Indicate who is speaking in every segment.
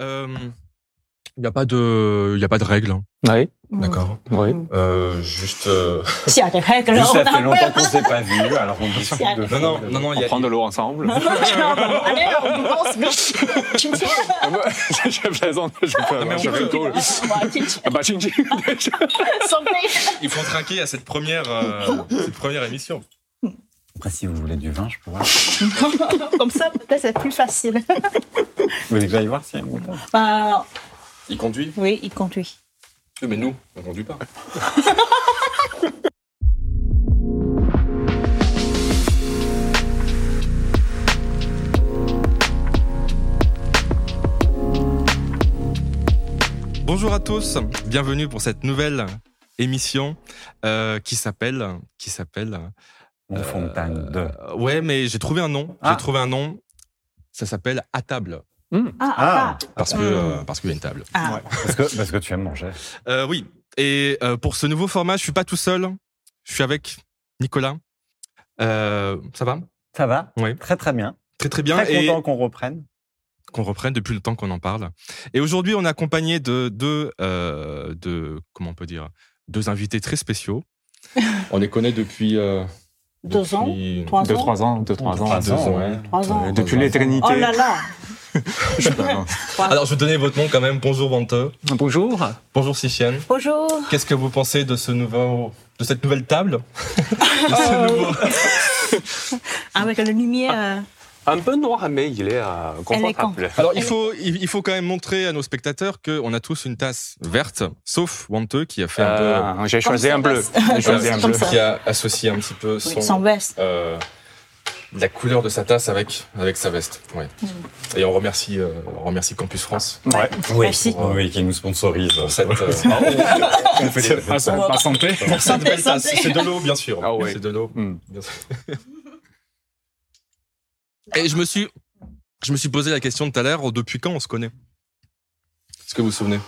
Speaker 1: Euh, Il n'y a pas de, il y a pas de règles. hein.
Speaker 2: Oui,
Speaker 1: D'accord.
Speaker 2: oui.
Speaker 1: Euh, juste. euh,
Speaker 3: Si, avec règles,
Speaker 4: Juste,
Speaker 3: on
Speaker 4: ça
Speaker 3: a
Speaker 4: fait longtemps
Speaker 3: peur.
Speaker 4: qu'on s'est pas vu, alors on discute de
Speaker 1: Non, non, non, non. il
Speaker 2: On
Speaker 1: y a-
Speaker 2: prend de l'eau ensemble.
Speaker 3: Allez, on commence. vite. Tu me tiens
Speaker 2: je plaisante, je
Speaker 3: Ah,
Speaker 2: peux avoir,
Speaker 1: mais on
Speaker 2: je
Speaker 1: peut-
Speaker 2: fais cool.
Speaker 3: Ouais, tu me tiens.
Speaker 2: Ah Bah, ching ching.
Speaker 3: Santé.
Speaker 1: Ils font trinquer à cette première, euh, cette première émission.
Speaker 4: Après, si vous voulez du vin, je peux voir.
Speaker 3: Comme ça, peut-être c'est plus facile.
Speaker 4: Vous voulez que j'aille voir s'il y a une bouteille
Speaker 3: Bah,
Speaker 1: Ils conduisent.
Speaker 3: oui, il conduit.
Speaker 1: Oui, Mais nous, on conduit pas. Bonjour à tous, bienvenue pour cette nouvelle émission euh, qui s'appelle qui s'appelle
Speaker 4: Mon fontaine de.
Speaker 1: Euh, ouais, mais j'ai trouvé un nom.
Speaker 4: Ah.
Speaker 1: J'ai trouvé un nom. Ça s'appelle à table
Speaker 3: Ah,
Speaker 4: Ah.
Speaker 3: ah,
Speaker 1: parce que
Speaker 3: Mm.
Speaker 1: euh, parce qu'il y a une table.
Speaker 3: ah.
Speaker 4: Ouais, parce, que, parce que tu aimes manger.
Speaker 1: Euh, oui. Et euh, pour ce nouveau format, je suis pas tout seul. Je suis avec Nicolas. Euh, ça va
Speaker 4: Ça va
Speaker 1: Oui.
Speaker 4: Très très bien.
Speaker 1: Très très bien.
Speaker 4: très
Speaker 1: et
Speaker 4: content qu'on reprenne.
Speaker 1: qu'on reprenne depuis le temps qu'on en parle. Et aujourd'hui, on est accompagné de deux euh, de comment on peut dire deux invités très spéciaux. on les connaît depuis euh,
Speaker 3: Deux ans,
Speaker 1: depuis-
Speaker 3: trois
Speaker 2: Deux,
Speaker 3: ans.
Speaker 2: trois ans, deux, trois ans.
Speaker 1: deux ans, ouais.
Speaker 3: Trois ans.
Speaker 2: Depuis
Speaker 4: Deux ans.
Speaker 2: l'éternité.
Speaker 3: Oh là là.
Speaker 1: Alors, je vais donner votre nom quand même. Bonjour Vanteux.
Speaker 2: Bonjour.
Speaker 1: Bonjour Sichienne.
Speaker 3: Bonjour.
Speaker 1: Qu'est-ce que vous pensez de ce nouveau, de cette nouvelle table De ce
Speaker 3: Euh.
Speaker 1: nouveau-
Speaker 3: Avec la lumière. euh,
Speaker 2: Un peu noir, mais il est euh, confortable.
Speaker 1: Alors il faut, il il faut quand même montrer à nos spectateurs qu'on a tous une tasse verte, sauf Wante qui a fait un peu,
Speaker 2: Euh, J'ai choisi
Speaker 3: ça,
Speaker 2: un bleu.
Speaker 3: passe.
Speaker 2: J'ai choisi un
Speaker 3: Ah. Comme
Speaker 2: bleu.
Speaker 3: ça.
Speaker 1: qui a associé un petit peu
Speaker 3: oui,
Speaker 1: son,
Speaker 3: sans veste.
Speaker 1: euh, la couleur de sa tasse avec avec sa veste. Ouais. Et on remercie, euh, on remercie Campus France
Speaker 2: Ouais.
Speaker 3: Merci.
Speaker 4: Oh oui, qui nous sponsorise.
Speaker 1: pour cette, euh,
Speaker 4: On fait des-
Speaker 2: Ah, ça, ma santé.
Speaker 1: pour cette belle tasse.
Speaker 3: Santé.
Speaker 1: C'est de l'eau bien sûr.
Speaker 2: Ah ouais.
Speaker 1: C'est de l'eau.
Speaker 2: Hmm.
Speaker 1: Bien sûr. Et je me suis, je me suis posé la question tout à l'heure. Depuis quand on se connaît Est-ce que vous vous souvenez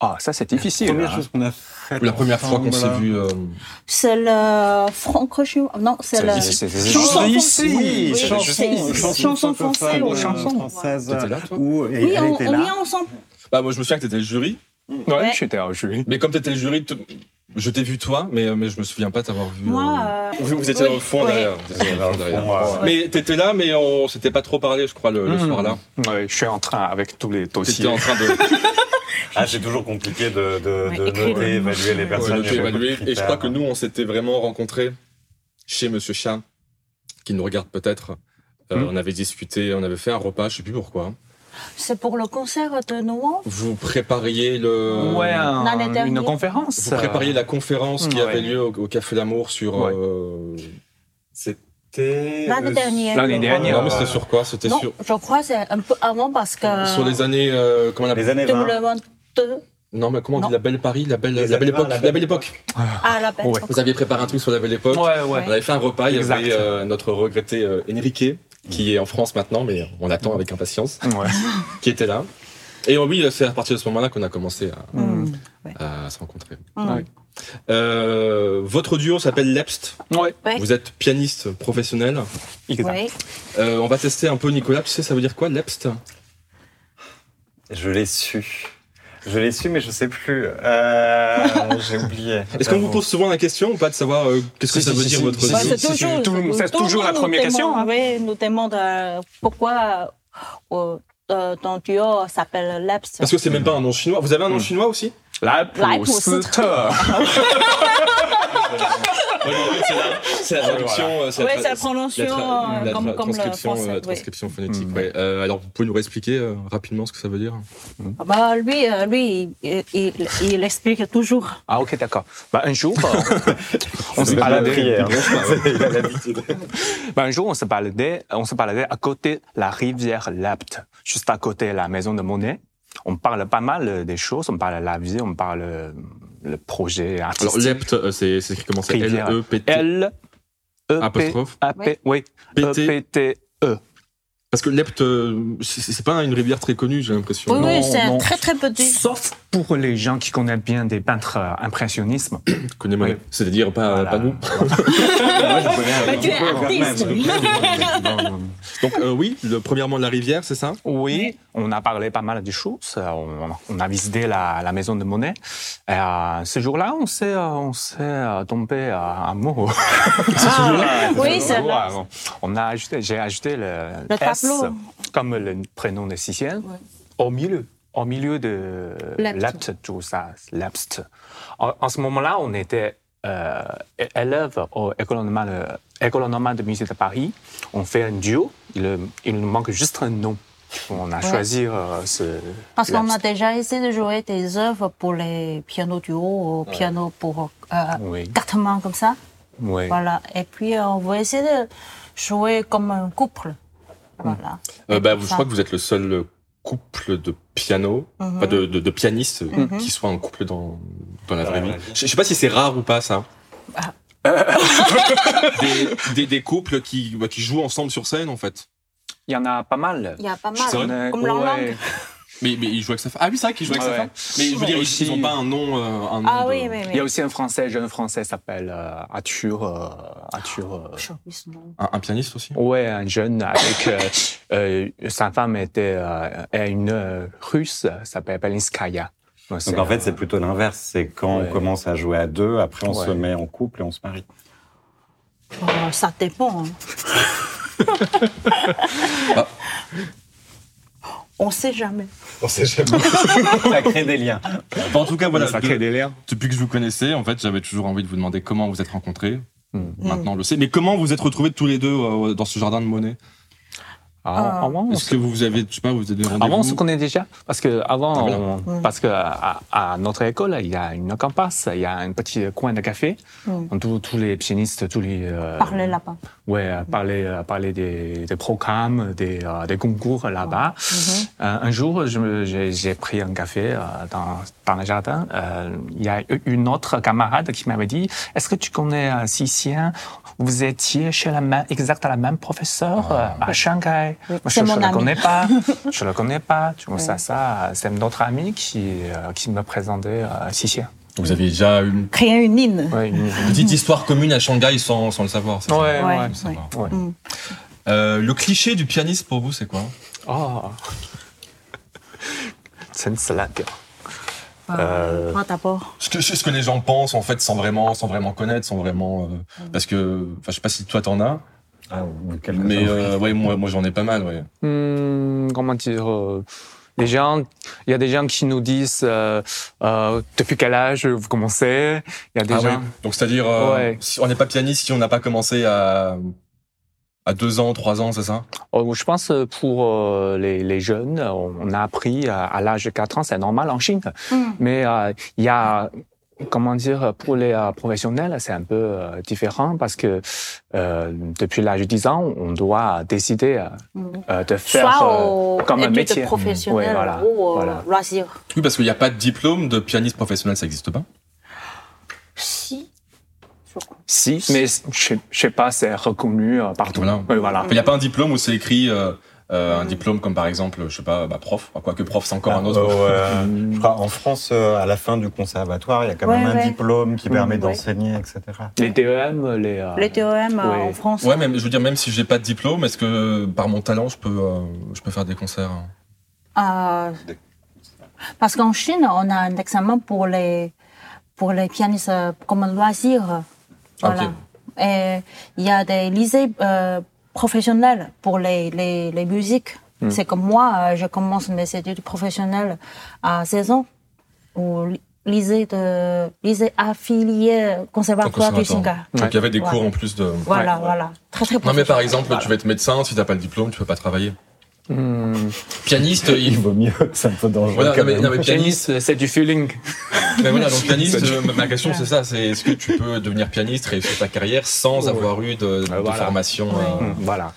Speaker 2: Ah, ça, c'est difficile.
Speaker 4: Première
Speaker 2: hein.
Speaker 4: chose qu'on a faite.
Speaker 1: La première fois qu'on
Speaker 4: ensemble,
Speaker 1: s'est
Speaker 4: là.
Speaker 1: vu. euh,
Speaker 3: C'est le franco-chinois. Non, c'est le.
Speaker 2: C'est- c'est- c'est-
Speaker 3: Chanson
Speaker 4: C'est
Speaker 3: française.
Speaker 4: ici.
Speaker 3: Oui,
Speaker 4: Chanson-
Speaker 3: c'est ici. Chanson française,
Speaker 4: francophone,
Speaker 3: aux chansons.
Speaker 4: française,
Speaker 1: T'étais là, toi
Speaker 4: où et
Speaker 3: Oui,
Speaker 4: elle
Speaker 3: on,
Speaker 4: était
Speaker 3: on
Speaker 4: là.
Speaker 3: est ensemble.
Speaker 1: Bah, moi, je me souviens que t'étais le jury.
Speaker 2: Ouais,
Speaker 3: Ouais.
Speaker 2: j'étais au jury.
Speaker 1: Mais comme t'étais le jury, t- je t'ai vu toi, mais, mais je me souviens pas t'avoir vu.
Speaker 3: Moi.
Speaker 1: euh,
Speaker 3: euh,
Speaker 1: Vous, vous étiez
Speaker 3: oui,
Speaker 1: au fond
Speaker 3: oui.
Speaker 1: derrière. Vous étiez au fond derrière.
Speaker 4: Ouais.
Speaker 1: Mais t'étais là, mais on s'était pas trop parlé, je crois, le, le
Speaker 2: Mhm.
Speaker 1: soir-là.
Speaker 2: Ouais, je suis en train avec tous les
Speaker 1: T'étais
Speaker 2: dossiers.
Speaker 1: en train de,
Speaker 4: Ah, c'est toujours compliqué de, de,
Speaker 3: Ouais,
Speaker 4: de
Speaker 3: écrire le
Speaker 4: noter,
Speaker 3: nom. Ouais,
Speaker 4: évaluer les
Speaker 1: de
Speaker 4: personnes.
Speaker 1: noter,
Speaker 4: il y a beaucoup de
Speaker 1: évaluer. Et je
Speaker 4: critères.
Speaker 1: crois que nous, on s'était vraiment rencontrés chez Monsieur Chat, qui nous regarde peut-être. Euh,
Speaker 2: Mhm.
Speaker 1: On avait discuté, on avait fait un repas, je sais plus pourquoi.
Speaker 3: C'est pour le concert de Noël.
Speaker 1: Vous prépariez le.
Speaker 2: Ouais, un-
Speaker 3: L'année
Speaker 2: une
Speaker 3: dernière.
Speaker 2: conférence.
Speaker 1: Vous prépariez la conférence qui
Speaker 2: Ouais.
Speaker 1: avait lieu au, au Café L'Amour sur.
Speaker 2: Ouais.
Speaker 1: euh,
Speaker 4: C'était.
Speaker 3: L'année
Speaker 4: euh,
Speaker 3: dernière.
Speaker 2: L'année dernière.
Speaker 1: Non, mais c'était sur quoi C'était
Speaker 3: Non,
Speaker 1: sur,
Speaker 3: je crois que c'est un peu avant parce que.
Speaker 1: sur les années. euh, comment on appelle
Speaker 4: Les années 20.
Speaker 3: 2022.
Speaker 1: Non, mais comment on
Speaker 3: Non.
Speaker 1: dit la belle Paris, la belle,
Speaker 4: Les
Speaker 1: la belle
Speaker 4: années
Speaker 1: époque,
Speaker 4: 20,
Speaker 1: la,
Speaker 4: la
Speaker 1: belle
Speaker 4: belle
Speaker 1: époque.
Speaker 3: Ah, la bête.
Speaker 2: Ouais.
Speaker 1: Vous aviez préparé un truc sur la belle époque.
Speaker 2: Ouais, ouais.
Speaker 1: On avait fait un repas. Il y
Speaker 2: Exact.
Speaker 1: avait euh, notre regretté euh, Enrique, qui est en France maintenant, mais on l'attend avec impatience,
Speaker 2: Ouais.
Speaker 1: qui était là. Et oh oui, c'est à partir de ce moment-là qu'on a commencé
Speaker 2: Mm.
Speaker 3: Mm.
Speaker 1: à, à se rencontrer.
Speaker 3: Mm.
Speaker 2: Ouais.
Speaker 1: Euh, votre duo s'appelle Lepst.
Speaker 2: Ouais,
Speaker 3: Ouais.
Speaker 1: Vous êtes pianiste professionnel.
Speaker 2: exact.
Speaker 3: Oui.
Speaker 1: Euh, on va tester un peu Nicolas. Tu sais, ça veut dire quoi, Lepst
Speaker 4: Je l'ai su. Je l'ai su, mais je sais plus. Euh, J'ai oublié.
Speaker 1: Est-ce qu'on vous pose souvent la question ou pas de savoir euh, qu'est-ce que
Speaker 2: Si,
Speaker 1: ça
Speaker 2: si,
Speaker 1: veut
Speaker 2: si,
Speaker 1: dire
Speaker 2: si,
Speaker 1: votre
Speaker 2: si,
Speaker 3: Bah,
Speaker 2: si.
Speaker 1: duo
Speaker 3: c'est toujours,
Speaker 2: tout le monde- c'est toujours la
Speaker 3: nous
Speaker 2: première question,
Speaker 3: demande- Oui, nous demande euh, pourquoi euh, euh, ton duo s'appelle Labs.
Speaker 1: Parce que
Speaker 2: Ah.
Speaker 1: c'est même pas un nom chinois. Vous avez un nom
Speaker 2: Mm.
Speaker 1: chinois aussi
Speaker 2: La
Speaker 1: C'est
Speaker 2: Ah,
Speaker 1: la traduction, euh, c'est
Speaker 3: Oui,
Speaker 1: tra-
Speaker 3: c'est la prononciation
Speaker 1: tra-
Speaker 3: euh,
Speaker 1: la
Speaker 3: comme,
Speaker 1: tra-
Speaker 3: comme le
Speaker 1: transcription,
Speaker 3: français.
Speaker 1: euh,
Speaker 3: oui.
Speaker 1: transcription phonétique.
Speaker 2: Mm.
Speaker 1: ouais. Euh, alors, vous pouvez nous réexpliquer euh, rapidement ce que ça veut dire
Speaker 3: Ah bah, lui, euh, lui il, il- il explique toujours.
Speaker 2: Ah, ok, d'accord. Bah, un jour, euh, on se
Speaker 4: C'est pas la
Speaker 2: baladait.
Speaker 4: prière. Il a l'habitude.
Speaker 2: bah, un jour, on se baladait, on se baladait à côté de la rivière Lapte, juste à côté de la maison de Monet. On parle pas mal euh, des choses. On parle de la vie, on parle euh, le projet
Speaker 1: Alors,
Speaker 2: artistique.
Speaker 1: lept, euh, c'est c'est écrit comment C'est
Speaker 2: Rivière.
Speaker 1: L-E-P-T.
Speaker 2: L E P
Speaker 1: Apostrophe.
Speaker 2: A P oui
Speaker 1: P,
Speaker 2: E
Speaker 1: T.
Speaker 2: P T E
Speaker 1: Parce que l'Epte, euh, c'est c'est pas une rivière très connue, j'ai l'impression.
Speaker 3: Oui,
Speaker 1: non
Speaker 3: oui, c'est
Speaker 2: non.
Speaker 3: très très petit.
Speaker 2: Sauf pour les gens qui connaissent bien des peintres euh, impressionnisme.
Speaker 1: Je connais Monet.
Speaker 2: Oui.
Speaker 1: C'est-à-dire pas,
Speaker 2: Voilà.
Speaker 1: pas nous.
Speaker 4: Moi, je connais un
Speaker 3: Mais Bah, tu es
Speaker 4: peu quand même.
Speaker 3: artiste.
Speaker 1: Donc euh, oui, le- premièrement la rivière, c'est ça
Speaker 2: Oui, on a parlé pas mal de choses. euh, On, on a visité la, la maison de Monet. Et, euh, ce jour-là, on s'est, euh, on s'est euh, tombé euh, amoureux.
Speaker 3: Ah, Oui,
Speaker 2: Ouais,
Speaker 3: c'est vrai.
Speaker 2: on- On a ajouté, j'ai ajouté le,
Speaker 3: Le
Speaker 2: S
Speaker 3: tableau.
Speaker 2: comme le prénom de Sicien
Speaker 3: Ouais.
Speaker 2: au milieu. Au milieu de
Speaker 3: Lapte.
Speaker 2: l'apte, tout ça, l'apte. En, en ce moment-là, on était euh, é- élève au École normale, École normale de musée de Paris. On fait un duo. Il, euh, il nous manque juste un nom. On a choisi euh, ce.
Speaker 3: Parce qu'on a
Speaker 2: l'apte.
Speaker 3: déjà essayé de jouer des œuvres pour les pianos duo, piano pour euh,
Speaker 2: Oui.
Speaker 3: quatre mains comme ça.
Speaker 2: oui.
Speaker 3: Voilà. Et puis, euh, on va essayer de jouer comme un couple.
Speaker 2: Hmm.
Speaker 3: Voilà.
Speaker 1: Euh,
Speaker 3: Et
Speaker 1: bah,
Speaker 3: pour
Speaker 1: Je
Speaker 3: ça-
Speaker 1: crois que vous êtes le seul couple de piano,
Speaker 3: Mhm.
Speaker 1: enfin, de, de, de pianistes euh,
Speaker 3: Mhm.
Speaker 1: qui soit un couple dans, dans la
Speaker 4: Dans
Speaker 1: vraie
Speaker 4: la
Speaker 1: vie. Bah.
Speaker 4: vraie vie.
Speaker 1: Je je sais pas si c'est rare ou pas ça.
Speaker 3: Ah.
Speaker 1: des, des, des couples qui, ouais, qui jouent ensemble sur scène en fait.
Speaker 2: Il y en a pas mal.
Speaker 3: Il y a pas
Speaker 1: C'est
Speaker 3: mal. hein.
Speaker 1: vrai.
Speaker 2: On est-
Speaker 3: Comme leur
Speaker 2: ouais.
Speaker 3: langue.
Speaker 1: Mais, mais ils jouent avec sa femme. Ah oui, c'est vrai qu'ils jouent avec
Speaker 2: Ouais.
Speaker 1: sa femme. Mais je veux dire, ils-
Speaker 2: Aussi-
Speaker 1: ils n'ont pas un nom. euh, un nom
Speaker 2: Hmm.
Speaker 3: Ah
Speaker 1: de-
Speaker 3: oui, oui,
Speaker 2: Il y a
Speaker 3: oui.
Speaker 2: aussi un français, jeune français, s'appelle euh, Arthur. euh, Arthur. euh,
Speaker 3: Je oublie ce nom.
Speaker 1: Un, un pianiste aussi
Speaker 2: Ouais, un jeune avec euh, euh, sa femme était euh, est une euh, russe, euh, s'appelle Belinskaya.
Speaker 4: Donc en fait, c'est plutôt l'inverse. C'est quand
Speaker 2: Ouais.
Speaker 4: on commence à jouer à deux, après on se
Speaker 2: Ouais.
Speaker 4: met en couple et on se marie.
Speaker 3: Oh, ça dépend. hein.
Speaker 2: Ah.
Speaker 3: On sait jamais.
Speaker 4: On sait jamais. Ça crée des liens.
Speaker 1: Bon, Bah, En tout cas, voilà.
Speaker 2: ça
Speaker 1: de-
Speaker 2: crée des liens.
Speaker 1: Depuis que je vous connaissais, en fait, j'avais toujours envie de vous demander comment vous êtes rencontrés.
Speaker 2: Hmm.
Speaker 1: Maintenant, on le sait. Mais comment vous êtes retrouvés tous les deux euh, dans ce jardin de Monet
Speaker 2: Ah,
Speaker 3: Ah.
Speaker 2: Avant, on
Speaker 1: Est-ce
Speaker 2: se-
Speaker 1: que vous vous avez, je sais pas, vous avez des rendez-vous
Speaker 2: avant, on se connaît déjà parce que avant,
Speaker 1: Ah, voilà.
Speaker 2: on-
Speaker 3: Mm.
Speaker 2: parce que à, à notre école, il y a une campasse, il y a un petit coin de café.
Speaker 3: Mm.
Speaker 2: On Tous tous les pianistes, tous les euh,
Speaker 3: Parler là-bas.
Speaker 2: Ouais, euh, parler, euh, parler des, des programmes, des, euh, des concours là-bas.
Speaker 3: Mhm.
Speaker 2: Euh, un jour, je me- j'ai j'ai pris un café euh, dans, dans le jardin. Euh, Il y a eu une autre camarade qui m'avait dit Est-ce que tu connais euh, Sicien Vous étiez chez la même, exact à la même professeur euh, à Shanghai.
Speaker 3: Ah. Oui,
Speaker 2: Moi,
Speaker 3: c'est
Speaker 2: je
Speaker 3: mon
Speaker 2: ne le
Speaker 3: ami.
Speaker 2: connais pas. je le connais pas. Tu vois, ça, ça, c'est notre ami qui, euh, qui me présentait euh, Sicien.
Speaker 1: Vous avez déjà une
Speaker 3: Créer une île.
Speaker 2: Ouais, une-
Speaker 1: petite histoire commune à Shanghai sans, sans le savoir. c'est ça
Speaker 2: ouais,
Speaker 3: Ouais.
Speaker 2: ouais.
Speaker 1: Sans le savoir.
Speaker 2: Ouais.
Speaker 3: Mm.
Speaker 1: Euh, le cliché du pianiste pour vous, c'est quoi
Speaker 2: Oh. C'est slack. Ah.
Speaker 3: Euh, Moi d'abord.
Speaker 1: ce que, ce que les gens pensent, en fait, sans vraiment, sans vraiment connaître, sans vraiment.
Speaker 2: Mm.
Speaker 1: euh, parce que, enfin, je sais pas si toi t'en as,
Speaker 4: Ah, ou quelque
Speaker 1: mais
Speaker 4: chose.
Speaker 1: euh, ouais, moi, moi j'en ai pas mal, ouais.
Speaker 2: Hmm, comment dire euh, les gens, il y a des gens qui nous disent euh, euh, depuis quel âge vous commencez. Il y a des
Speaker 1: Ah ouais.
Speaker 2: gens.
Speaker 1: Donc c'est-à-dire, euh,
Speaker 2: Ouais.
Speaker 1: si on n'est pas pianiste, si on n'a pas commencé à à deux ans, trois ans, c'est ça
Speaker 2: Oh, je pense euh, pour euh, les, les jeunes, on on a appris euh, à l'âge de 4 ans, c'est normal en Chine.
Speaker 3: Mm.
Speaker 2: Mais euh, il y a comment dire pour les euh, professionnels, c'est un peu euh, différent parce que euh, depuis l'âge de 10 ans, on doit décider euh,
Speaker 3: Mm.
Speaker 2: euh, de faire
Speaker 3: Soit
Speaker 2: euh,
Speaker 3: au
Speaker 2: comme un
Speaker 3: études
Speaker 2: métier.
Speaker 3: professionnelles
Speaker 2: Ouais, voilà,
Speaker 3: ou au
Speaker 2: voilà.
Speaker 3: loisir.
Speaker 1: Oui, parce qu'il n'y a pas de diplôme de pianiste professionnel, ça n'existe pas.
Speaker 3: Si. Je crois.
Speaker 2: si, mais je, je sais pas, c'est reconnu euh, partout.
Speaker 1: Voilà.
Speaker 2: Oui, voilà.
Speaker 3: Mm.
Speaker 1: Il n'y a pas un diplôme où c'est écrit euh, euh,
Speaker 2: Mm.
Speaker 1: un diplôme comme par exemple, je sais pas, bah, prof. Ah, Quoique prof, c'est encore un autre.
Speaker 4: Oh, euh,
Speaker 2: Hmm.
Speaker 4: je crois, en France, euh, à la fin du conservatoire, il y a quand même
Speaker 3: Ouais,
Speaker 4: un
Speaker 3: ouais.
Speaker 4: diplôme qui
Speaker 2: Mm,
Speaker 4: permet
Speaker 2: ouais.
Speaker 4: d'enseigner, etc.
Speaker 2: Les DEM, les. euh,
Speaker 3: Les théorèmes euh,
Speaker 2: Ouais.
Speaker 3: en France.
Speaker 1: Ah. Ouais, même, je veux dire, même si j'ai pas de diplôme, est-ce que par mon talent, je peux, euh, je peux faire des concerts hein
Speaker 3: Euh, parce qu'en Chine, on a un examen pour les, pour les pianistes euh, comme un loisir.
Speaker 1: Ah,
Speaker 3: Voilà.
Speaker 1: ok.
Speaker 3: Et il y a des lycées euh, professionnels pour les, les, les musiques.
Speaker 1: Hmm.
Speaker 3: C'est comme moi, euh, je commence mes études professionnelles à 16 ans au ly- lycée, de, lycée affilié conservatoire
Speaker 1: Au
Speaker 3: du
Speaker 1: conservatoire.
Speaker 3: Singa.
Speaker 1: hein. Donc il y avait des
Speaker 3: Ouais.
Speaker 1: cours en plus de.
Speaker 3: Voilà,
Speaker 2: Ouais.
Speaker 3: voilà. Très, très
Speaker 1: Non mais par
Speaker 3: professionnel.
Speaker 1: exemple, tu vas être médecin, si t'as pas le diplôme, tu peux pas travailler.
Speaker 2: hmm.
Speaker 1: Pianiste,
Speaker 4: Il
Speaker 1: il
Speaker 4: vaut mieux, c'est un peu dangereux.
Speaker 1: voilà,
Speaker 4: quand
Speaker 1: non, mais,
Speaker 4: même.
Speaker 1: non, mais pianiste,
Speaker 2: Pianiste, c'est du feeling.
Speaker 1: mais voilà, donc pianiste,
Speaker 2: C'est-
Speaker 1: euh, ma question c'est ça, c'est est-ce que tu peux devenir pianiste, réussir ta carrière sans
Speaker 2: Ouais.
Speaker 1: avoir eu de,
Speaker 4: Ah,
Speaker 1: de
Speaker 2: voilà.
Speaker 1: formation
Speaker 3: Ouais.
Speaker 1: euh,
Speaker 2: Voilà.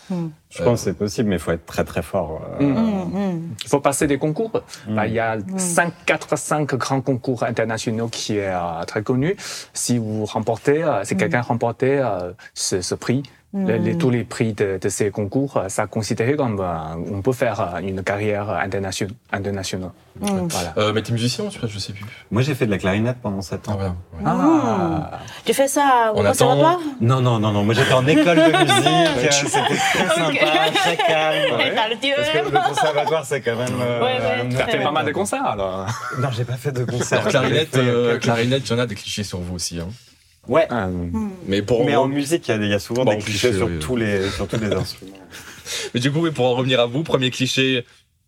Speaker 4: Je pense que c'est possible, mais il faut être très très fort. euh,
Speaker 2: Mm.
Speaker 3: Mm, mm.
Speaker 2: Il faut passer des concours. Bah, Il y a
Speaker 3: Mm.
Speaker 2: 5, 4, 5 grands concours internationaux qui
Speaker 3: Mm.
Speaker 2: est euh, très connu. Si vous remportez, euh, si quelqu'un remportait euh, ce, ce prix, Les- les- tous les prix de, de ces concours, euh, ça considéré comme euh, on peut faire euh, une carrière internation- internationale.
Speaker 3: Mm.
Speaker 2: Voilà.
Speaker 1: Euh, mais t'es musicien, je sais, je sais plus.
Speaker 4: Moi, j'ai fait de la clarinette pendant 7
Speaker 1: Ah,
Speaker 4: ans.
Speaker 1: voilà. ouais.
Speaker 2: Ah,
Speaker 3: Tu fais ça au
Speaker 1: On
Speaker 3: conservatoire
Speaker 4: Non, non, non, non. Moi, j'étais en école de musique. euh, C'était très
Speaker 3: Ok.
Speaker 4: sympa, très calme.
Speaker 3: Et t'as le dieu
Speaker 4: Parce que le conservatoire, c'est quand même. euh,
Speaker 3: Ouais, ouais,
Speaker 4: un
Speaker 2: t'as
Speaker 3: très
Speaker 2: fait
Speaker 4: autre
Speaker 2: pas mal de
Speaker 4: méthode.
Speaker 2: concerts alors.
Speaker 4: Non, j'ai pas fait de concert.
Speaker 1: Alors, clarinette,
Speaker 4: J'ai fait,
Speaker 1: euh,
Speaker 4: euh,
Speaker 1: clarinette, il y en a des clichés sur vous aussi. hein.
Speaker 4: Ouais.
Speaker 2: Euh,
Speaker 1: Mais pour
Speaker 4: Mais
Speaker 1: en-
Speaker 4: en musique, il y a des- il y, a souvent
Speaker 1: Bon,
Speaker 4: des clichés
Speaker 1: cliché,
Speaker 4: sur,
Speaker 1: oui.
Speaker 4: tous les, sur tous les instruments.
Speaker 1: Mais du coup, oui, pour en revenir à vous, premier cliché,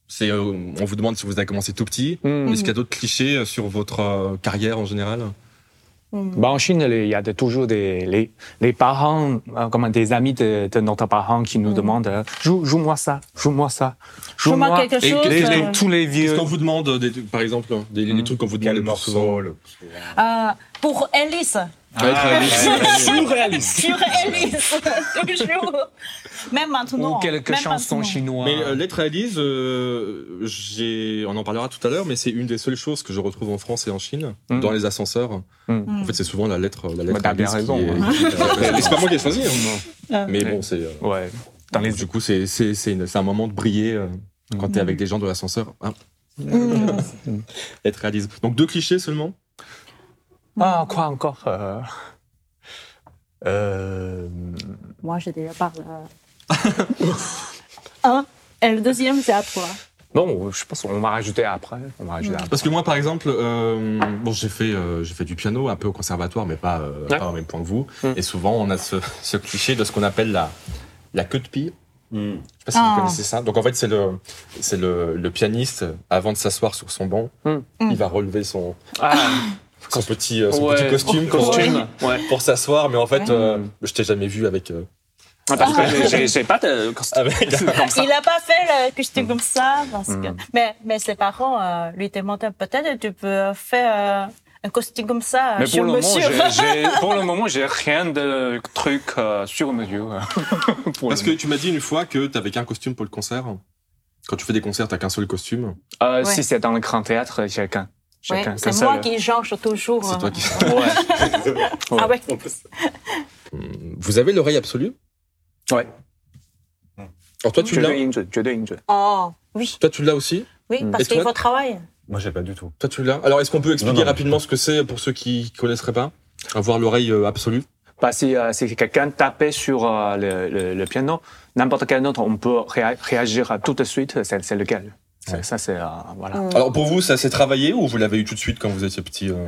Speaker 1: c'est euh, on vous demande si vous avez commencé tout petit.
Speaker 3: Mm.
Speaker 2: hmm.
Speaker 1: Est-ce qu'il y a d'autres clichés sur votre euh, carrière en général
Speaker 2: Bah, en Chine, les- il y a de- toujours des, les, les parents, euh, comme des amis de, de notre parent qui
Speaker 3: Mm.
Speaker 2: nous demandent euh, joue, joue-moi ça, joue-moi ça,
Speaker 3: Joue-moi quelque
Speaker 1: et
Speaker 3: chose.
Speaker 2: Les- les-
Speaker 3: euh,
Speaker 2: tous les vieux.
Speaker 1: Qu'est-ce qu'on vous demande, euh, des, par exemple, hein, des, les trucs qu'on vous demande le plus souvent
Speaker 4: le
Speaker 3: euh, pour Alice.
Speaker 1: Ouais,
Speaker 2: Ah,
Speaker 1: très bien.
Speaker 2: Surréaliste.
Speaker 3: Sur Alice. Toujours. Même maintenant.
Speaker 2: Ou quelques
Speaker 3: même
Speaker 2: chansons
Speaker 3: maintenant.
Speaker 2: chinoises.
Speaker 1: Mais euh, Lettre à Elise, euh, j'ai- on en parlera tout à l'heure, mais c'est une des seules choses que je retrouve en France et en Chine,
Speaker 2: Mm.
Speaker 1: dans les ascenseurs.
Speaker 2: Mm.
Speaker 1: En fait, c'est souvent la lettre, la lettre
Speaker 2: Bah, t'as
Speaker 1: à Elise
Speaker 2: bien raison, hein.
Speaker 1: qui est- Mais c'est pas moi qui ai choisi. hein.
Speaker 3: Ah.
Speaker 1: Mais bon, c'est. euh,
Speaker 2: Ouais. Dans les...
Speaker 1: Du coup, c'est c'est- c'est une- c'est un moment de briller euh, quand
Speaker 2: Mhm.
Speaker 1: t'es avec des gens de l'ascenseur. Hein,
Speaker 3: Mm.
Speaker 1: lettre à Elise. Donc deux clichés seulement.
Speaker 2: Ah, quoi encore euh, euh,
Speaker 3: Moi, j'ai déjà parlé. euh. Un. Et le deuxième, c'est à toi.
Speaker 2: Non, je pense qu'on va rajouter après. On va
Speaker 3: Mm.
Speaker 2: rajouter après.
Speaker 1: Parce que moi, par exemple, euh, bon, j'ai fait, euh, j'ai fait du piano un peu au conservatoire, mais pas, euh,
Speaker 2: Ouais.
Speaker 1: pas au même point que vous.
Speaker 2: Mm.
Speaker 1: Et souvent, on a ce, ce cliché de ce qu'on appelle la, la queue de pie. Je sais pas si
Speaker 3: Ah.
Speaker 1: vous connaissez ça. Donc en fait, c'est le, c'est le, le pianiste avant de s'asseoir sur son banc,
Speaker 2: Mm.
Speaker 3: Mm.
Speaker 1: il va relever son,
Speaker 2: Ah,
Speaker 1: son petit, euh, son
Speaker 2: ouais.
Speaker 1: petit costume, quand-
Speaker 2: costume. Ouais.
Speaker 1: pour s'asseoir. Mais en fait,
Speaker 3: Ouais.
Speaker 1: euh, je t'ai jamais vu avec. euh,
Speaker 2: Ah, Parce que j'ai- j'ai- j'ai pas de costume
Speaker 1: avec
Speaker 2: comme ça. Mm.
Speaker 3: Il n'a pas fait le costume comme ça. Parce que... mais, mais ses parents euh, lui demandaient peut-être tu peux faire euh, un costume comme ça
Speaker 2: Mais
Speaker 3: Ah, sur
Speaker 2: pour le, moment,
Speaker 3: monsieur.
Speaker 2: j'ai- j'ai- pour le moment, j'ai rien de truc euh, sur mesure. Pour
Speaker 1: Parce
Speaker 2: le
Speaker 1: que tu m'as dit une fois que t'avais qu'un costume pour le concert. Quand tu fais des concerts, t'as qu'un seul costume.
Speaker 2: moment. Euh,
Speaker 3: Ouais.
Speaker 2: Si c'est dans le grand théâtre, chacun.
Speaker 3: Ouais,
Speaker 2: Chacun.
Speaker 3: c'est moi qui change toujours.
Speaker 1: C'est
Speaker 3: hein.
Speaker 1: toi qui.
Speaker 2: Ouais.
Speaker 3: Ah ouais.
Speaker 1: Vous avez l'oreille absolue.
Speaker 2: ouais.
Speaker 1: Alors toi, tu l'as.
Speaker 2: 绝对音准,绝对音准.
Speaker 3: Oh, oui,
Speaker 1: Toi, tu l'as aussi.
Speaker 3: oui,
Speaker 2: Mm.
Speaker 1: Et
Speaker 3: parce qu'il
Speaker 1: toi
Speaker 3: faut travailler.
Speaker 4: Moi, j'ai pas du tout.
Speaker 1: Toi, tu l'as. Alors, est-ce qu'on peut expliquer
Speaker 4: Non, non.
Speaker 1: rapidement ce que c'est pour ceux qui connaisseraient pas Avoir l'oreille euh, absolue.
Speaker 2: Bah, si, euh, si quelqu'un tapait sur euh, le, le- le piano, n'importe quel autre, on peut réa- réagir à tout de suite, c'est c'est lequel. C'est-
Speaker 1: Ouais.
Speaker 2: Ça, c'est. euh, voilà.
Speaker 3: Mm.
Speaker 1: Alors pour vous, ça s'est travaillé ou vous l'avez eu tout de suite quand vous étiez petit euh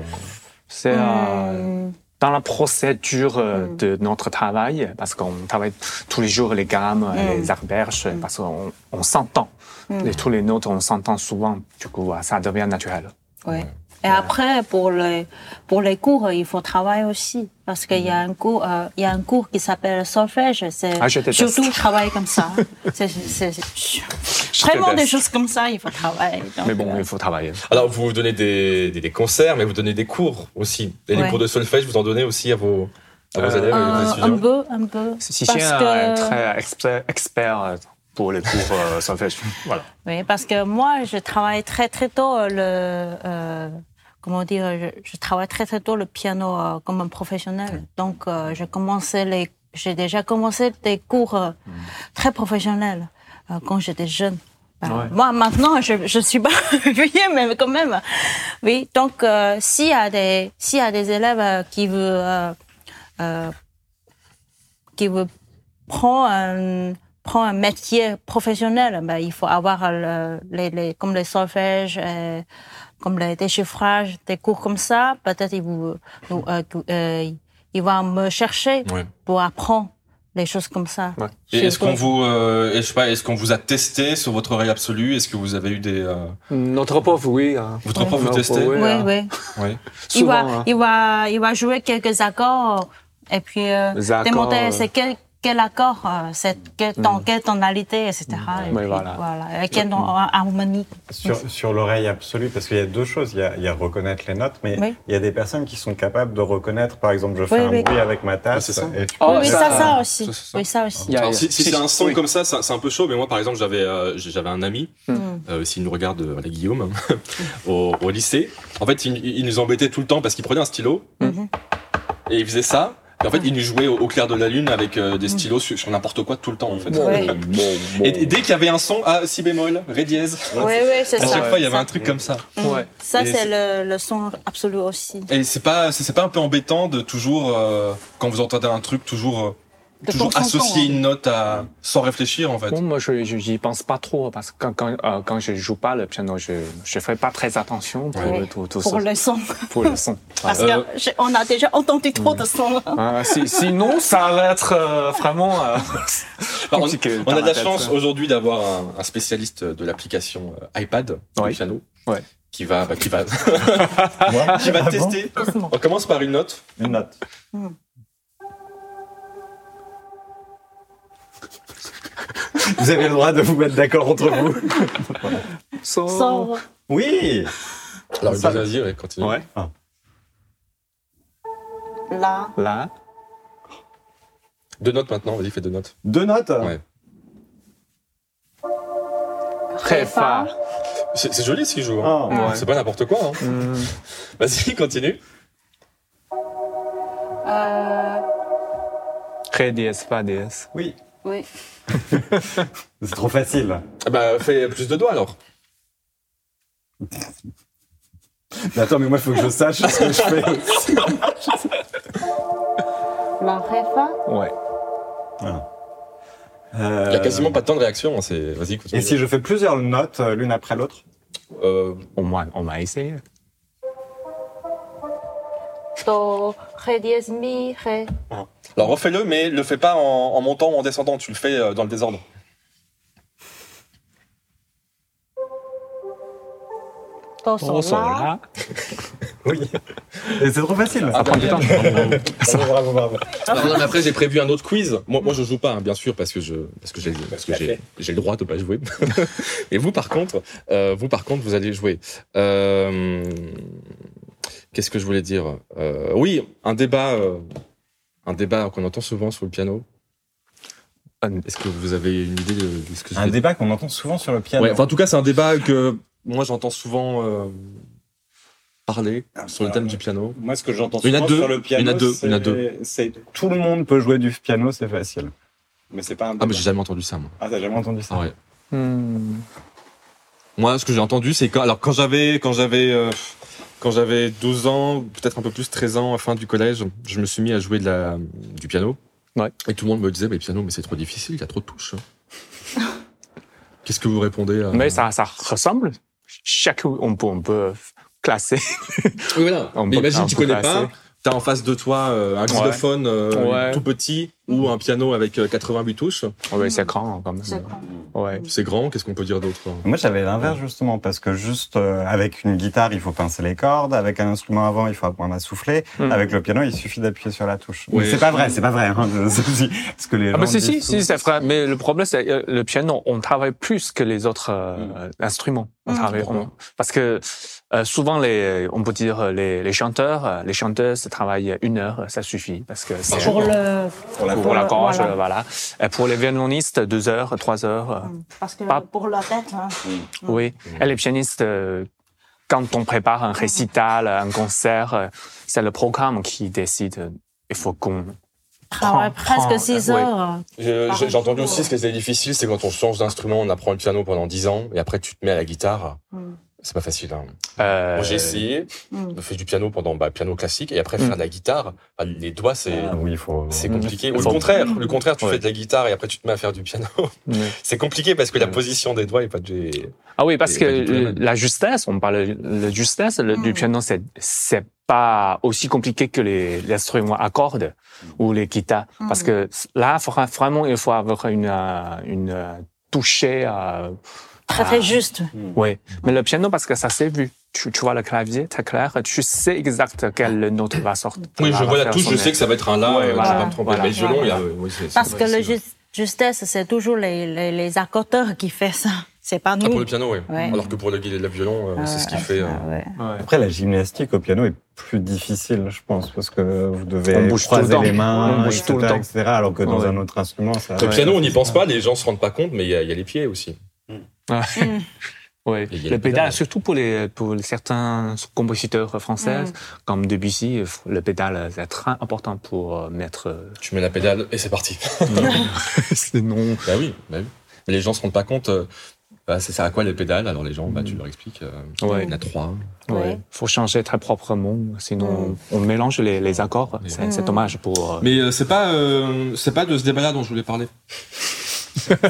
Speaker 2: C'est. euh,
Speaker 3: Mm.
Speaker 2: dans la procédure euh,
Speaker 3: Mm.
Speaker 2: de notre travail, parce qu'on travaille tous les jours les gammes,
Speaker 3: Mm.
Speaker 2: les arberges, parce qu'on on s'entend.
Speaker 3: Mm.
Speaker 2: Et tous les notes, on s'entend souvent. Du coup, voilà, ça devient naturel.
Speaker 3: Ouais. Et après, pour les, pour les cours, euh, il faut travailler aussi. Parce qu'il y a un cours, euh, il y a un cours qui s'appelle solfège. C'est
Speaker 2: Mm. Ah, je déteste.
Speaker 3: surtout travailler comme ça. hein. c'est, c'est, c'est- vraiment des
Speaker 2: déteste.
Speaker 3: choses comme ça, il faut travailler. Donc,
Speaker 2: Mais bon,
Speaker 3: euh,
Speaker 2: il faut travailler.
Speaker 1: Alors vous donnez des, des- des concerts, mais vous donnez des cours aussi. Et les
Speaker 3: Ouais.
Speaker 1: cours de solfège, vous en donnez aussi à vos, à vos
Speaker 2: Euh,
Speaker 1: élèves et vos
Speaker 3: un, un
Speaker 1: étudiants.
Speaker 3: peu, un peu.
Speaker 2: Si
Speaker 3: parce
Speaker 2: chien est
Speaker 3: que,
Speaker 2: très expert, expert, euh, pour les cours euh, solfège. Voilà.
Speaker 3: oui, parce que moi, je travaille très très tôt euh, le, euh, comment dire, je, je travaille très très tôt le piano euh, comme un professionnel. Donc, euh, je commençais les, j'ai déjà commencé des cours euh, très professionnels euh, quand j'étais jeune. Euh,
Speaker 2: Ouais.
Speaker 3: Moi, maintenant, je, je suis pas vieille, mais quand même. Oui, donc, euh, s'il y a des, s'il y a des élèves euh, qui veulent, euh, euh, qui veulent prendre un, prendre un métier professionnel, ben, il faut avoir le- les, les, comme les solfèges, euh, comme les déchiffrages, des cours comme ça. Peut-être ils vous, vous, euh, euh, ils vont me chercher
Speaker 1: Ouais.
Speaker 3: pour apprendre les choses comme ça.
Speaker 2: Ouais.
Speaker 1: Et
Speaker 3: Chez
Speaker 1: est-ce qu'on
Speaker 3: eux.
Speaker 1: vous, euh, je sais pas, est-ce qu'on vous a testé sur votre oreille absolue Est-ce que vous avez eu des, euh,
Speaker 2: Notre prof, oui. hein.
Speaker 1: votre prof vous
Speaker 2: Notre
Speaker 1: testait
Speaker 2: prof,
Speaker 3: Oui,
Speaker 2: hein.
Speaker 3: oui.
Speaker 1: Ouais.
Speaker 3: Il
Speaker 2: Souvent,
Speaker 3: va,
Speaker 2: hein.
Speaker 3: il, va, il va jouer quelques accords et puis euh,
Speaker 2: Les accords,
Speaker 3: demander
Speaker 2: euh.
Speaker 3: c'est quel, quel accord, euh, c'est quel- dans quelle tonalité, etc. Et
Speaker 2: Mais
Speaker 3: puis,
Speaker 2: Mm. voilà. Mm.
Speaker 3: Et quelle harmonie.
Speaker 4: Sur, sur l'oreille absolue, parce qu'il y a deux choses. Il y a, il y a reconnaître les notes, mais
Speaker 3: Oui.
Speaker 4: il y a des personnes qui sont capables de reconnaître, par exemple, je fais
Speaker 3: Oui,
Speaker 4: un
Speaker 3: oui.
Speaker 4: bruit avec ma tasse.
Speaker 1: Ah, c'est ça.
Speaker 4: et tu
Speaker 2: Oh,
Speaker 4: peux
Speaker 3: oui,
Speaker 4: faire
Speaker 3: ça,
Speaker 2: ça,
Speaker 3: ça aussi.
Speaker 1: ça, ça.
Speaker 3: Ah, Oui, ça aussi.
Speaker 2: Il y a-
Speaker 1: Alors, si, si c'est un son
Speaker 2: oui.
Speaker 1: comme ça, ça- c'est un peu chaud, mais moi par exemple, j'avais euh, j'ai- j'avais un ami,
Speaker 3: Hmm.
Speaker 1: euh, s'il nous regarde, euh, voilà, Guillaume, au,
Speaker 3: Hmm.
Speaker 1: au lycée. En fait, il, il nous embêtait tout le temps parce qu'il prenait un stylo et il faisait ça. Et
Speaker 3: Ah.
Speaker 1: en fait, il nous jouait au, au clair de la lune avec euh, des stylos sur, sur n'importe quoi tout le temps, en fait.
Speaker 3: Hmm. Ouais.
Speaker 1: Et, et dès qu'il y avait un son, ah, si bémol, ré dièse.
Speaker 3: Oui, oui, c'est
Speaker 1: À
Speaker 3: ça.
Speaker 1: chaque fois, il y avait
Speaker 3: ça.
Speaker 1: un truc comme ça.
Speaker 2: Ouais.
Speaker 3: Ça,
Speaker 1: Et
Speaker 3: c'est le, le son absolu aussi.
Speaker 1: Et c'est pas, c'est c'est pas un peu embêtant de toujours, euh, quand vous entendez un truc, toujours, euh,
Speaker 3: De
Speaker 1: toujours
Speaker 3: ton son,
Speaker 1: associer
Speaker 3: hein.
Speaker 1: une note à, sans réfléchir, en fait.
Speaker 2: Bon, moi, je je- j'y pense pas trop parce que quand, quand, euh, quand je joue pas le piano, je je fais pas très attention pour
Speaker 3: Ouais.
Speaker 2: tout, tout
Speaker 3: Pour
Speaker 2: ça,
Speaker 3: le son. Ah,
Speaker 2: pour le son.
Speaker 3: Parce
Speaker 1: Euh,
Speaker 3: que j'ai- on a déjà entendu trop de sons.
Speaker 2: Ah, si- sinon, ça va être euh, vraiment. euh,
Speaker 1: Enfin,
Speaker 2: compliqué
Speaker 1: on,
Speaker 2: dans
Speaker 1: on a de la
Speaker 2: tête,
Speaker 1: chance
Speaker 2: ça.
Speaker 1: aujourd'hui d'avoir un, un spécialiste de l'application euh, iPad,
Speaker 2: Ouais.
Speaker 1: du piano,
Speaker 2: Ouais.
Speaker 1: qui va, bah, qui va, qui va tester.
Speaker 3: Doucement.
Speaker 1: On commence par une note.
Speaker 4: Une note.
Speaker 1: Hmm.
Speaker 4: Vous avez le droit de vous mettre d'accord entre vous.
Speaker 2: So-
Speaker 3: Sans-
Speaker 4: Oui Ah.
Speaker 1: Alors,
Speaker 4: Ça-
Speaker 1: vas-y, ouais, continue.
Speaker 2: Ouais.
Speaker 3: Là,
Speaker 2: Là.
Speaker 1: Deux notes maintenant, vas-y, fais deux notes.
Speaker 4: Deux notes
Speaker 1: Ouais.
Speaker 2: Très
Speaker 3: fa.
Speaker 2: fort.
Speaker 1: C'est c'est joli ce qu'il joue. hein.
Speaker 4: Ah,
Speaker 2: Ouais.
Speaker 1: C'est pas n'importe quoi. hein.
Speaker 2: Hmm.
Speaker 1: Vas-y, continue.
Speaker 3: Euh,
Speaker 2: Ré dièse, pas dièse.
Speaker 4: Oui.
Speaker 3: oui.
Speaker 4: C'est trop facile.
Speaker 1: Ah Bah, fais plus de doigts alors.
Speaker 4: Mais attends, mais moi, il faut que je sache ce que je fais aussi.
Speaker 3: La réfa.
Speaker 2: Ouais.
Speaker 1: Il y a quasiment pas de temps de réaction. hein, c'est- Vas-y, continue.
Speaker 4: Euh, Et si je fais plusieurs notes euh, l'une après l'autre
Speaker 1: Euh,
Speaker 2: Au moins, on m'a essayé.
Speaker 3: Do, ré dièse, mi, ré.
Speaker 1: Alors refais-le, mais le fais pas en, en montant ou en descendant. Tu le fais euh, dans le désordre.
Speaker 3: Do,
Speaker 2: On
Speaker 3: sol,
Speaker 2: sort
Speaker 3: la.
Speaker 2: là.
Speaker 4: Oui. Et c'est trop facile.
Speaker 2: Ça prend du temps.
Speaker 4: Bravo, bravo, bravo.
Speaker 1: Ah non, mais après j'ai prévu un autre quiz. Moi, moi je joue pas, hein, bien sûr, parce que je, parce que j'ai, parce que j'ai, j'ai le droit de pas jouer. Et vous, par contre, euh, vous, par contre, vous allez jouer. Euh, qu'est-ce que je voulais dire Euh, Oui, un débat, euh, un débat qu'on entend souvent sur le piano.
Speaker 2: Un-
Speaker 1: Est-ce que vous avez une idée de, de ce que je
Speaker 4: Un
Speaker 1: vais
Speaker 4: débat qu'on entend souvent sur le piano.
Speaker 1: Ouais, enfin, en tout cas, c'est un débat que moi j'entends souvent euh, parler sur le thème du piano.
Speaker 4: Moi, ce que j'entends
Speaker 1: Il y en a
Speaker 4: souvent
Speaker 1: deux,
Speaker 4: sur le piano,
Speaker 1: il y en a deux,
Speaker 4: c'est-
Speaker 1: il y en a deux.
Speaker 4: c'est tout le monde peut jouer du piano, c'est facile. Mais c'est pas un
Speaker 1: Ah,
Speaker 4: débat.
Speaker 1: mais j'ai jamais entendu ça, moi.
Speaker 4: Ah, t'as jamais entendu ça
Speaker 1: Ah ouais.
Speaker 2: Hmm.
Speaker 1: Moi, ce que j'ai entendu, c'est quand, alors quand j'avais, quand j'avais, euh, quand j'avais 12 ans, peut-être un peu plus, 13 ans, à la fin du collège, je me suis mis à jouer de la, du piano.
Speaker 2: Ouais.
Speaker 1: Et tout le monde me disait, mais piano, mais c'est trop difficile, il y a trop de touches. hein. Qu'est-ce que vous répondez à...
Speaker 2: Mais ça, ça ressemble. Chaque, on peut, on peut classer.
Speaker 1: Oui, voilà.
Speaker 2: On
Speaker 1: Mais
Speaker 2: peut-
Speaker 1: imagine,
Speaker 2: on
Speaker 1: tu
Speaker 2: peut
Speaker 1: connais
Speaker 2: passer.
Speaker 1: pas, t'as en face de toi euh, un xylophone euh,
Speaker 2: Ouais.
Speaker 1: tout petit ou un piano avec euh, 88 touches.
Speaker 2: Ouais, c'est grand quand même. Ouais.
Speaker 1: C'est grand, qu'est-ce qu'on peut dire d'autre hein
Speaker 4: Moi, j'avais l'inverse, justement, parce que juste euh, avec une guitare, il faut pincer les cordes. Avec un instrument avant, il faut apprendre à souffler.
Speaker 2: Hmm.
Speaker 4: Avec le piano, il suffit d'appuyer sur la touche.
Speaker 1: Ouais.
Speaker 4: Mais c'est pas vrai, c'est pas vrai. Hein. ce que les
Speaker 2: Ah,
Speaker 4: gens
Speaker 2: mais si, si,
Speaker 4: disent
Speaker 2: si,
Speaker 4: souvent.
Speaker 2: c'est vrai. Mais le problème, c'est euh, le piano, on travaille plus que les autres euh, instruments. On
Speaker 3: Mm.
Speaker 2: travaille, on- parce que euh, souvent, les, on peut dire les, les chanteurs, euh, les chanteuses travaillent une heure, euh, ça suffit. Parce que c'est
Speaker 3: Pour le.
Speaker 4: Pour la
Speaker 2: pour
Speaker 3: pour
Speaker 2: la
Speaker 3: le-
Speaker 2: gorge,
Speaker 3: voilà.
Speaker 2: euh, voilà. Et pour les violonistes, deux heures, trois heures. euh,
Speaker 3: Parce que
Speaker 2: Pas-
Speaker 3: pour la tête, hein.
Speaker 2: Oui.
Speaker 1: Mm.
Speaker 2: Et les pianistes, euh, quand on prépare un récital, un concert, euh, c'est le programme qui décide. Il faut qu'on
Speaker 3: travaille
Speaker 2: prends,
Speaker 3: presque
Speaker 2: prends,
Speaker 3: 6
Speaker 2: euh, ouais.
Speaker 3: heures.
Speaker 1: Je-
Speaker 3: Par
Speaker 1: J'ai j'ai entendu
Speaker 3: exemple.
Speaker 1: aussi ce qui était difficile, c'est quand on change d'instrument, on apprend le piano pendant 10 ans, et après tu te mets à la guitare.
Speaker 3: Mm.
Speaker 1: C'est pas facile. Hein.
Speaker 2: euh,
Speaker 1: Moi, J'ai essayé
Speaker 3: Mm.
Speaker 1: de faire du piano pendant bah, piano classique, et après
Speaker 2: Mm.
Speaker 1: faire de la guitare, bah, les doigts c'est
Speaker 4: Ah oui, il faut.
Speaker 1: c'est
Speaker 2: Mm.
Speaker 1: compliqué. Ou le
Speaker 2: Faut-
Speaker 1: contraire, le contraire, tu
Speaker 2: Ouais.
Speaker 1: fais de la guitare et après tu te mets à faire du piano.
Speaker 2: oui.
Speaker 1: c'est compliqué parce que la
Speaker 2: Ouais.
Speaker 1: position des doigts est pas du.
Speaker 2: Ah oui, parce
Speaker 1: Et
Speaker 2: que
Speaker 1: pas du tout la
Speaker 2: le-
Speaker 1: même.
Speaker 2: la justesse, on parle de justesse, le,
Speaker 3: Mm.
Speaker 2: du piano, c'est, c'est pas aussi compliqué que les, les instruments à cordes ou les guitares. Parce
Speaker 3: Mm.
Speaker 2: que là, vra- vraiment, il faut avoir une, euh, une euh, touchée. euh,
Speaker 3: Très,
Speaker 2: Ah.
Speaker 3: très juste.
Speaker 2: ouais. Mais le piano, parce que ça s'est vu. Tu, tu vois le clavier, c'est clair. Tu sais exact quelle note va sortir.
Speaker 1: Ah,
Speaker 2: va faire sonner.
Speaker 1: ça va être un
Speaker 2: Ouais,
Speaker 1: euh,
Speaker 2: voilà.
Speaker 1: vais
Speaker 2: Voilà.
Speaker 1: Mais
Speaker 3: Voilà.
Speaker 1: y a- ouais, c'est- c'est-
Speaker 3: Parce que
Speaker 1: ouais,
Speaker 3: le
Speaker 1: c'est-
Speaker 3: ju- justesse, c'est toujours les, les, les accordeurs qui font ça. C'est pas nous.
Speaker 1: Ah, pour le piano, oui.
Speaker 3: Ouais.
Speaker 1: Alors que pour le, le violon, euh,
Speaker 3: Ah,
Speaker 1: c'est ce qui
Speaker 3: ouais,
Speaker 1: fait. euh,
Speaker 3: ah, ouais.
Speaker 2: Ouais.
Speaker 4: Après, la gymnastique au piano est plus difficile, je pense, parce que vous
Speaker 2: On
Speaker 4: devez
Speaker 2: bouge tout le
Speaker 4: croiser
Speaker 2: temps.
Speaker 4: les mains,
Speaker 2: On bouge
Speaker 4: etc.,
Speaker 2: tout le temps.
Speaker 4: etc., alors que dans
Speaker 2: Ouais.
Speaker 4: un autre instrument, ça.
Speaker 1: Le
Speaker 2: Ouais.
Speaker 1: piano, on n'y pense pas, les gens se rendent pas compte, mais il y, a- il y a les pieds aussi.
Speaker 2: Oui,
Speaker 5: il y
Speaker 2: le
Speaker 5: a les
Speaker 2: pédale,
Speaker 5: pédales.
Speaker 2: surtout pour, les, pour certains compositeurs français, comme Debussy, le pédale c'est très important pour euh, mettre. euh,
Speaker 5: Tu mets la pédale et c'est parti.
Speaker 2: C'est non.
Speaker 5: bah oui, bah oui. Mais les gens se rendent pas compte. euh, bah, ça sert à quoi les pédales Alors les gens, bah, tu leur expliques. euh,
Speaker 2: Ouais.
Speaker 5: Il y en a trois.
Speaker 2: Ouais.
Speaker 3: Ouais.
Speaker 2: Faut changer très proprement, sinon
Speaker 3: Mm.
Speaker 2: on mélange les, les accords. C'est
Speaker 3: Mm.
Speaker 2: c'est dommage pour. euh,
Speaker 1: Mais euh, c'est pas, euh, c'est pas de ce débat-là dont je voulais parler.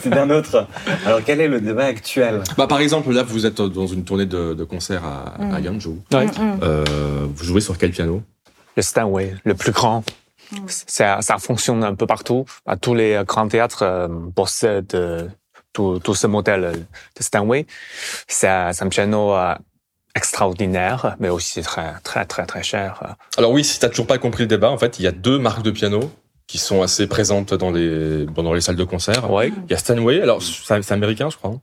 Speaker 4: C'est d'un autre. Alors, quel est le débat actuel
Speaker 1: Bah, par exemple, là, vous êtes euh, dans une tournée de, de concert à, à
Speaker 3: Mm.
Speaker 1: Guangzhou.
Speaker 2: ouais.
Speaker 1: Euh, vous jouez sur quel piano
Speaker 2: Le Steinway, le plus grand.
Speaker 3: Mm.
Speaker 2: Ça, ça fonctionne un peu partout. À tous les euh, grands théâtres euh, possèdent euh, tout, tout ce modèle euh, de Steinway. C'est un c'est un piano euh, extraordinaire, mais aussi très, très, très, très cher. euh.
Speaker 5: Alors oui, si t'as toujours pas compris le débat, en fait, il y a deux marques de piano qui sont assez présentes dans les, bon, dans les salles de concert.
Speaker 2: Ah Ouais.
Speaker 5: Il y a Stanway, alors ça- c'est américain, je crois. hein.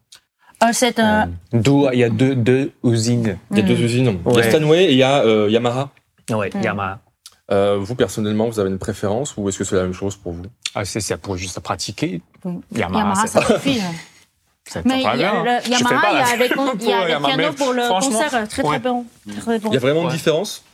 Speaker 3: Euh, c'est un.
Speaker 2: D'où euh, il y a deux, deux usines.
Speaker 5: Il y a
Speaker 3: Mm.
Speaker 5: deux usines. Il y a
Speaker 2: Ouais.
Speaker 5: Stanway et il y a euh, Yamaha.
Speaker 2: Ah Ouais,
Speaker 3: Mm.
Speaker 2: Yamaha.
Speaker 5: Euh, vous, personnellement, vous avez une préférence ou est-ce que c'est la même chose pour vous
Speaker 2: Ah, c'est ça pour juste pratiquer.
Speaker 3: Mm.
Speaker 2: Yamaha,
Speaker 3: Yamaha,
Speaker 2: c'est-
Speaker 3: ça suffit. hein.
Speaker 2: c'est
Speaker 3: Mais il y
Speaker 2: pas
Speaker 3: a
Speaker 2: bien. hein.
Speaker 3: le
Speaker 2: Je fais pas
Speaker 3: Yamaha, il y
Speaker 2: la-
Speaker 3: a les con- il y
Speaker 2: pour
Speaker 3: a les
Speaker 2: Yamaha,
Speaker 3: pianos
Speaker 2: mais
Speaker 3: pour le
Speaker 2: franchement,
Speaker 3: concert, euh, très très
Speaker 2: ouais.
Speaker 3: bon. Très bon.
Speaker 5: Il y a vraiment
Speaker 2: Ouais.
Speaker 5: une différence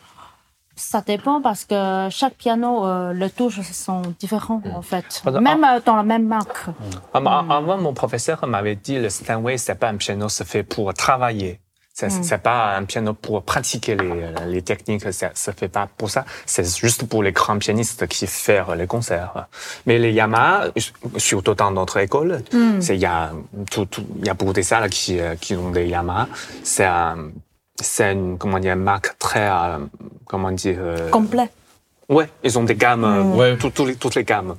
Speaker 3: Ça dépend parce que chaque piano, euh, les touches sont différentes
Speaker 1: Mm.
Speaker 3: en fait.
Speaker 1: ah.
Speaker 2: Pardon,
Speaker 3: Même euh, dans la même marque.
Speaker 2: Ah, mais en- Avant, mon professeur m'avait dit le Steinway, c'est pas un piano, c'est fait pour travailler. C'est
Speaker 3: Mm.
Speaker 2: c'est pas un piano pour pratiquer les, euh, les techniques, ça, ça fait pas pour ça. C'est juste pour les grands pianistes qui font les concerts. Mais les Yamaha, surtout dans notre école,
Speaker 3: Mm.
Speaker 2: c'est il y a tout, tout- il y a beaucoup de salles qui, euh, qui ont des Yamaha. C'est un- c'est une comment dire une marque très euh, comment dire euh,
Speaker 3: Complet.
Speaker 2: ouais ils ont des gammes euh,
Speaker 3: Mm.
Speaker 5: Ouais.
Speaker 2: tout- tout les- toutes les gammes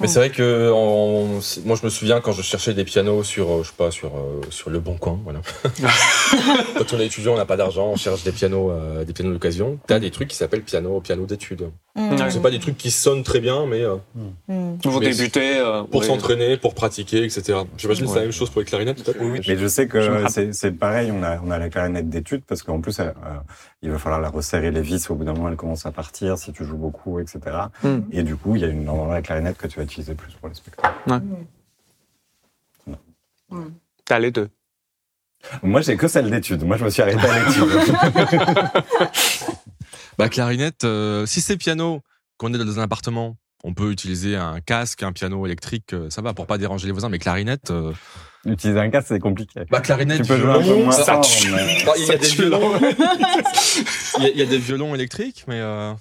Speaker 5: Mais c'est vrai que en- moi je me souviens quand je cherchais des pianos sur euh, je sais pas sur euh, sur le bon coin voilà. quand on est étudiant on n'a pas d'argent on cherche des pianos euh, des pianos d'occasion t'as des trucs qui s'appellent piano piano d'études.
Speaker 3: Mm.
Speaker 2: Ouais.
Speaker 5: C'est pas des trucs qui sonnent très bien mais euh,
Speaker 3: Mm.
Speaker 2: pour
Speaker 5: Mais
Speaker 2: débuter euh,
Speaker 5: pour
Speaker 2: ouais.
Speaker 5: s'entraîner pour pratiquer etc. J'imagine que c'est la même chose pour les clarinettes peut-être.
Speaker 4: Mais je sais
Speaker 2: Je me
Speaker 4: que
Speaker 2: rappelle.
Speaker 4: c'est c'est pareil, on a, on a la clarinette d'études parce qu'en plus, euh, il va falloir la resserrer les vis, au bout d'un moment, elle commence à partir si tu joues beaucoup, etc.
Speaker 2: Mm.
Speaker 4: Et du coup, il y a une, normalement la clarinette que tu vas utiliser plus pour les spectacles.
Speaker 2: T'as les deux.
Speaker 4: Moi, j'ai que celle d'études. Moi, je me suis arrêté à l'étude.
Speaker 1: Bah, clarinette, euh, si c'est piano, qu'on est dans un appartement, on peut utiliser un casque, un piano électrique, euh, ça va, pour pas déranger les voisins, mais clarinette. euh,
Speaker 4: Utiliser un casque, c'est compliqué.
Speaker 5: Bah clarinette
Speaker 4: tu peux jouer un peu moins
Speaker 5: ça-
Speaker 4: fort,
Speaker 2: tue.
Speaker 4: mais-
Speaker 1: Bah,
Speaker 5: Ah, il y a des
Speaker 2: Ça tue.
Speaker 5: violons il, y a, il y a des violons électriques mais euh,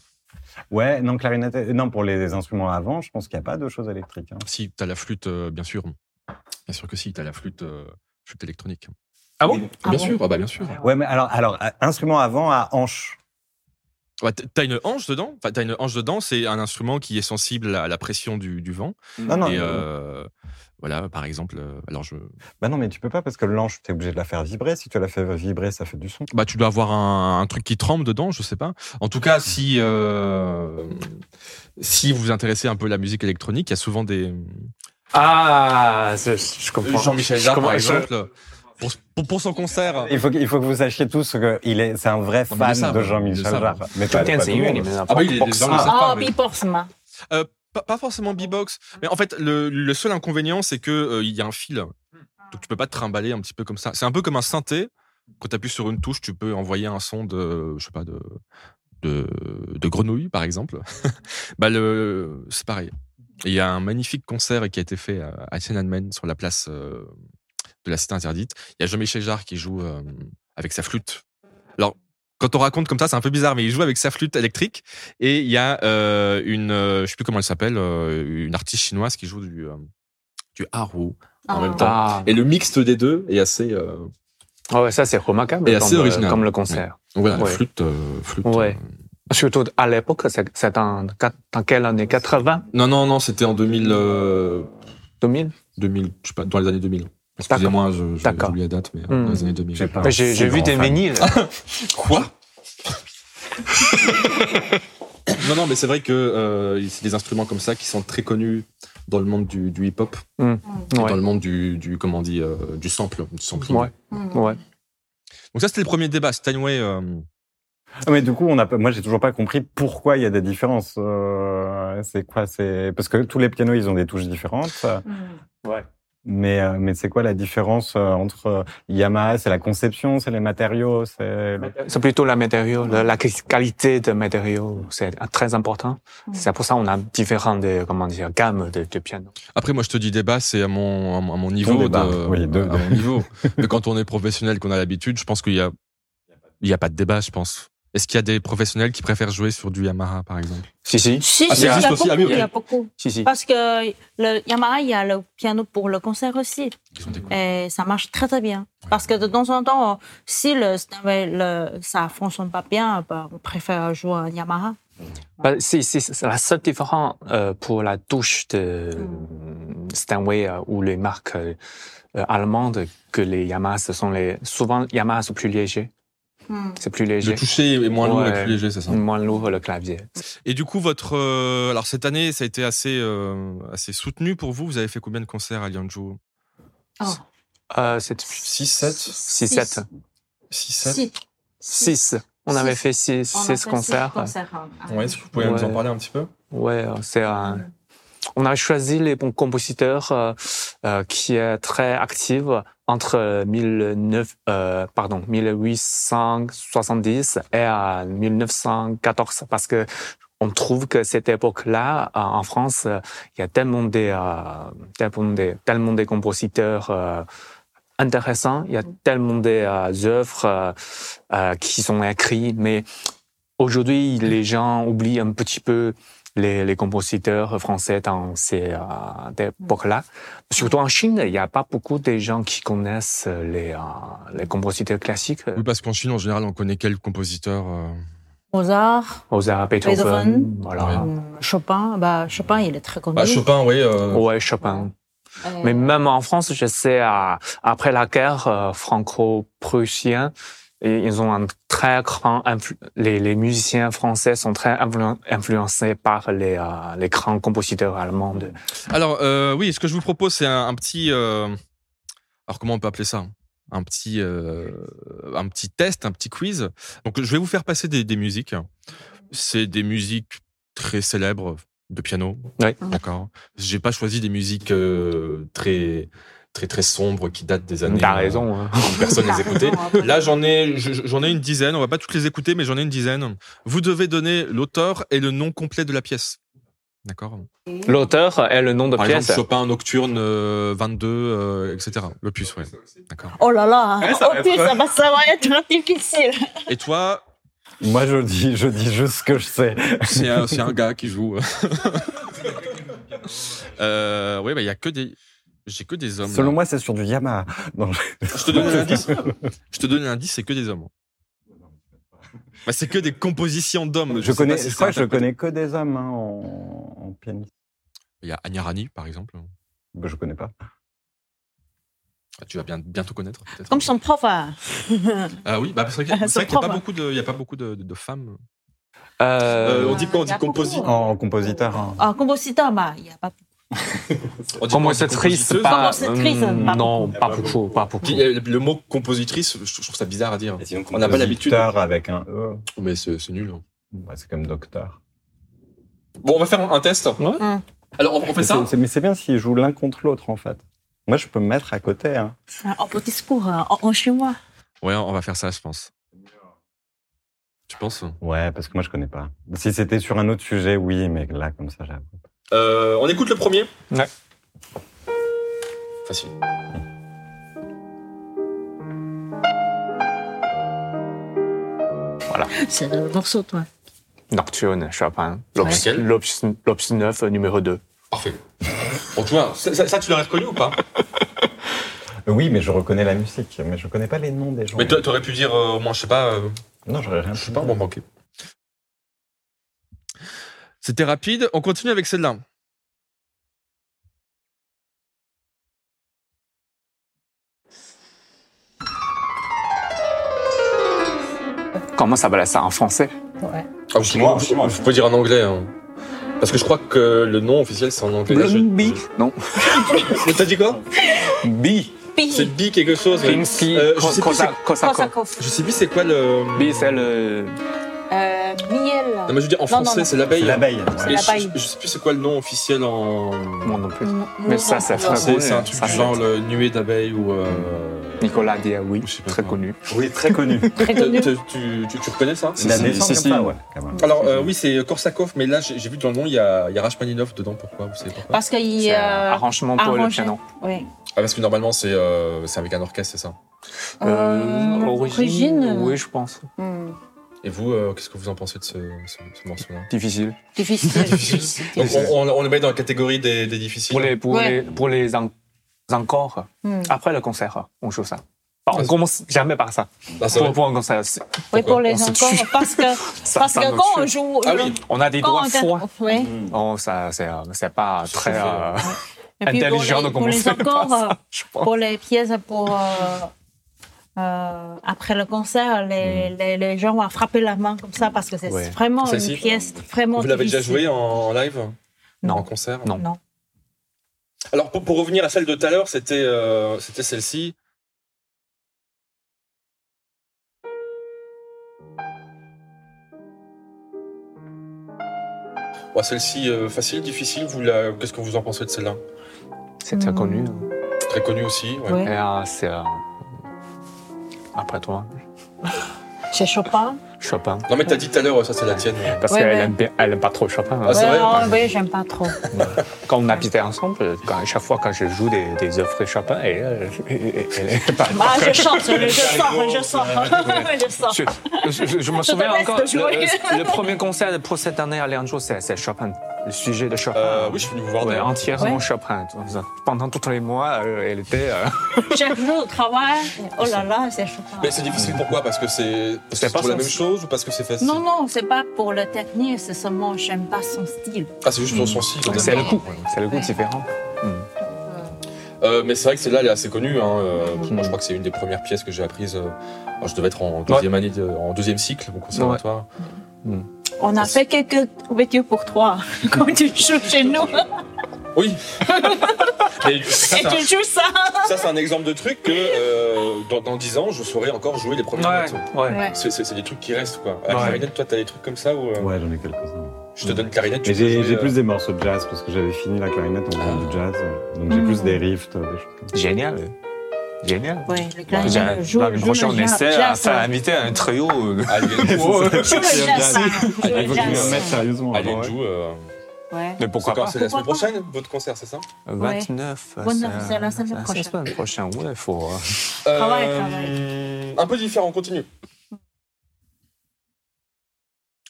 Speaker 4: Ouais, non, clarinette. Non, pour les instruments avant, je pense qu'il n'y a pas de choses électriques. hein.
Speaker 1: si, t'as la flûte, euh, bien sûr. Bien sûr que si, t'as la flûte, euh, flûte électronique.
Speaker 2: Ah bon
Speaker 3: Ah
Speaker 5: bien
Speaker 3: bon
Speaker 5: sûr ah bah bien sûr.
Speaker 4: Ouais, mais alors, alors, à- instrument avant à hanche.
Speaker 1: Ouais, t- t'as une hanche dedans. Enfin, t'as une hanche dedans. C'est un instrument qui est sensible à la pression du, du vent.
Speaker 4: Non, non.
Speaker 1: Et euh, voilà, par exemple. euh, Alors je.
Speaker 4: Bah non, mais tu peux pas parce que l'anche, t'es obligé de la faire vibrer. Si tu la fais vibrer, ça fait du son.
Speaker 1: Bah, tu dois avoir un, un truc qui tremble dedans. Je sais pas. En tout cas, si euh, si vous vous intéressez un peu à la musique électronique, il y a souvent des
Speaker 2: Ah, je, je comprends.
Speaker 1: Jean-Michel Jarre,
Speaker 2: Comment
Speaker 1: par
Speaker 2: je-
Speaker 1: exemple, pour, pour, pour son concert.
Speaker 4: Il faut, que- il faut que vous sachiez tous que il est, c'est un vrai
Speaker 1: mais
Speaker 4: fan
Speaker 1: ils savent,
Speaker 4: de
Speaker 1: ils
Speaker 4: Jean-Michel
Speaker 1: savent.
Speaker 4: Jarre. Mais pas, pas tout le monde.
Speaker 2: Ah
Speaker 5: bah, il est des gens qui savent
Speaker 3: Oh,
Speaker 5: mais-
Speaker 3: beatbox, ma.
Speaker 1: Pas, pas forcément B-box, mais en fait, le, le seul inconvénient, c'est que euh, il y a un fil. Donc tu peux pas te trimballer un petit peu comme ça. C'est un peu comme un synthé. Quand tu appuies sur une touche, tu peux envoyer un son de, je sais pas, de, de, de grenouille, par exemple. bah, le, c'est pareil. Et Il y a un magnifique concert qui a été fait à à Tiananmen, sur la place euh, de la Cité Interdite. Il y a Jean-Michel Jarre qui joue euh, avec sa flûte. Alors, quand on raconte comme ça, c'est un peu bizarre, mais il joue avec sa flûte électrique. Et il y a euh, une, euh, je sais plus comment elle s'appelle, euh, une artiste chinoise qui joue du, euh, du haru. En même temps.
Speaker 2: Ah,
Speaker 5: Et le mixte des deux est assez euh,
Speaker 2: Ah ouais, ça c'est remarquable.
Speaker 5: Et
Speaker 2: comme,
Speaker 5: assez
Speaker 2: euh,
Speaker 5: original.
Speaker 2: Comme le concert.
Speaker 1: Voilà,
Speaker 2: Ouais.
Speaker 1: la flûte, euh, flûte.
Speaker 2: Ouais.
Speaker 1: euh,
Speaker 2: Surtout à l'époque, c'est c'est dans, quat- dans quelle année 80
Speaker 1: Non, non, non, c'était en 2000, euh,
Speaker 2: 2000
Speaker 1: 2000, je sais pas, dans les années 2000. Excusez-moi, je- je- j'ai
Speaker 2: D'accord.
Speaker 1: oublié la date, mais euh,
Speaker 2: Hmm.
Speaker 1: dans les années 2000.
Speaker 4: J'ai pas.
Speaker 2: Mais J'ai j'ai vu des vinyles.
Speaker 5: quoi
Speaker 1: Non, non, mais c'est vrai que euh, c'est des instruments comme ça qui sont très connus dans le monde du, du hip-hop,
Speaker 2: Hmm. Ouais.
Speaker 1: dans le monde du, du comment on dit, euh, du sample, du sampling.
Speaker 2: Ouais.
Speaker 3: Mm.
Speaker 2: ouais.
Speaker 1: Donc ça, c'était le premier débat. Steinway, euh,
Speaker 4: Ah, Mais du coup, on a, pas- moi, j'ai toujours pas compris pourquoi il y a des différences. euh, c'est quoi C'est parce que tous les pianos, ils ont des touches différentes.
Speaker 3: Mm.
Speaker 2: Ouais.
Speaker 4: Mais, euh, mais c'est quoi la différence euh, entre euh, Yamaha C'est la conception, c'est les matériaux, c'est le-
Speaker 2: C'est plutôt la matériau, la, la qualité de matériaux, c'est très important.
Speaker 3: Mm.
Speaker 2: C'est pour ça qu'on a différentes de, comment dire, gammes de, de pianos.
Speaker 1: Après, moi, je te dis débat, c'est à mon, à mon- à mon niveau.
Speaker 4: débat,
Speaker 1: de-
Speaker 4: oui, de-
Speaker 1: à mon niveau. Mais quand on est professionnel, qu'on a l'habitude, je pense qu'il y a, il y a pas de débat, je pense. Est-ce qu'il y a des professionnels qui préfèrent jouer sur du Yamaha, par exemple
Speaker 2: Si, si.
Speaker 3: Si,
Speaker 1: Ah, c'est
Speaker 3: si, il y a
Speaker 1: juste aussi,
Speaker 3: beaucoup,
Speaker 1: ah oui, ok.
Speaker 3: il y a beaucoup.
Speaker 2: Si, si.
Speaker 3: Parce que le Yamaha, il y a le piano pour le concert aussi.
Speaker 1: Ils ont des-
Speaker 3: Et ça marche très, très bien. Parce que de temps en temps, si le, le, ça fonctionne pas bien, bah, on préfère jouer un Yamaha.
Speaker 2: Bah, si, si, c'est la seule différence euh, pour la touche de
Speaker 3: Mm.
Speaker 2: Steinway euh, ou les marques euh, euh, allemandes que les Yamaha, ce sont les. Souvent, Yamaha, c'est plus léger.
Speaker 3: Hmm.
Speaker 2: C'est plus
Speaker 1: Le
Speaker 2: léger.
Speaker 1: toucher est moins lourd et
Speaker 2: Ouais.
Speaker 1: plus léger, c'est
Speaker 4: Mm.
Speaker 1: ça.
Speaker 2: Moins lourd le clavier.
Speaker 1: Et du coup, votre. euh, alors, cette année, ça a été assez, euh, assez soutenu pour vous. Vous avez fait combien de concerts à Lianzhou
Speaker 3: Oh.
Speaker 2: Euh, c'est
Speaker 5: 6, 7,
Speaker 2: 6, 7.
Speaker 5: 6, 7.
Speaker 3: Six.
Speaker 2: 6. On avait
Speaker 3: Six.
Speaker 2: fait 6
Speaker 3: On a fait six
Speaker 2: concerts.
Speaker 3: concerts. hein. Ah
Speaker 5: Ouais, est-ce que vous pouvez nous en
Speaker 2: Ouais.
Speaker 5: parler un petit peu
Speaker 2: Ouais, euh, c'est un. On a choisi les bons compositeurs euh, euh, qui est très active entre euh, 1900, euh, pardon 1870 et euh, 1914 parce que on trouve que cette époque-là euh, en France euh, il y a tellement des euh, tellement des tellement des compositeurs euh, intéressants il y a tellement des euh, œuvres euh, euh, qui sont écrites mais aujourd'hui les gens oublient un petit peu les, les compositeurs français dans ces euh, époques-là. Surtout en Chine, il n'y a pas beaucoup de gens qui connaissent les, euh, les compositeurs classiques.
Speaker 1: Oui, parce qu'en Chine, en général, on connaît quelques compositeurs. euh,
Speaker 3: Mozart,
Speaker 2: Mozart, Beethoven,
Speaker 3: Beethoven.
Speaker 2: voilà.
Speaker 3: hum, Chopin. Bah, Chopin, il est très connu.
Speaker 5: Bah, Chopin, oui. euh,
Speaker 2: Ouais, Chopin.
Speaker 3: Euh,
Speaker 2: Mais même en France, je sais, euh, après la guerre euh, franco-prussienne, et ils ont un très grand influ- les, les musiciens français sont très influ- influencés par les, euh, les grands compositeurs allemands. de-
Speaker 1: Alors, euh, oui, ce que je vous propose, c'est un, un petit. euh, alors, comment on peut appeler ça un petit, euh, un petit test, un petit quiz. Donc, je vais vous faire passer des, des musiques. C'est des musiques très célèbres de piano.
Speaker 2: Ouais.
Speaker 1: D'accord. J'ai pas choisi des musiques euh, très, très, très sombres qui datent des années.
Speaker 2: T'as raison. hein.
Speaker 1: euh, où personne les écoutait.
Speaker 3: T'as raison, hein.
Speaker 1: Là, j'en ai, je- j'en ai une dizaine. On va pas toutes les écouter, mais j'en ai une dizaine. Vous devez donner l'auteur et le nom complet de la pièce. D'accord.
Speaker 2: L'auteur est le nom de
Speaker 1: Par
Speaker 2: pièce.
Speaker 1: exemple, Chopin Nocturne euh, 22, euh, etc. L'opus, ouais. D'accord.
Speaker 3: Oh là là,
Speaker 5: Ouais, ça va
Speaker 3: oh, puis,
Speaker 5: être-
Speaker 3: ça, va, ça va être difficile.
Speaker 1: Et toi,
Speaker 4: Moi, je dis, je dis juste ce que je sais.
Speaker 1: c'est un, c'est un gars qui joue. euh, oui, il y a que des. J'ai que des hommes.
Speaker 4: Selon
Speaker 1: là.
Speaker 4: moi, c'est sur du Yamaha. Non,
Speaker 1: Je te donne un indice. Je te donne un indice, c'est que des hommes. Bah, c'est que des compositions d'hommes.
Speaker 4: je,
Speaker 1: sais
Speaker 4: connais,
Speaker 1: pas si
Speaker 4: je
Speaker 1: c'est
Speaker 4: crois que je
Speaker 1: interprété.
Speaker 4: connais que des hommes hein, en, en pianiste.
Speaker 1: Il y a Agnarani, par exemple.
Speaker 4: Ben, je connais pas.
Speaker 1: Ah, Tu vas bien, bientôt connaître. peut-être.
Speaker 3: Comme son prof. hein.
Speaker 1: Ah oui, bah, c'est vrai qu'il y a-
Speaker 3: Son
Speaker 1: c'est vrai qu'il n'y a
Speaker 3: prof.
Speaker 1: pas beaucoup de, il y a pas beaucoup de, de- de femmes.
Speaker 2: Euh,
Speaker 1: Euh, on dit quoi On
Speaker 3: Il y
Speaker 1: dit
Speaker 3: a beaucoup.
Speaker 1: composi-
Speaker 4: En, en compositeur. hein.
Speaker 3: Ah, compositeur, bah, il n'y a pas.
Speaker 1: on dit quoi, on dit
Speaker 2: Compositrice,
Speaker 1: compositeuse
Speaker 2: pas,
Speaker 3: Compositrice,
Speaker 2: hum,
Speaker 3: pas
Speaker 2: non, pas beaucoup, pas beaucoup.
Speaker 1: Qui- euh, Le mot compositrice, je je trouve ça bizarre à dire.
Speaker 4: Et sinon,
Speaker 1: On n'a pas l'habitude.
Speaker 4: compositeur avec un E.
Speaker 1: Mais c'est c'est nul. hein.
Speaker 4: Ouais, c'est comme docteur.
Speaker 5: Bon, on va faire un test.
Speaker 3: Hum.
Speaker 5: Alors, on on fait
Speaker 4: Mais
Speaker 5: ça
Speaker 4: c'est- c'est- Mais c'est bien s'ils jouent l'un contre l'autre, en fait. Moi, je peux me mettre à côté. Hein.
Speaker 3: En petit discours, hein, en, en chinois.
Speaker 1: Ouais, on va faire ça, je pense. Tu penses
Speaker 4: Ouais, parce que moi, je connais pas. Si c'était sur un autre sujet, oui, mais là, comme ça, j'avoue.
Speaker 5: Euh, On écoute le premier
Speaker 2: Ouais.
Speaker 5: Facile.
Speaker 3: C'est le morceau, toi.
Speaker 2: Nocturne, Chopin. L'opus-
Speaker 5: Ouais.
Speaker 2: L'opus l'opus 9, euh, numéro 2.
Speaker 5: Parfait. Bon, tu vois, ça, ça- ça, tu l'aurais reconnu ou pas
Speaker 4: Euh, Oui, mais je reconnais la musique, mais je connais pas les noms des gens.
Speaker 5: Mais t'a- t'aurais pu dire euh, au moins, je sais pas, euh,
Speaker 4: Non, j'aurais rien.
Speaker 5: je sais pas, bon, manqué.
Speaker 1: C'était rapide. On continue avec celle-là.
Speaker 5: Ah,
Speaker 2: Comment ça s'appelle ça en français
Speaker 3: Ouais.
Speaker 5: Ah, vous,
Speaker 4: Chinois,
Speaker 5: vous-
Speaker 4: chinois.
Speaker 5: vous pouvez dire en anglais. hein. Parce que je crois que le nom officiel, c'est en anglais. Là, je-
Speaker 2: Blumby Non.
Speaker 5: Mais T'as dit quoi
Speaker 2: B.
Speaker 3: Puis,
Speaker 5: C'est bi quelque chose. ouais.
Speaker 2: Rimsky
Speaker 5: Euh, je sais plus
Speaker 2: Kosa-
Speaker 5: c'est-
Speaker 2: Kosakov.
Speaker 3: Kosakov.
Speaker 5: Je sais plus c'est quoi le.
Speaker 2: B, c'est le.
Speaker 3: Euh, miel.
Speaker 1: Non, mais je veux dire, en
Speaker 3: Non, non,
Speaker 1: français,
Speaker 3: non.
Speaker 1: c'est l'abeille.
Speaker 4: L'abeille.
Speaker 3: C'est
Speaker 1: Mais
Speaker 4: ouais.
Speaker 1: je-
Speaker 3: l'abeille.
Speaker 1: Je, je sais plus c'est quoi le nom officiel en.
Speaker 2: Moi non plus.
Speaker 3: Nous,
Speaker 2: Mais ça,
Speaker 3: on-
Speaker 2: c'est
Speaker 3: on-
Speaker 2: français.
Speaker 1: C'est c'est un truc
Speaker 2: Ah, Ça,
Speaker 1: du
Speaker 2: c'est-
Speaker 1: genre le nuée d'abeilles ou. euh,
Speaker 2: Nicolas Diaoui,
Speaker 1: Je sais pas
Speaker 2: très
Speaker 1: quoi.
Speaker 2: connu.
Speaker 4: Oui, très connu.
Speaker 3: Très
Speaker 1: Tu,
Speaker 3: connu.
Speaker 1: tu- tu- tu- tu reconnais ça
Speaker 4: La
Speaker 2: si,
Speaker 4: descente
Speaker 2: si,
Speaker 4: comme
Speaker 2: si.
Speaker 4: ça, ouais, quand même.
Speaker 1: Alors euh, oui, c'est Korsakov, mais là j'ai j'ai vu dans le nom il y a, il y a Rachmaninov dedans. Pourquoi Vous savez pourquoi
Speaker 3: Parce qu'il.
Speaker 2: C'est
Speaker 3: euh,
Speaker 2: un arrangement pour le
Speaker 3: arrangé.
Speaker 2: piano.
Speaker 3: Oui.
Speaker 1: Ah, Parce que normalement c'est euh, c'est avec un orchestre, c'est ça.
Speaker 3: Euh, origine.
Speaker 2: Oui, je pense.
Speaker 3: Hmm.
Speaker 1: Et vous, euh, qu'est-ce que vous en pensez de ce, ce- ce morceau-là
Speaker 2: Difficile.
Speaker 3: Difficile.
Speaker 1: Donc
Speaker 3: difficile.
Speaker 1: on, on- on le met dans la catégorie des, des difficiles.
Speaker 2: Pour les, pour les,
Speaker 3: Ouais.
Speaker 2: pour les en- encore,
Speaker 3: Hmm.
Speaker 2: après le concert, on joue ça. Bah, on
Speaker 1: Ah,
Speaker 2: commence jamais par ça.
Speaker 1: Ah, c'est
Speaker 2: Pour,
Speaker 1: vrai.
Speaker 2: pour un concert, c'est-
Speaker 3: Oui, pour les
Speaker 2: on se
Speaker 3: enfants.
Speaker 2: tue.
Speaker 3: Parce que,
Speaker 2: ça,
Speaker 3: parce
Speaker 2: ça
Speaker 3: que
Speaker 2: me
Speaker 3: quand on
Speaker 2: tue.
Speaker 3: joue.
Speaker 1: Ah oui.
Speaker 2: on a des
Speaker 3: Quand
Speaker 2: doigts
Speaker 3: on
Speaker 2: froids.
Speaker 3: Oui.
Speaker 4: Mm.
Speaker 2: Oh, ça, c'est, euh, c'est pas très
Speaker 1: fait,
Speaker 2: euh,
Speaker 3: Et puis pour
Speaker 2: intelligent
Speaker 3: les,
Speaker 2: de
Speaker 3: pour les
Speaker 2: commencer par
Speaker 3: encore, euh,
Speaker 2: ça, je pense.
Speaker 3: pour les pièces, pour euh, euh, après le concert, les, les, les gens vont frapper la main comme ça parce que c'est
Speaker 2: Ouais.
Speaker 3: vraiment
Speaker 1: Celle-ci
Speaker 3: une pièce vraiment.
Speaker 1: Vous l'avez déjà
Speaker 3: difficile.
Speaker 1: joué en, en live
Speaker 2: Non.
Speaker 1: En concert
Speaker 2: Non.
Speaker 3: Non.
Speaker 1: Alors pour, pour revenir à celle de tout à l'heure, c'était euh, c'était celle-ci. Ouais, celle-ci euh, facile, difficile. Vous la... qu'est-ce que vous en pensez de celle-là
Speaker 2: C'est très
Speaker 3: Hmm.
Speaker 2: connu.
Speaker 1: Très connue aussi. ouais.
Speaker 3: Oui.
Speaker 2: Et, euh, c'est, euh, après toi,
Speaker 3: Chez Chopin.
Speaker 2: Ah, Chopin.
Speaker 1: Non mais t'as dit tout à l'heure, ça c'est la tienne.
Speaker 2: Parce
Speaker 3: Ouais,
Speaker 2: qu'elle
Speaker 3: ouais.
Speaker 2: aime, bien- elle aime pas trop Chopin. hein.
Speaker 1: Ah, c'est
Speaker 3: Ouais,
Speaker 1: vrai
Speaker 3: oh, oui, j'aime pas trop.
Speaker 2: Quand on habitait ensemble, quand, chaque fois quand je joue des, des œuvres de Chopin, elle, elle- elle est pas-
Speaker 3: Ah, je chante, je sors, je sors, je sors.
Speaker 2: Je, je- je- je me
Speaker 3: Je te
Speaker 2: souviens
Speaker 3: laisse
Speaker 2: encore,
Speaker 3: te jouer.
Speaker 2: le, le premier concert pour cette année à Léandro, c'est c'est Chopin, le sujet de Chopin.
Speaker 1: Euh, oui, je suis venu vous voir.
Speaker 2: Ouais,
Speaker 1: d'ailleurs.
Speaker 2: entièrement
Speaker 3: Ouais.
Speaker 2: Chopin. Pendant tous les mois, euh, elle était. euh,
Speaker 3: Chaque jour au travail, oh là là, c'est Chopin.
Speaker 1: Mais c'est difficile pourquoi Parce que c'est parce que
Speaker 2: C'est
Speaker 1: c'est
Speaker 2: pas
Speaker 1: pour la
Speaker 2: son
Speaker 1: même
Speaker 2: style.
Speaker 1: chose ou parce que c'est facile
Speaker 3: Non, non, c'est pas pour la technique, c'est seulement j'aime pas son style.
Speaker 1: Ah c'est juste pour son style.
Speaker 2: c'est le
Speaker 1: d'accord.
Speaker 2: coup. C'est le coup différent.
Speaker 1: Euh, mais c'est vrai que celle-là, elle est assez connue. Hein. euh, Moi, je crois que c'est une des premières pièces que j'ai apprises. euh, alors, je devais être en deuxième année, de- en deuxième cycle au conservatoire.
Speaker 3: On a fait quelques vidéos pour toi quand tu joues chez nous
Speaker 1: Oui. Mais ça, c'est
Speaker 3: et tu
Speaker 1: un-
Speaker 3: joues ça.
Speaker 1: ça, c'est un exemple de truc que euh, dans, dans 10 ans, je saurais encore jouer les premiers morceaux.
Speaker 3: Ouais.
Speaker 1: C'est- C'est c'est des trucs qui restent quoi. À la
Speaker 2: Ouais.
Speaker 1: clarinette, toi, t'as des trucs comme ça où euh,
Speaker 4: Ouais, j'en ai quelques-uns.
Speaker 1: je te donne clarinette, tu
Speaker 4: Mais
Speaker 1: peux
Speaker 4: j'ai
Speaker 1: jouer,
Speaker 4: j'ai
Speaker 1: euh,
Speaker 4: plus des morceaux de jazz parce que j'avais fini la clarinette en faisant
Speaker 1: Ah.
Speaker 4: du jazz. Donc j'ai
Speaker 3: Mm.
Speaker 4: plus des riffs, des choses comme ça.
Speaker 2: Génial. Génial.
Speaker 3: Oui, le
Speaker 2: J'ai-
Speaker 3: clavier joue,
Speaker 2: l'année
Speaker 3: joue
Speaker 2: prochaine,
Speaker 3: le
Speaker 2: on essaie à
Speaker 3: jazz.
Speaker 2: faire inviter un trio. euh,
Speaker 1: Alien Joue.
Speaker 2: ouais.
Speaker 3: Joue le jazz. Joue
Speaker 4: Il
Speaker 3: le
Speaker 4: faut que je me mette
Speaker 3: jazz.
Speaker 4: sérieusement.
Speaker 1: Alien
Speaker 4: Ouais.
Speaker 1: Joue, euh,
Speaker 3: Ouais.
Speaker 2: Mais
Speaker 1: c'est
Speaker 2: pourquoi
Speaker 1: quand-
Speaker 2: pas
Speaker 1: c'est la semaine
Speaker 3: Pourquoi pas
Speaker 1: prochaine, votre concert, c'est ça
Speaker 2: 29.
Speaker 3: Ouais, non, c'est la semaine prochaine.
Speaker 2: C'est la semaine prochaine, ouais, il faut. euh,
Speaker 3: Travail,
Speaker 1: Euh, Un peu différent, on continue.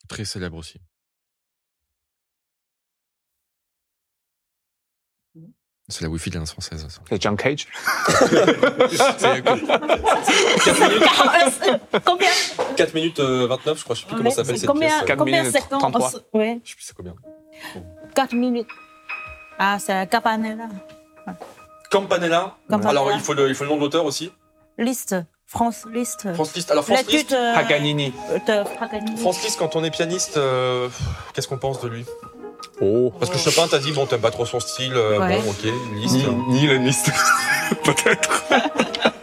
Speaker 1: Très célèbre aussi. C'est la Wi-Fi de l'Alliance française. Ça.
Speaker 2: C'est John Cage.
Speaker 3: Euh, Combien
Speaker 1: 4 minutes euh, 29, je crois, je sais plus comment ça s'appelle cette
Speaker 3: combien,
Speaker 1: pièce. euh,
Speaker 2: Quatre
Speaker 3: combien
Speaker 2: minutes
Speaker 3: secondes Oh,
Speaker 2: 33.
Speaker 3: Ouais,
Speaker 1: Je sais plus c'est combien.
Speaker 3: 4 minutes. Ah, c'est Capanella.
Speaker 1: Campanella.
Speaker 3: Campanella.
Speaker 1: Alors, il faut le, il faut le nom de l'auteur aussi.
Speaker 3: Liste, France Liste.
Speaker 1: France Liszt. Alors, France
Speaker 3: L'étude
Speaker 1: Liszt,
Speaker 3: euh,
Speaker 2: Paganini.
Speaker 3: de Paganini.
Speaker 1: France Liszt, quand on est pianiste, euh, qu'est-ce qu'on pense de lui
Speaker 2: Oh.
Speaker 1: Parce que Chopin, t'as dit, bon, t'aimes pas trop son style. euh,
Speaker 3: Ouais.
Speaker 1: Bon, ok, Liszt.
Speaker 4: euh,
Speaker 2: Ni, ni le liste. Peut-être.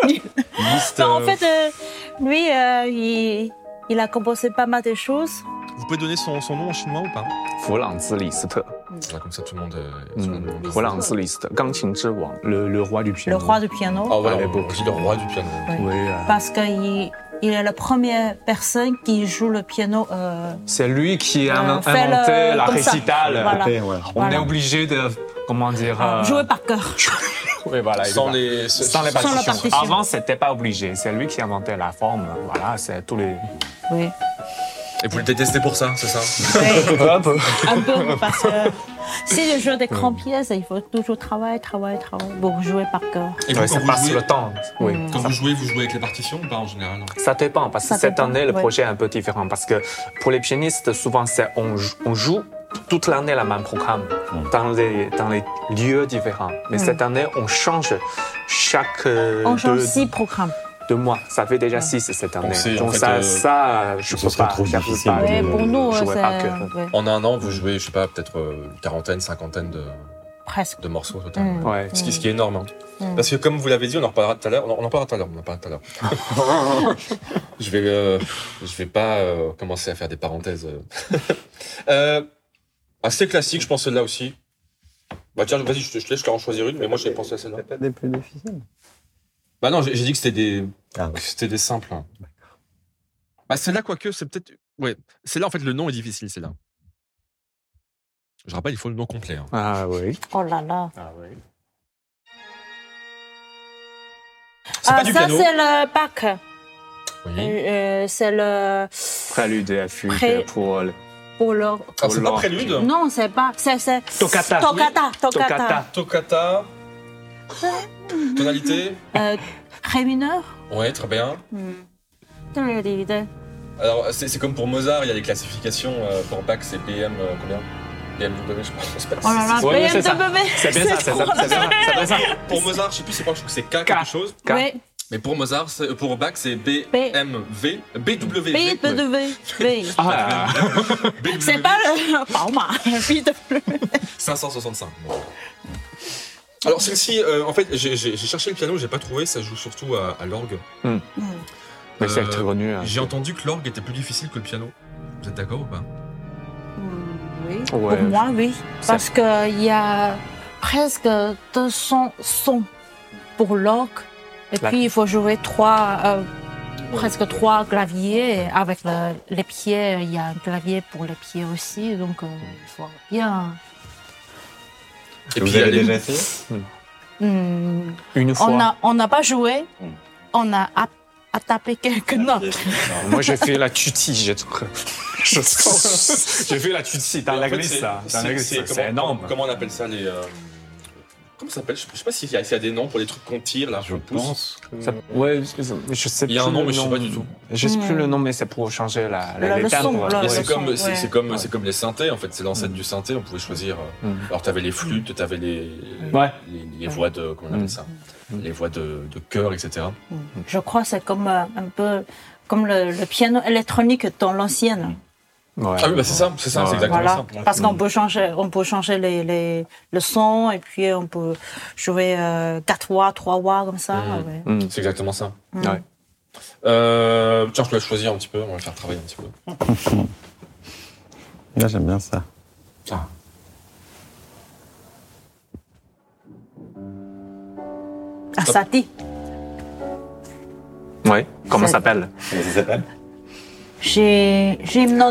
Speaker 1: Liszt,
Speaker 3: Non, en
Speaker 1: euh,
Speaker 3: fait, euh, lui, euh, il, il a composé pas mal de choses.
Speaker 6: Vous pouvez donner son, son nom en chinois ou pas
Speaker 2: 弗朗兹李斯特，
Speaker 1: Voilà, Comme ça, tout le monde. euh, tout le monde-
Speaker 2: 嗯，弗朗兹李斯特，钢琴之王，le le roi du piano。
Speaker 3: Le roi du piano.
Speaker 1: Ah, voilà,
Speaker 2: Ah, les
Speaker 1: on
Speaker 2: beaux.
Speaker 1: dit le roi du piano.
Speaker 2: Oui, euh,
Speaker 3: Parce qu'il il est la première personne qui joue le piano. euh,
Speaker 2: c'est lui qui a
Speaker 3: Euh,
Speaker 2: in-
Speaker 3: fait le-
Speaker 2: inventé la
Speaker 3: comme ça.
Speaker 2: récitale.
Speaker 3: Voilà.
Speaker 4: Ouais, ouais.
Speaker 2: On
Speaker 3: Voilà. Ah,
Speaker 2: est obligé de, comment dire, euh,
Speaker 3: Jouer par cœur.
Speaker 2: oui, voilà,
Speaker 1: Sans
Speaker 2: exact.
Speaker 1: les.
Speaker 2: sans les
Speaker 3: sans la
Speaker 2: partitions.
Speaker 3: partition.
Speaker 2: Avant, c'était pas obligé. C'est lui qui a inventé la forme. Voilà, c'est tous les.
Speaker 3: Oui.
Speaker 1: Et vous le détestez pour ça, c'est ça
Speaker 3: Ouais,
Speaker 2: Hop.
Speaker 3: un peu, parce que si je joue des grandes pièces, il faut toujours travailler, travailler, travailler pour jouer par cœur.
Speaker 1: Et
Speaker 2: Ouais, ça passe le temps. Oui.
Speaker 3: Mm.
Speaker 1: quand vous jouez, vous jouez avec les partitions ou pas en général
Speaker 2: Ça dépend, parce que
Speaker 3: Ça
Speaker 2: cette
Speaker 3: dépend,
Speaker 2: année, le
Speaker 3: ouais.
Speaker 2: projet est un peu différent. Parce que pour les pianistes, souvent, c'est on, jou- on joue toute l'année la même programme
Speaker 4: Mm.
Speaker 2: dans, les, dans les lieux différents. Mais
Speaker 3: Mm.
Speaker 2: cette année, on change chaque euh,
Speaker 3: On change
Speaker 2: deux,
Speaker 3: six programmes.
Speaker 2: deux mois. Ça fait déjà six cette année.
Speaker 1: c'est, en
Speaker 2: Donc
Speaker 1: fait,
Speaker 2: ça,
Speaker 1: euh,
Speaker 2: ça, je
Speaker 4: ce
Speaker 2: peux
Speaker 4: serait
Speaker 2: pas.
Speaker 4: trop
Speaker 2: je peux
Speaker 4: difficile
Speaker 2: pas.
Speaker 4: de-
Speaker 3: Ouais, pour nous,
Speaker 2: Ah,
Speaker 3: euh,
Speaker 2: jouer
Speaker 3: c'est.
Speaker 2: par cœur.
Speaker 3: ouais.
Speaker 1: En un an, vous jouez, je sais pas, peut-être euh, une quarantaine, cinquantaine de.
Speaker 3: presque.
Speaker 1: de morceaux au total.
Speaker 3: Mm.
Speaker 2: Ouais.
Speaker 1: Ce, qui, ce qui est énorme. hein.
Speaker 3: Mm.
Speaker 1: Parce que comme vous l'avez dit, on en reparlera tout à l'heure. On en parlera tout à l'heure. On en parlera tout à l'heure. je vais, euh, je vais pas euh, commencer à faire des parenthèses. euh. Euh, assez classique, je pense celle-là aussi. Bah tiens, vas-y, je te, je te laisse je te en choisir une, mais moi j'ai pensé à celle-là.
Speaker 4: pas des plus difficiles.
Speaker 1: Bah non, j'ai j'ai dit que c'était des,
Speaker 4: Ah,
Speaker 1: que c'était des simples. hein. Bah celle-là, quoique, c'est peut-être, ouais, celle-là en fait le nom est difficile, celle-là. Je rappelle, il faut le nom complet. hein.
Speaker 2: Ah oui.
Speaker 3: Oh là là.
Speaker 2: Ah oui.
Speaker 1: C'est
Speaker 3: Ah,
Speaker 1: pas du
Speaker 3: ça,
Speaker 1: piano.
Speaker 3: c'est le bac.
Speaker 1: Oui.
Speaker 3: Euh, c'est le.
Speaker 2: Prélude et fugue
Speaker 3: Pré-
Speaker 2: pour le-
Speaker 3: Pour le.
Speaker 1: Ah, c'est pas
Speaker 2: Roland.
Speaker 1: prélude.
Speaker 3: Non, c'est pas. C'est. c'est...
Speaker 2: Toccata.
Speaker 3: Toccata. Toccata.
Speaker 2: Toccata.
Speaker 1: Toccata. Tonalité.
Speaker 3: Euh, ré mineur.
Speaker 1: Ouais, très bien.
Speaker 3: Hmm.
Speaker 2: Oh
Speaker 3: Tadadadada.
Speaker 1: Alors, c'est c'est comme pour Mozart, il y a les classifications euh, pour Bach, c'est PM, euh, combien BMW, je crois. je sais pas.
Speaker 3: Oh là là,
Speaker 2: Ouais, ouais, c'est ça.
Speaker 3: BMW.
Speaker 2: C'est bien ça, c'est ça, c'est bien ça, c'est bien ça.
Speaker 1: Pour Mozart, je sais plus, c'est quoi, je trouve que c'est K, quelque chose.
Speaker 2: K.
Speaker 3: Oui,
Speaker 1: Mais pour Mozart, c'est- euh, pour Bach, c'est BMV, BW.
Speaker 3: BMW. Oui.
Speaker 2: Ah,
Speaker 1: BW.
Speaker 3: C'est pas le. Palma. BMW.
Speaker 1: 565. bon. Alors celle-ci, euh, en fait, j'ai j'ai- j'ai cherché le piano, j'ai pas trouvé, ça joue surtout à, à l'orgue.
Speaker 3: Hmm.
Speaker 2: mais c'est
Speaker 1: Euh,
Speaker 2: très connu. hein.
Speaker 1: J'ai entendu que l'orgue était plus difficile que le piano. Vous êtes d'accord ou pas
Speaker 3: Oui.
Speaker 2: Ouais.
Speaker 3: Pour moi, oui.
Speaker 2: Ça-
Speaker 3: Parce qu'il y a presque 200 sons pour l'orgue. Et
Speaker 2: La-
Speaker 3: puis, il faut jouer trois, euh, presque trois claviers. Avec le- les pieds, il y a un clavier pour les pieds aussi. Donc, euh, il faut bien.
Speaker 1: Et
Speaker 4: Vous
Speaker 1: puis, elle
Speaker 4: avez
Speaker 1: est-
Speaker 4: déjà essayé
Speaker 3: Hmm,
Speaker 2: Une fois.
Speaker 3: On n'a on n'a pas joué.
Speaker 4: Mm.
Speaker 2: Hum.
Speaker 3: On a à, à taper quelques notes.
Speaker 2: Moi, j'ai fait la tutie, j'ai tout. Je pense. J'ai fait la tutie dans
Speaker 1: Et en
Speaker 2: la
Speaker 1: fait,
Speaker 2: glisse,
Speaker 1: c'est-
Speaker 2: là. Dans
Speaker 1: c'est-
Speaker 2: la glisse,
Speaker 1: c'est
Speaker 2: c'est
Speaker 1: comment-
Speaker 2: énorme.
Speaker 1: Comment on appelle ça les. euh, Comment ça s'appelle Je je sais pas s'il y, a- s'il y a des noms pour les trucs qu'on tire, là,
Speaker 4: Je
Speaker 1: je pousse.
Speaker 4: pense que...
Speaker 2: Ça- ouais, je sais
Speaker 1: Il
Speaker 2: plus.
Speaker 1: y a un nom,
Speaker 2: le
Speaker 1: mais je sais pas du tout.
Speaker 2: Je sais plus
Speaker 3: Mm.
Speaker 2: le nom, mais c'est pour changer la,
Speaker 3: Le-
Speaker 2: la,
Speaker 3: le
Speaker 2: les
Speaker 3: son,
Speaker 2: timbres.
Speaker 3: le-
Speaker 1: Mais
Speaker 2: Ouais.
Speaker 1: c'est
Speaker 3: le-
Speaker 1: comme,
Speaker 3: Ah ouais.
Speaker 1: c'est- c'est comme,
Speaker 2: Ouais.
Speaker 1: c'est comme les synthés, en fait, c'est l'ancêtre du synthé, on pouvait choisir. euh,
Speaker 2: Mm.
Speaker 1: Alors, t'avais les flûtes, t'avais les, les,
Speaker 2: Ouais.
Speaker 1: les voix de. Comment on appelle ça
Speaker 2: Mm.
Speaker 1: Les voix de, de chœur, etc.
Speaker 3: Je crois que c'est comme euh, un peu comme le, le piano électronique dans
Speaker 2: Hum.
Speaker 3: l'ancienne.
Speaker 2: Ouais.
Speaker 1: Ah oui, bah c'est ça, c'est ça, c'est
Speaker 2: Ouais.
Speaker 1: exactement
Speaker 3: Voilà,
Speaker 1: ça.
Speaker 3: parce
Speaker 2: Hum.
Speaker 3: qu'on peut changer, on peut changer les, les- le son et puis on peut jouer euh, quatre voix, trois voix comme ça.
Speaker 1: Mhm.
Speaker 3: ouais.
Speaker 2: Mm.
Speaker 1: C'est exactement ça.
Speaker 3: Mm.
Speaker 2: Ouais.
Speaker 1: Euh, tiens, je peux la choisir un petit peu, on va le faire travailler un petit peu.
Speaker 4: Là, j'aime bien ça.
Speaker 1: Ah.
Speaker 3: Ah, ça dit,
Speaker 2: Ouais. Comment
Speaker 3: C'est-
Speaker 2: ça s'appelle
Speaker 4: Comment ça s'appelle
Speaker 3: j'ai gymno,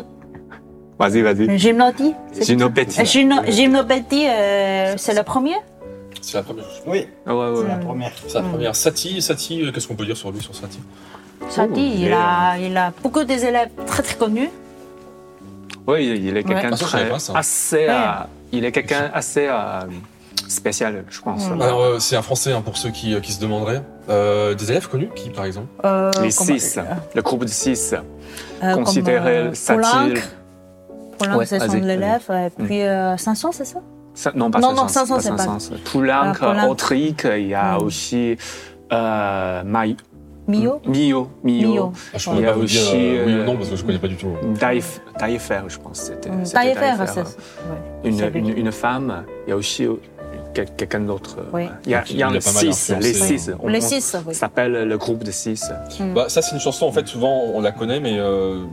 Speaker 2: Vas-y, vas-y.
Speaker 3: gymnoti. c'est- Euh,
Speaker 2: Ginopétie.
Speaker 3: Gymno- Gymnopédie, euh, c'est le premier.
Speaker 1: C'est la première. chose.
Speaker 4: Oui,
Speaker 2: Ah, Ouais, ouais.
Speaker 4: la première.
Speaker 1: C'est
Speaker 3: Mm.
Speaker 1: la première. Satie, Satie, euh, qu'est-ce qu'on peut dire sur lui, sur Satie
Speaker 3: Ça
Speaker 2: Oh,
Speaker 3: dit, il
Speaker 2: mais,
Speaker 3: a, il a beaucoup des élèves très très connus.
Speaker 2: Oui, il est quelqu'un
Speaker 1: Ah, ça, je savais
Speaker 2: très
Speaker 1: pas, ça.
Speaker 2: assez. euh, il est quelqu'un assez euh, spécial, je pense.
Speaker 3: Mm.
Speaker 1: Alors, euh, c'est un français hein, pour ceux qui, euh, qui se demanderaient. Euh, des élèves connus, qui par exemple
Speaker 3: Euh,
Speaker 2: Les
Speaker 3: comme-
Speaker 2: six, le groupe de six.
Speaker 3: euh, comme,
Speaker 2: Considéré
Speaker 3: euh,
Speaker 2: satire.
Speaker 3: Poulenc. Poulenc,
Speaker 2: Ouais,
Speaker 3: c'est son
Speaker 2: vas-y, vas-y.
Speaker 3: élève. Et puis euh, Sanson, c'est ça
Speaker 2: Ça- non, pas
Speaker 3: Non, non,
Speaker 2: 500,
Speaker 3: 500, c'est pas-
Speaker 2: 500. Poulenc,
Speaker 3: Ah, Poulenc.
Speaker 2: Autrique, il y a
Speaker 3: Mm.
Speaker 2: aussi euh, Maï-
Speaker 3: Mio
Speaker 2: Mio, Mm. Mio,
Speaker 3: Mio.
Speaker 1: Ah, Je
Speaker 3: Ouais.
Speaker 1: pourrais
Speaker 2: Il y a
Speaker 1: pas vous dire
Speaker 2: aussi,
Speaker 1: euh, oui ou
Speaker 2: euh,
Speaker 1: non parce que je connais pas du tout.
Speaker 2: Daif- Taillefer, je pense. C'était,
Speaker 3: Mm,
Speaker 2: c'était
Speaker 3: Taillefer,
Speaker 2: Taillefer.
Speaker 3: c'est ouais.
Speaker 2: Une,
Speaker 3: c'est lui.
Speaker 2: une- une femme, il y a aussi euh, quel- quelqu'un d'autre.
Speaker 3: Oui.
Speaker 2: Il y a, il y a
Speaker 1: Il a pas mal
Speaker 2: six,
Speaker 1: influencé,
Speaker 2: les six. On-
Speaker 3: Les
Speaker 2: on-
Speaker 3: six, oui.
Speaker 2: Ça s'appelle le groupe de six.
Speaker 3: Mm.
Speaker 1: Bah, ça, c'est une chanson, en fait, souvent on la connaît, mais euh,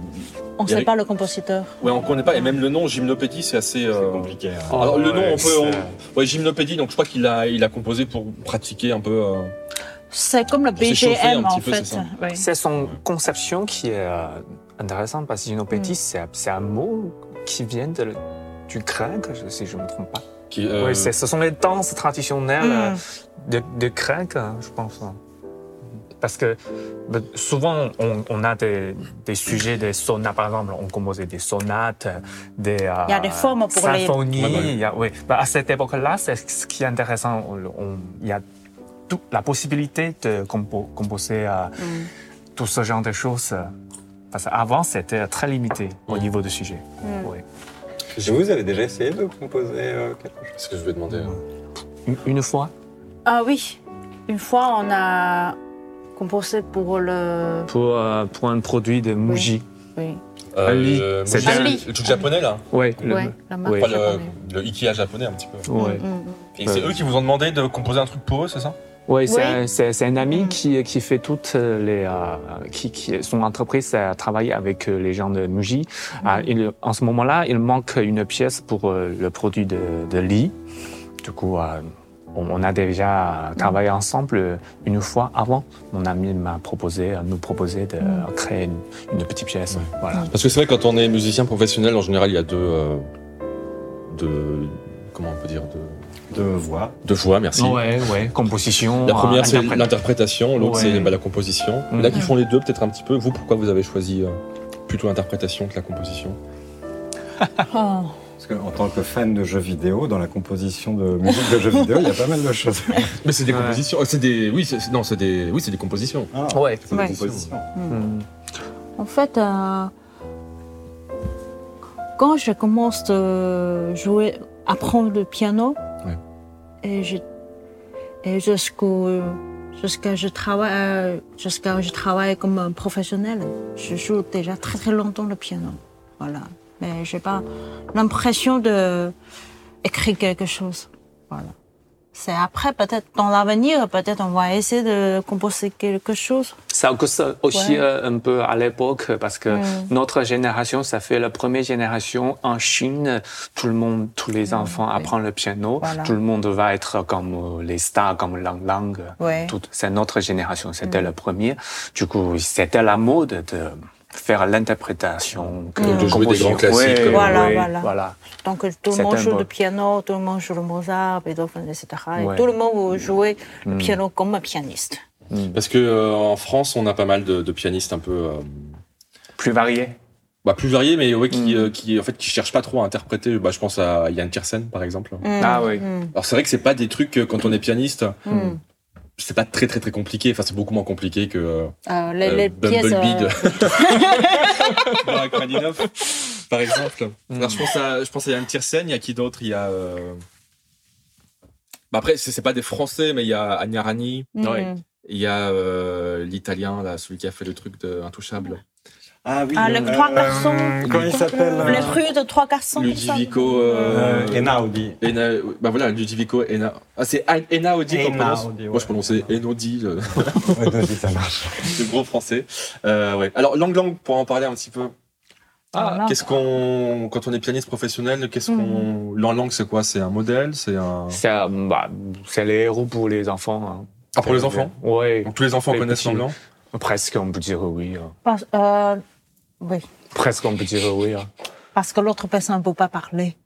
Speaker 3: On ne sait
Speaker 1: Eric-
Speaker 3: pas le compositeur.
Speaker 1: ouais, on connaît pas. Et même le nom, Gymnopédie, c'est assez. euh,
Speaker 4: C'est compliqué. hein.
Speaker 2: Oh,
Speaker 1: Alors, le nom,
Speaker 2: ouais,
Speaker 1: on peut. on-
Speaker 2: c'est-
Speaker 1: Ouais, Gymnopédie, donc je crois qu'il a, il a composé pour pratiquer un peu. euh,
Speaker 3: C'est comme le
Speaker 1: s'est chauffé un
Speaker 3: BGM,
Speaker 1: petit
Speaker 3: en
Speaker 1: peu, c'est
Speaker 3: fait.
Speaker 1: ça
Speaker 3: Oui.
Speaker 2: C'est son conception qui est euh, intéressante parce que ginopédie,
Speaker 3: Mm.
Speaker 2: c'est c'est un mot qui vient de- du grec, je- si je ne me trompe pas.
Speaker 1: qui, euh,
Speaker 2: Oui, c'est- ce sont les danses traditionnelles euh,
Speaker 3: Mm.
Speaker 2: de, de grec, hein, je pense. Parce que ben, souvent, on, on a des, des sujets, des sonates, par exemple, on composait des sonates, des. euh,
Speaker 3: Il y a des formes pour les-
Speaker 2: symphonies,
Speaker 1: Ouais, bah oui.
Speaker 2: il y a- oui. Ben, à cette époque-là, c'est ce qui est intéressant. on- on- il y a tout- la possibilité de compo- composer euh,
Speaker 3: Mm.
Speaker 2: tout ce genre de choses. euh, Parce qu'avant, c'était très limité au
Speaker 1: Mm.
Speaker 2: niveau du sujet.
Speaker 3: Mm.
Speaker 2: Oui.
Speaker 4: Vous avez déjà essayé de composer euh, quelque chose
Speaker 1: ce que je vais demander. hein.
Speaker 2: Une, une fois,
Speaker 3: Ah oui, une fois, on a composé pour le...
Speaker 2: pour, euh, pour un produit de Muji.
Speaker 3: Oui.
Speaker 2: Ali,
Speaker 1: euh,
Speaker 2: c'est
Speaker 1: moi, j'ai-
Speaker 3: Ali.
Speaker 1: Le truc japonais, là.
Speaker 2: Ouais, le-
Speaker 3: Ouais, la marque
Speaker 2: oui.
Speaker 1: Enfin, le,
Speaker 3: japonaise.
Speaker 1: le Ikea japonais, un petit peu.
Speaker 2: ouais.
Speaker 3: Mm, mm, mm.
Speaker 1: Et c'est
Speaker 2: Euh.
Speaker 1: eux qui vous ont demandé de composer un truc pour eux, c'est ça
Speaker 2: Ouais, c'est
Speaker 3: Oui.
Speaker 2: un- c'est c'est un ami
Speaker 3: Mm.
Speaker 2: qui, qui fait toutes les. euh, qui, qui- son entreprise a travaillé avec euh, les gens de Muji. Ah, il- en ce moment-là, il manque une pièce pour euh, le produit de, de lit. Du coup, euh, on, on a déjà travaillé ensemble euh, une fois avant. Mon ami m'a proposé, euh, nous proposé de
Speaker 3: Mm.
Speaker 2: créer une, une petite pièce. Voilà.
Speaker 1: Parce que c'est vrai, quand on est musicien professionnel, en général, il y a deux. euh, deux comment on peut dire Deux,
Speaker 4: de voix.
Speaker 1: deux voix, merci.
Speaker 2: Ouais, ouais. Composition.
Speaker 1: La première,
Speaker 2: euh,
Speaker 1: c'est
Speaker 2: interprète.
Speaker 1: l'interprétation, l'autre,
Speaker 2: Ouais.
Speaker 1: c'est bah, la composition.
Speaker 2: Mhm.
Speaker 1: Là, qui font les deux, peut-être un petit peu. Vous, pourquoi vous avez choisi euh, plutôt l'interprétation que la composition
Speaker 3: Oh.
Speaker 4: Parce que, en tant que fan de jeux vidéo, dans la composition de musique de jeux vidéo, il y a pas mal de choses.
Speaker 1: Mais c'est des
Speaker 2: Ouais.
Speaker 1: compositions. Euh, C'est des. Oui, c'est, non, c'est des. Oui, c'est des compositions.
Speaker 4: Ah,
Speaker 2: Ouais.
Speaker 4: c'est des
Speaker 3: Ouais.
Speaker 4: compositions.
Speaker 2: Mm.
Speaker 3: En fait, euh, quand je commence de jouer, apprendre le piano,
Speaker 1: Ouais.
Speaker 3: et je et jusqu'au jusqu'à je travaille euh, jusqu'à je travaille comme un professionnel, je joue déjà très très longtemps le piano, voilà. Mais j'ai pas l'impression de écrire quelque chose, voilà. C'est après peut-être dans l'avenir peut-être on va essayer de composer quelque chose.
Speaker 2: Ça aussi, aussi
Speaker 3: Ouais. Mm.
Speaker 2: euh, un peu à l'époque, parce que
Speaker 3: Ouais.
Speaker 2: notre génération, ça fait la première génération en Chine. Tout le monde, tous les enfants
Speaker 3: Mm. ouais.
Speaker 2: apprennent le piano.
Speaker 3: Voilà.
Speaker 2: Tout le monde va être comme euh, les stars, comme Lang Lang.
Speaker 3: Ouais. Mm.
Speaker 2: Tout- C'est notre génération, c'était le premier. Du coup, c'était la mode de faire l'interprétation. que
Speaker 3: Mm. De
Speaker 2: la
Speaker 1: jouer des
Speaker 2: composition.
Speaker 1: grands classiques,
Speaker 2: Ouais,
Speaker 1: comme-
Speaker 3: Voilà,
Speaker 2: ouais,
Speaker 3: euh, voilà. Donc tout le
Speaker 2: C'est
Speaker 3: monde
Speaker 2: un
Speaker 3: joue
Speaker 2: mot.
Speaker 3: le piano, tout le monde joue le Mozart, Beethoven, etc. Et
Speaker 2: Ouais.
Speaker 3: tout le monde veut jouer le
Speaker 2: Mm.
Speaker 3: piano comme un pianiste.
Speaker 1: Parce que euh, en France, on a pas mal de, de pianistes un peu. euh,
Speaker 2: Plus varié.
Speaker 1: bah, plus variés, mais ouais, qui,
Speaker 2: Mhm.
Speaker 1: euh, qui, en fait, qui cherchent pas trop à interpréter. Bah, je pense à Yann Tiersen, par exemple.
Speaker 2: Ah oui.
Speaker 3: Mm.
Speaker 1: Alors, c'est vrai que c'est pas des trucs, euh, quand on est pianiste,
Speaker 3: Mm.
Speaker 1: c'est pas très très très compliqué. Enfin, c'est beaucoup moins compliqué que. euh,
Speaker 3: Euh, les,
Speaker 1: Euh,
Speaker 3: les pièces.
Speaker 1: Bumblebee
Speaker 3: euh,
Speaker 1: de- de Rachmaninoff, par exemple.
Speaker 2: Mm.
Speaker 1: Alors, je pense à, je pense à Yann Tiersen, il y a qui d'autre Il y a. euh, bah après, c'est c'est pas des Français, mais il y a Agnarani,
Speaker 3: mm.
Speaker 1: il y a euh, l'Italien, là, celui qui a fait le truc de Intouchable.
Speaker 4: Ah oui.
Speaker 3: Ah, les
Speaker 4: euh,
Speaker 3: trois garçons.
Speaker 4: Comment il s'appelle
Speaker 3: Les
Speaker 4: euh,
Speaker 3: fruits de trois garçons. comme ça.
Speaker 1: Ludovico. euh,
Speaker 4: euh, Enaudi.
Speaker 1: Ena- bah voilà, Ludovico Ena. Ah, c'est A- Enaudi qu'on prononce.
Speaker 4: Enaudi, ouais.
Speaker 1: Moi, je prononçais Enaudi, le,
Speaker 4: Enaudi, ça marche.
Speaker 1: le gros français. Euh, ouais. Alors, Lang Lang, pour en parler un petit peu.
Speaker 3: Voilà.
Speaker 1: ah, Qu'est-ce qu'on, quand on est pianiste professionnel,
Speaker 3: Mhm.
Speaker 1: qu'est-ce qu'on, Lang Lang, c'est quoi C'est un modèle, c'est un.
Speaker 2: C'est euh, bah, c'est les héros pour les enfants. hein.
Speaker 1: Ah, pour les enfants.
Speaker 2: Ouais,
Speaker 1: Donc tous les enfants
Speaker 2: Les
Speaker 1: connaissent
Speaker 2: petits.
Speaker 1: Lang Lang.
Speaker 2: presque on peut dire oui. hein.
Speaker 3: Parce, euh, oui,
Speaker 2: Presque on peut dire oui. hein.
Speaker 3: parce que l'autre personne ne peut pas parler.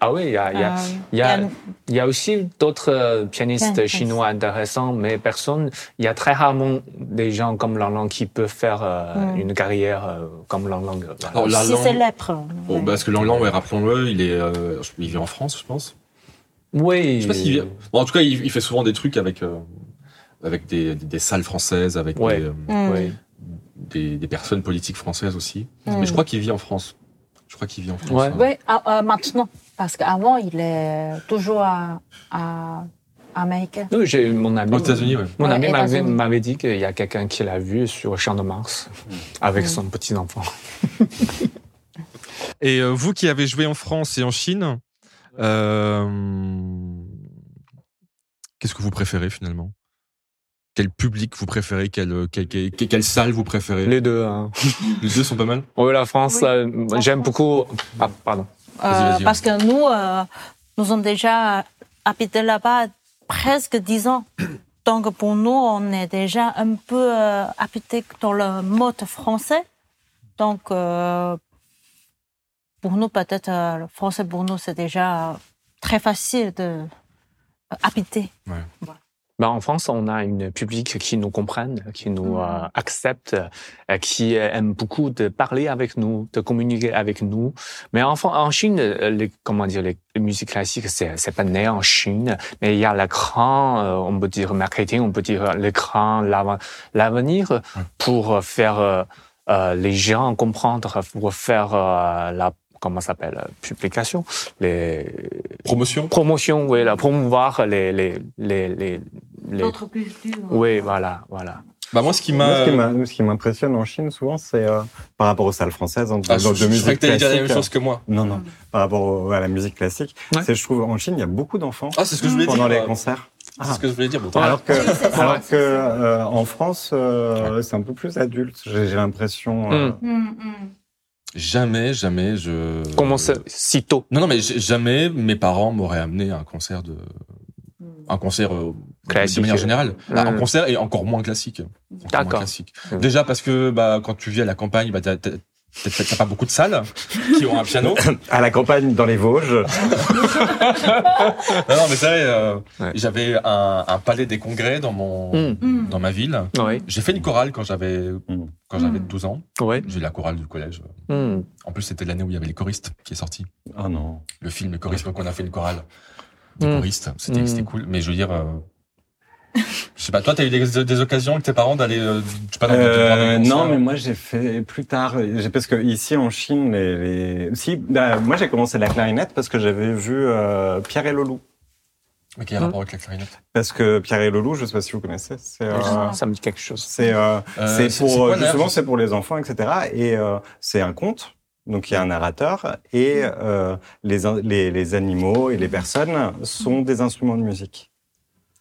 Speaker 2: Ah oui, il y a, il y a-
Speaker 3: Euh,
Speaker 2: il y a-
Speaker 3: il y a-
Speaker 2: il y a aussi d'autres euh, pianistes
Speaker 3: Ouais,
Speaker 2: chinois intéressants, mais personne, il y a très rarement des gens comme Lang Lang qui peuvent faire euh,
Speaker 3: Mm.
Speaker 2: une carrière euh, comme Lang Lang. Voilà.
Speaker 1: Alors, Oh, la
Speaker 3: si
Speaker 1: langue-
Speaker 3: célèbre.
Speaker 1: Bon, bah, parce que Lang Lang, ouais, rappelons-le, il est, euh, je- il vit en France, je pense.
Speaker 2: oui.
Speaker 1: Je sais pas s'il vit- Bon, en tout cas, il, il fait souvent des trucs avec, euh, avec des, des, des salles françaises, avec
Speaker 2: Ouais.
Speaker 1: des, euh,
Speaker 3: Mm.
Speaker 2: Oui.
Speaker 1: des, des personnes politiques françaises aussi.
Speaker 3: Mm.
Speaker 1: Mais je crois qu'il vit en France. Je crois qu'il vit en France.
Speaker 2: Ouais.
Speaker 1: hein.
Speaker 3: Oui, ah, euh, maintenant. Parce qu'avant, il est toujours à, à américain.
Speaker 2: Non, j'ai mon ami.
Speaker 1: hein. Aux États-Unis, ouais.
Speaker 2: Mon
Speaker 3: Ouais,
Speaker 2: ami m'avait-
Speaker 3: États-Unis.
Speaker 2: m'avait dit qu'il y a quelqu'un qui l'a vu sur le Champ de Mars
Speaker 1: Mm.
Speaker 2: avec son petit-enfant.
Speaker 7: Et euh, vous qui avez joué en France et en Chine, euh, qu'est-ce que vous préférez finalement Quel public vous préférez
Speaker 1: euh,
Speaker 7: quelle, quelle, quelle- quelle salle vous préférez
Speaker 2: Les deux. hein.
Speaker 1: Les deux sont pas mal.
Speaker 2: Oui, la France,
Speaker 3: Oui.
Speaker 2: euh, j'aime beaucoup. Ah, pardon.
Speaker 7: Vas-y, vas-y.
Speaker 3: parce que nous, euh, nous sommes déjà habités là-bas presque dix ans. Donc pour nous, on est déjà un peu euh, habités dans le mode français. Donc euh, pour nous, peut-être euh, le français pour nous, c'est déjà euh, très facile de euh, habiter.
Speaker 2: Ben, en France, on a une public qui nous comprenne, qui nous
Speaker 3: Mhm.
Speaker 2: euh, accepte, euh, qui euh, aime beaucoup de parler avec nous, de communiquer avec nous. Mais en, Fran- en Chine, euh, les, comment dire, les les musiques classiques, c'est, c'est pas né en Chine, mais il y a l'écran, euh, on peut dire marketing, on peut dire euh, l'écran, l'av- l'avenir pour euh, faire euh, euh, les gens comprendre, pour faire euh, la comment ça s'appelle euh, publication, les
Speaker 1: Promotion
Speaker 2: promotions, oui, la promouvoir les les les les, les
Speaker 3: culture.
Speaker 2: oui, voilà, voilà.
Speaker 1: Bah moi, ce qui
Speaker 4: Moi,
Speaker 1: m'a.
Speaker 5: euh,
Speaker 4: ce qui m'a- ce qui m'impressionne en Chine, souvent, c'est euh, par rapport aux salles françaises, en
Speaker 5: Ah,
Speaker 4: dans- de
Speaker 5: je, je croyais
Speaker 4: musique
Speaker 5: que t'allais dire la même
Speaker 4: classique, euh,
Speaker 5: chose que moi.
Speaker 4: Non, non, par rapport au- à la musique classique.
Speaker 2: Ouais.
Speaker 4: C'est, je trouve, en Chine, il y a beaucoup d'enfants
Speaker 5: Ah, c'est ce que je voulais dire.
Speaker 4: pendant les
Speaker 5: euh,
Speaker 4: concerts.
Speaker 5: C'est ce que je voulais dire. bon,
Speaker 4: Ah. Alors que,
Speaker 3: Oui, c'est ça,
Speaker 4: alors
Speaker 3: c'est
Speaker 4: que
Speaker 3: ça.
Speaker 4: euh, en France, euh, c'est un peu plus adulte. J'ai j'ai l'impression. euh,
Speaker 5: Hmm.
Speaker 2: Mm.
Speaker 3: Hum, hum.
Speaker 1: Jamais, jamais, je.
Speaker 2: Comment ça Si tôt
Speaker 1: Non, non, mais j- jamais mes parents m'auraient amené à un concert de. Un concert euh,
Speaker 2: Classique.
Speaker 1: de manière générale. Bah,
Speaker 2: Mm.
Speaker 4: Hmm.
Speaker 1: Un concert et encore moins classique. Encore
Speaker 2: D'accord.
Speaker 1: moins classique.
Speaker 2: Mm.
Speaker 1: Déjà parce que bah, quand tu vis à la campagne, bah, t'as, t'as- t'as- t'as pas beaucoup de salles qui ont un piano.
Speaker 4: À la campagne, dans les Vosges.
Speaker 1: Non, non, mais ça, euh,
Speaker 2: Ouais.
Speaker 1: j'avais un, un palais des congrès dans, mon,
Speaker 4: Hmm.
Speaker 2: Mm.
Speaker 3: Hum.
Speaker 1: dans ma ville.
Speaker 2: Ouais.
Speaker 1: J'ai fait une chorale quand j'avais, quand j'avais 12 ans.
Speaker 2: Ouais.
Speaker 1: J'ai eu la chorale du collège.
Speaker 2: Mm.
Speaker 1: En plus, c'était l'année où il y avait Les Choristes qui est sorti.
Speaker 5: Ah
Speaker 4: Oh non.
Speaker 1: Le film Les Choristes, donc on a fait une chorale de
Speaker 4: Hmm.
Speaker 2: Mm.
Speaker 1: choristes. C'était
Speaker 2: Mm.
Speaker 1: c'était cool. Mais je veux dire. euh, je sais pas, toi, t'as eu des, des occasions avec tes parents d'aller. euh, je sais pas, dans
Speaker 5: Ah
Speaker 1: des- voir des
Speaker 4: Euh,
Speaker 1: concerts
Speaker 5: hein.
Speaker 4: non, mais moi j'ai fait plus tard. J'ai- Parce que ici en Chine, les, les- si bah, moi j'ai commencé la clarinette parce que j'avais vu euh, Pierre et Loulou.
Speaker 1: Mais quel rapport avec la clarinette
Speaker 4: Parce que Pierre et Loulou, je sais pas si vous connaissez. C'est euh,
Speaker 3: Ah.
Speaker 2: Ça me dit quelque chose.
Speaker 4: c'est euh,
Speaker 1: Euh,
Speaker 4: c'est
Speaker 1: c'est- c'est
Speaker 4: pour
Speaker 1: quoi, d'ailleurs,
Speaker 4: justement
Speaker 1: ce-
Speaker 4: c'est pour les enfants, etc. Et euh, c'est un conte. Donc il y a un narrateur et euh, les, in- les les animaux et les personnes sont des instruments de musique.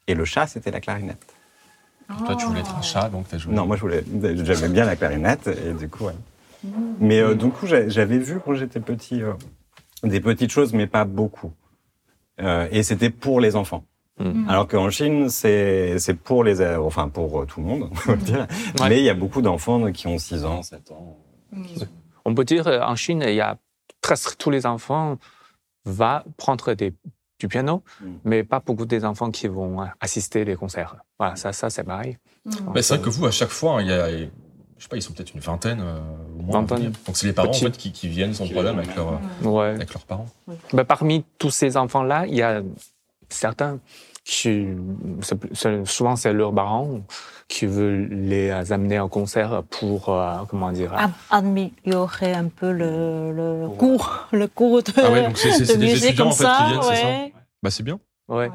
Speaker 4: Et le chat, c'était la clarinette.
Speaker 1: Toi, tu voulais être un chat, donc t'as joué.
Speaker 4: Non, moi je voulais, j'aimais bien la clarinette et du coup. ouais. Mais euh, du coup, j'a- j'avais vu quand j'étais petit euh, des petites choses, mais pas beaucoup. Euh, et c'était pour les enfants.
Speaker 2: Mm.
Speaker 4: Alors qu'en Chine, c'est c'est pour les, euh, enfin pour euh, tout le monde, on va dire.
Speaker 2: Ouais.
Speaker 4: Mais il y a beaucoup d'enfants qui ont 6 ans, 7 ans.
Speaker 3: Oh.
Speaker 2: On peut dire euh, en Chine, il y a presque tous les enfants vont prendre des- du piano,
Speaker 4: Mm.
Speaker 2: mais pas beaucoup des enfants qui vont euh, assister les concerts. Voilà, ça, ça c'est pareil.
Speaker 1: Mais c'est vrai que vous, à chaque fois, hein, il y a. Je sais pas, ils sont peut-être une vingtaine euh, au moins. à
Speaker 2: Vingtaine.
Speaker 1: venir. Donc c'est les parents en
Speaker 2: Petit.
Speaker 1: fait, qui, qui viennent sans
Speaker 4: Qui
Speaker 1: problème
Speaker 4: viennent,
Speaker 1: avec, leur,
Speaker 3: Hum.
Speaker 1: euh,
Speaker 2: Ouais.
Speaker 1: avec leurs parents.
Speaker 2: Bah, parmi tous ces enfants-là, il y a certains qui, c'est- c'est- souvent c'est leurs parents qui veulent les amener en concert pour, euh, comment dire,
Speaker 3: Am- améliorer un peu le, le cours, le cours de,
Speaker 1: Ah ouais, donc c'est- c'est-
Speaker 3: de
Speaker 1: c'est des
Speaker 3: musique
Speaker 1: étudiants,
Speaker 3: comme
Speaker 1: en fait, qui
Speaker 3: ça.
Speaker 1: viennent, c'est ça
Speaker 3: ouais.
Speaker 1: Bah c'est bien.
Speaker 2: ouais.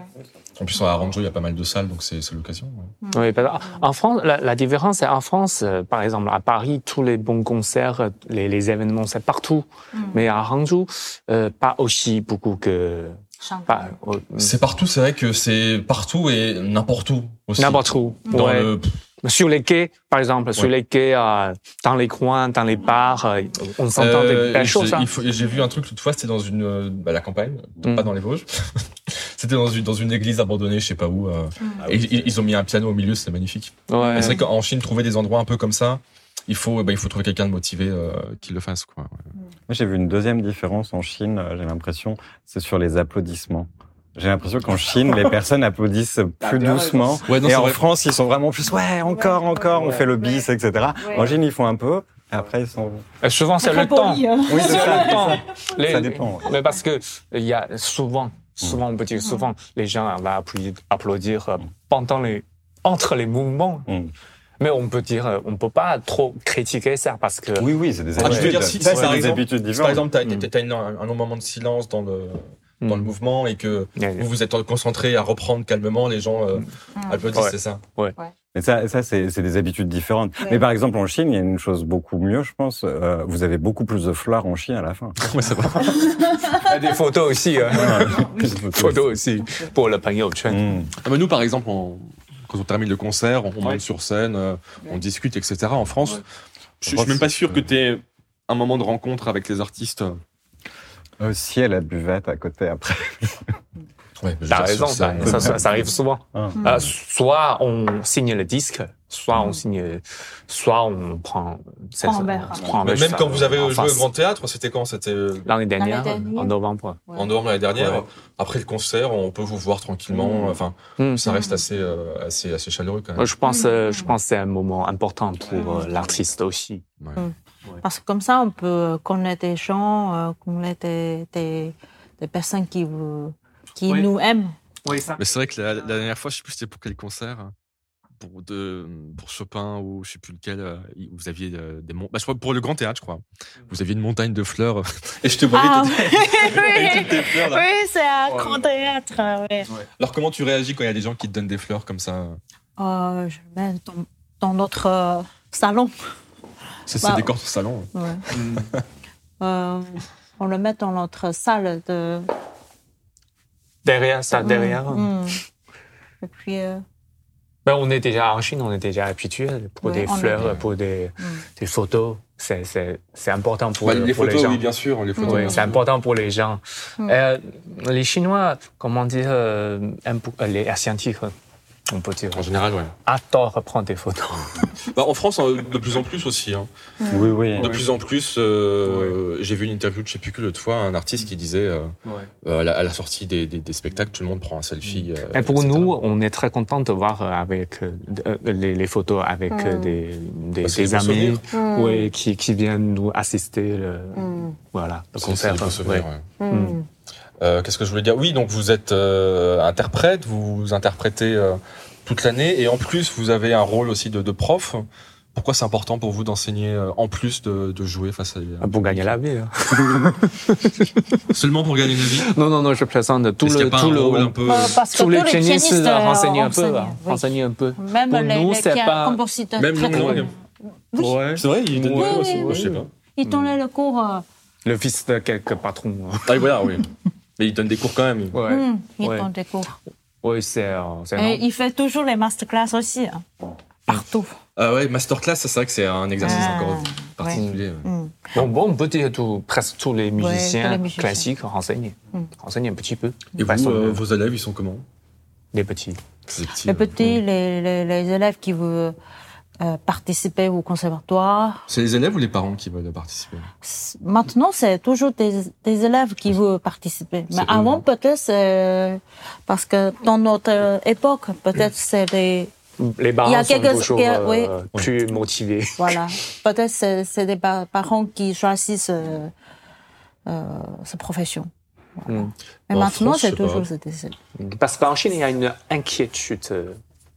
Speaker 1: En plus, à Aranjo, il y a pas mal de salles, donc c'est c'est l'occasion. ouais.
Speaker 3: Mm.
Speaker 2: Oui, parce que en France, la, la différence, c'est en France, euh, par exemple, à Paris, tous les bons concerts, euh, les, les événements, c'est partout.
Speaker 3: Mm.
Speaker 2: Mais à Hangzhou, euh, pas aussi beaucoup que.
Speaker 3: Shanghai.
Speaker 2: Pas, euh,
Speaker 1: C'est partout, c'est vrai que c'est partout et n'importe où aussi.
Speaker 2: N'importe où.
Speaker 1: Dans
Speaker 2: ouais.
Speaker 1: le-
Speaker 2: Sur les quais, par exemple, sur
Speaker 1: Ouais.
Speaker 2: les quais, euh, dans les coins, dans les bars, euh, on s'entend
Speaker 1: Euh,
Speaker 2: des belles
Speaker 1: j'ai-
Speaker 2: choses. hein.
Speaker 1: il faut- J'ai vu un truc l'autre fois, c'était dans une euh, bah, la campagne,
Speaker 2: Mm.
Speaker 1: pas dans les Vosges. c'était dans une dans une église abandonnée, je sais pas où. euh, et ils, ils ont mis un piano au milieu, c'est magnifique.
Speaker 2: Ouais.
Speaker 1: Et C'est vrai qu'en Chine, trouver des endroits un peu comme ça, il faut bah, il faut trouver quelqu'un de motivé euh, qui le fasse quoi.
Speaker 4: Moi, j'ai vu une deuxième différence en Chine. euh, J'ai l'impression, c'est sur les applaudissements. J'ai l'impression qu'en Chine, les personnes applaudissent plus
Speaker 2: bien raison.
Speaker 4: doucement.
Speaker 1: Ouais, non,
Speaker 4: et
Speaker 1: c'est
Speaker 4: en
Speaker 1: vrai.
Speaker 4: France, ils sont vraiment plus, ouais, encore,
Speaker 3: Ouais,
Speaker 4: encore, on
Speaker 3: ouais,
Speaker 4: fait le
Speaker 3: ouais.
Speaker 4: bis, etc.
Speaker 3: Ouais.
Speaker 4: En Chine, ils font un peu. Et après, ils sont.
Speaker 2: Et Euh, souvent, c'est
Speaker 3: Très
Speaker 2: le temps.
Speaker 3: poli, hein.
Speaker 4: Oui,
Speaker 2: C'est le temps. Les-
Speaker 4: Ça dépend. ouais.
Speaker 2: Mais parce que il y a
Speaker 1: Mm.
Speaker 2: souvent, souvent, on peut
Speaker 3: Mm.
Speaker 2: dire souvent, les gens vont applaudi- applaudir euh, pendant les, entre les mouvements.
Speaker 4: Mm.
Speaker 2: Mais on peut dire, euh, on peut pas trop critiquer ça parce que
Speaker 4: Oui, oui, c'est des
Speaker 1: Ah, tu veux
Speaker 4: habitudes.
Speaker 1: dire si-
Speaker 4: Ça,
Speaker 1: si,
Speaker 4: c'est
Speaker 1: par
Speaker 4: des
Speaker 1: exemple-
Speaker 4: habitudes
Speaker 1: Si, par
Speaker 4: différentes.
Speaker 1: exemple, t'as
Speaker 2: Mm.
Speaker 1: as un, un long moment de silence dans le dans le
Speaker 2: Mm.
Speaker 1: mouvement et que
Speaker 2: Il y a-
Speaker 1: vous vous êtes concentré à reprendre calmement les gens euh, applaudissent,
Speaker 2: Ouais.
Speaker 1: c'est ça.
Speaker 4: Mais ça, ça c'est c'est des habitudes différentes. Mais par exemple, en Chine, il y a une chose beaucoup mieux, je pense. euh, vous avez beaucoup plus de fleurs en Chine à la fin.
Speaker 1: Ouais, c'est vrai.
Speaker 2: il y a des photos aussi, hein. photos aussi pour le panier
Speaker 4: Mm.
Speaker 1: Ah bah nous, par exemple, on- quand on termine le concert, on, on monte sur scène, euh, on discute, etc. En France, euh, je je suis même pas sûr que tu aies un moment de rencontre avec les artistes.
Speaker 4: Euh, si elle a buvette à côté après.
Speaker 1: Ouais,
Speaker 2: T'as raison, ça, ça- ça- ça arrive souvent.
Speaker 4: Ah.
Speaker 3: Mm.
Speaker 2: Euh, soit on signe le disque, soit on signe, soit on prend. c'est-
Speaker 3: Prend un verre.
Speaker 2: on prend un
Speaker 1: Mais
Speaker 2: verre
Speaker 1: même quand vous avez
Speaker 2: en
Speaker 1: joué
Speaker 2: face.
Speaker 1: au Grand Théâtre, c'était quand C'était euh,
Speaker 2: L'année dernière,
Speaker 3: L'année dernière.
Speaker 2: en novembre.
Speaker 1: en novembre l'année dernière.
Speaker 2: Ouais.
Speaker 1: Après le concert, on peut vous voir tranquillement. Enfin,
Speaker 5: Hmm,
Speaker 2: Mm.
Speaker 1: ça reste assez, euh, assez, assez chaleureux quand même.
Speaker 2: Moi, Je pense, euh, je pense que c'est un moment important pour euh, l'artiste aussi.
Speaker 3: Parce que comme ça, on peut connaître des gens, euh, connaître des, des, des personnes qui, vous- qui
Speaker 2: Oui.
Speaker 3: nous aiment.
Speaker 2: Oui, ça.
Speaker 1: Mais c'est vrai que la, la dernière fois, je sais plus c'était pour quel concert, hein. pour, de, pour Chopin ou je sais plus lequel, euh, il- vous aviez euh, des mon- bah, je crois pour le Grand Théâtre, je crois. hein. Vous aviez une montagne de fleurs euh, et je te voyais.
Speaker 3: Ah,
Speaker 1: te- voyais
Speaker 3: oui,
Speaker 1: toutes tes fleurs, là.
Speaker 3: oui c'est un grand théâtre. ouais.
Speaker 1: hein? Alors comment tu réagis quand il y a des gens qui te donnent des fleurs comme ça
Speaker 3: Euh, je mets dans, dans notre euh, salon.
Speaker 1: C'est
Speaker 3: Bah,
Speaker 1: ces décors de salon. hein.
Speaker 3: Ouais. Euh, on le met dans notre salle de.
Speaker 2: Derrière ça, derrière.
Speaker 3: Mm, mm. Et puis, euh,
Speaker 2: Ben, on est déjà en Chine, on est déjà habitué pour
Speaker 3: Ouais,
Speaker 2: des
Speaker 3: on est-
Speaker 2: fleurs, pour des,
Speaker 3: Mm.
Speaker 2: des photos. C'est- C'est c'est important pour,
Speaker 5: Bah,
Speaker 2: le-
Speaker 5: les
Speaker 2: pour
Speaker 5: photos,
Speaker 2: gens.
Speaker 5: oui, bien sûr. Les photos.
Speaker 2: Oui, c'est important pour les gens.
Speaker 3: Mm.
Speaker 2: Euh, les Chinois, comment dire, euh, aiment beaucoup- euh, les Asiatiques, on peut dire,
Speaker 5: En général, ouais.
Speaker 2: adorent prendre des photos.
Speaker 1: Bah, en France, hein, de plus en plus aussi. hein.
Speaker 4: Oui, oui.
Speaker 1: De plus en plus, euh, j'ai vu une interview de je sais plus qui l'autre fois, un artiste qui disait euh, euh, à, la, à la sortie des, des- des spectacles, tout le monde prend un selfie. euh,
Speaker 2: Mmh. Et Ben, pour
Speaker 1: etc.
Speaker 2: nous, on est très content de voir euh, avec euh, euh, les, les photos avec euh,
Speaker 3: Mm.
Speaker 2: des, des,
Speaker 1: Parce que
Speaker 2: des
Speaker 1: c'est des beaux
Speaker 2: amis
Speaker 1: souvenirs.
Speaker 3: Mm.
Speaker 2: ouais, qui, qui viennent nous assister. le-
Speaker 3: Mm.
Speaker 2: Voilà, le
Speaker 1: C'est- c'est
Speaker 2: concert.
Speaker 1: des beaux souvenirs,
Speaker 2: ouais.
Speaker 1: ouais.
Speaker 3: Mm.
Speaker 1: Euh, Qu'est-ce que je voulais dire Oui, donc vous êtes euh, interprète, vous interprétez euh, toute l'année, et en plus, vous avez un rôle aussi de, de prof. Pourquoi c'est important pour vous d'enseigner euh, en plus de, de jouer face à euh,
Speaker 2: Pour gagner la vie. hein.
Speaker 1: Ah, Seulement pour gagner la vie
Speaker 2: Non, non, non, je plaisante. Tout
Speaker 1: Est-ce qu'il y a
Speaker 2: le,
Speaker 1: pas
Speaker 2: tout
Speaker 1: un
Speaker 2: le,
Speaker 1: rôle un peu...
Speaker 3: Euh, parce que
Speaker 2: tous les pianistes
Speaker 3: pianistes
Speaker 2: euh,
Speaker 3: euh,
Speaker 2: renseignent un peu.
Speaker 3: enseignent,
Speaker 2: hein,
Speaker 3: oui.
Speaker 2: Renseignent un peu.
Speaker 3: Même
Speaker 2: Pour
Speaker 3: les,
Speaker 2: nous,
Speaker 3: les
Speaker 2: c'est
Speaker 3: pian-
Speaker 2: pas-
Speaker 3: compositeurs.
Speaker 1: Même
Speaker 3: très,
Speaker 1: langue,
Speaker 3: très
Speaker 1: langue.
Speaker 3: bons. Oui.
Speaker 2: Ouais.
Speaker 1: C'est vrai, il donne
Speaker 2: Ouais,
Speaker 1: des cours aussi,
Speaker 3: ouais,
Speaker 1: moi, je sais pas.
Speaker 3: Ils donnaient le cours. euh,
Speaker 2: Le fils de quelques patrons. hein.
Speaker 1: Ah oui, voilà, oui. Mais il donne des cours quand même.
Speaker 2: Ouais.
Speaker 3: mm, Ils
Speaker 2: Ouais.
Speaker 3: donnent des cours.
Speaker 2: Oui, c'est euh, c'est
Speaker 3: Et
Speaker 2: énorme.
Speaker 3: il fait toujours les masterclass aussi. hein. Partout.
Speaker 1: Ah ouais, masterclass, ça, c'est vrai que c'est un exercice
Speaker 3: Ah,
Speaker 1: encore particulier.
Speaker 3: Mm.
Speaker 2: Bon, bon, on peut dire tout- presque tous les musiciens
Speaker 3: tous les musiciens.
Speaker 2: classiques renseignent.
Speaker 3: Mm.
Speaker 2: Renseignent un petit peu.
Speaker 1: Et
Speaker 2: Pas
Speaker 1: vous,
Speaker 2: sans-
Speaker 1: euh, vos élèves, ils sont comment
Speaker 2: les petits.
Speaker 1: C'est petit,
Speaker 3: Les
Speaker 1: euh,
Speaker 3: petits, les, les- les élèves qui veulent euh, participer au conservatoire.
Speaker 1: C'est les élèves ou les parents qui veulent participer
Speaker 3: C'est- Maintenant, c'est toujours des, des élèves qui veulent participer. Mais
Speaker 1: eux,
Speaker 3: avant,
Speaker 1: hein.
Speaker 3: peut-être, c'est- parce que dans notre euh, époque, peut-être c'est des,
Speaker 2: Les
Speaker 3: Il y a
Speaker 2: parents sont
Speaker 3: quelques-
Speaker 2: toujours
Speaker 3: il y a-
Speaker 2: euh, plus motivés.
Speaker 3: voilà, peut-être c'est c'est des pa- parents qui choisissent euh, euh, cette profession. Voilà.
Speaker 2: Mm.
Speaker 3: Mais
Speaker 1: Hum. En
Speaker 3: maintenant,
Speaker 1: France, je
Speaker 3: c'est
Speaker 1: sais pas.
Speaker 3: toujours des élèves.
Speaker 2: Parce qu'en Chine, il y a une inquiétude euh,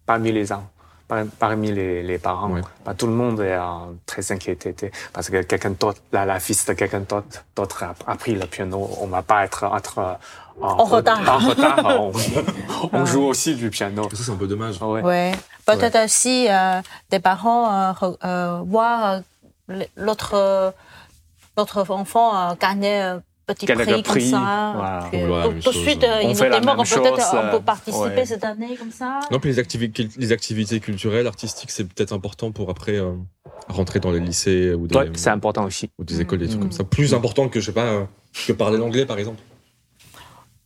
Speaker 2: parmi les gens, par- parmi les, les parents.
Speaker 1: Ouais.
Speaker 2: Bah, tout le monde est euh, très inquiété t'es- parce que quelqu'un d'autre, la, la fils de quelqu'un d'autre, d'autre a a pris le piano. On va pas être, être, euh, en,
Speaker 3: En retard.
Speaker 2: en retard. on, on joue aussi du piano.
Speaker 1: Ça, c'est un peu dommage.
Speaker 2: Ouais.
Speaker 3: Ouais. Peut-être aussi euh, des parents euh, re- euh, voient euh, l'autre euh, l'autre enfant euh, gagner un petit
Speaker 2: Gagner
Speaker 3: prix
Speaker 2: le
Speaker 3: comme
Speaker 2: prix,
Speaker 3: ça.
Speaker 2: voilà.
Speaker 3: Puis, euh,
Speaker 1: Voilà,
Speaker 3: tout-
Speaker 1: même
Speaker 3: tout de
Speaker 1: chose.
Speaker 3: suite, euh,
Speaker 2: On
Speaker 3: ils
Speaker 2: fait la
Speaker 3: étaient morts.
Speaker 2: même chose,
Speaker 3: Peut-être euh, on
Speaker 2: euh,
Speaker 3: peut participer
Speaker 2: ouais.
Speaker 3: cette année comme ça.
Speaker 1: Non, puis les, activi- les activités culturelles, artistiques, c'est peut-être important pour après euh, rentrer dans les lycées ou des,
Speaker 2: Ouais, c'est important aussi.
Speaker 1: ou des écoles, des trucs
Speaker 2: Mm.
Speaker 1: comme ça. Plus important que, je sais pas, euh, que parler l'anglais, par exemple.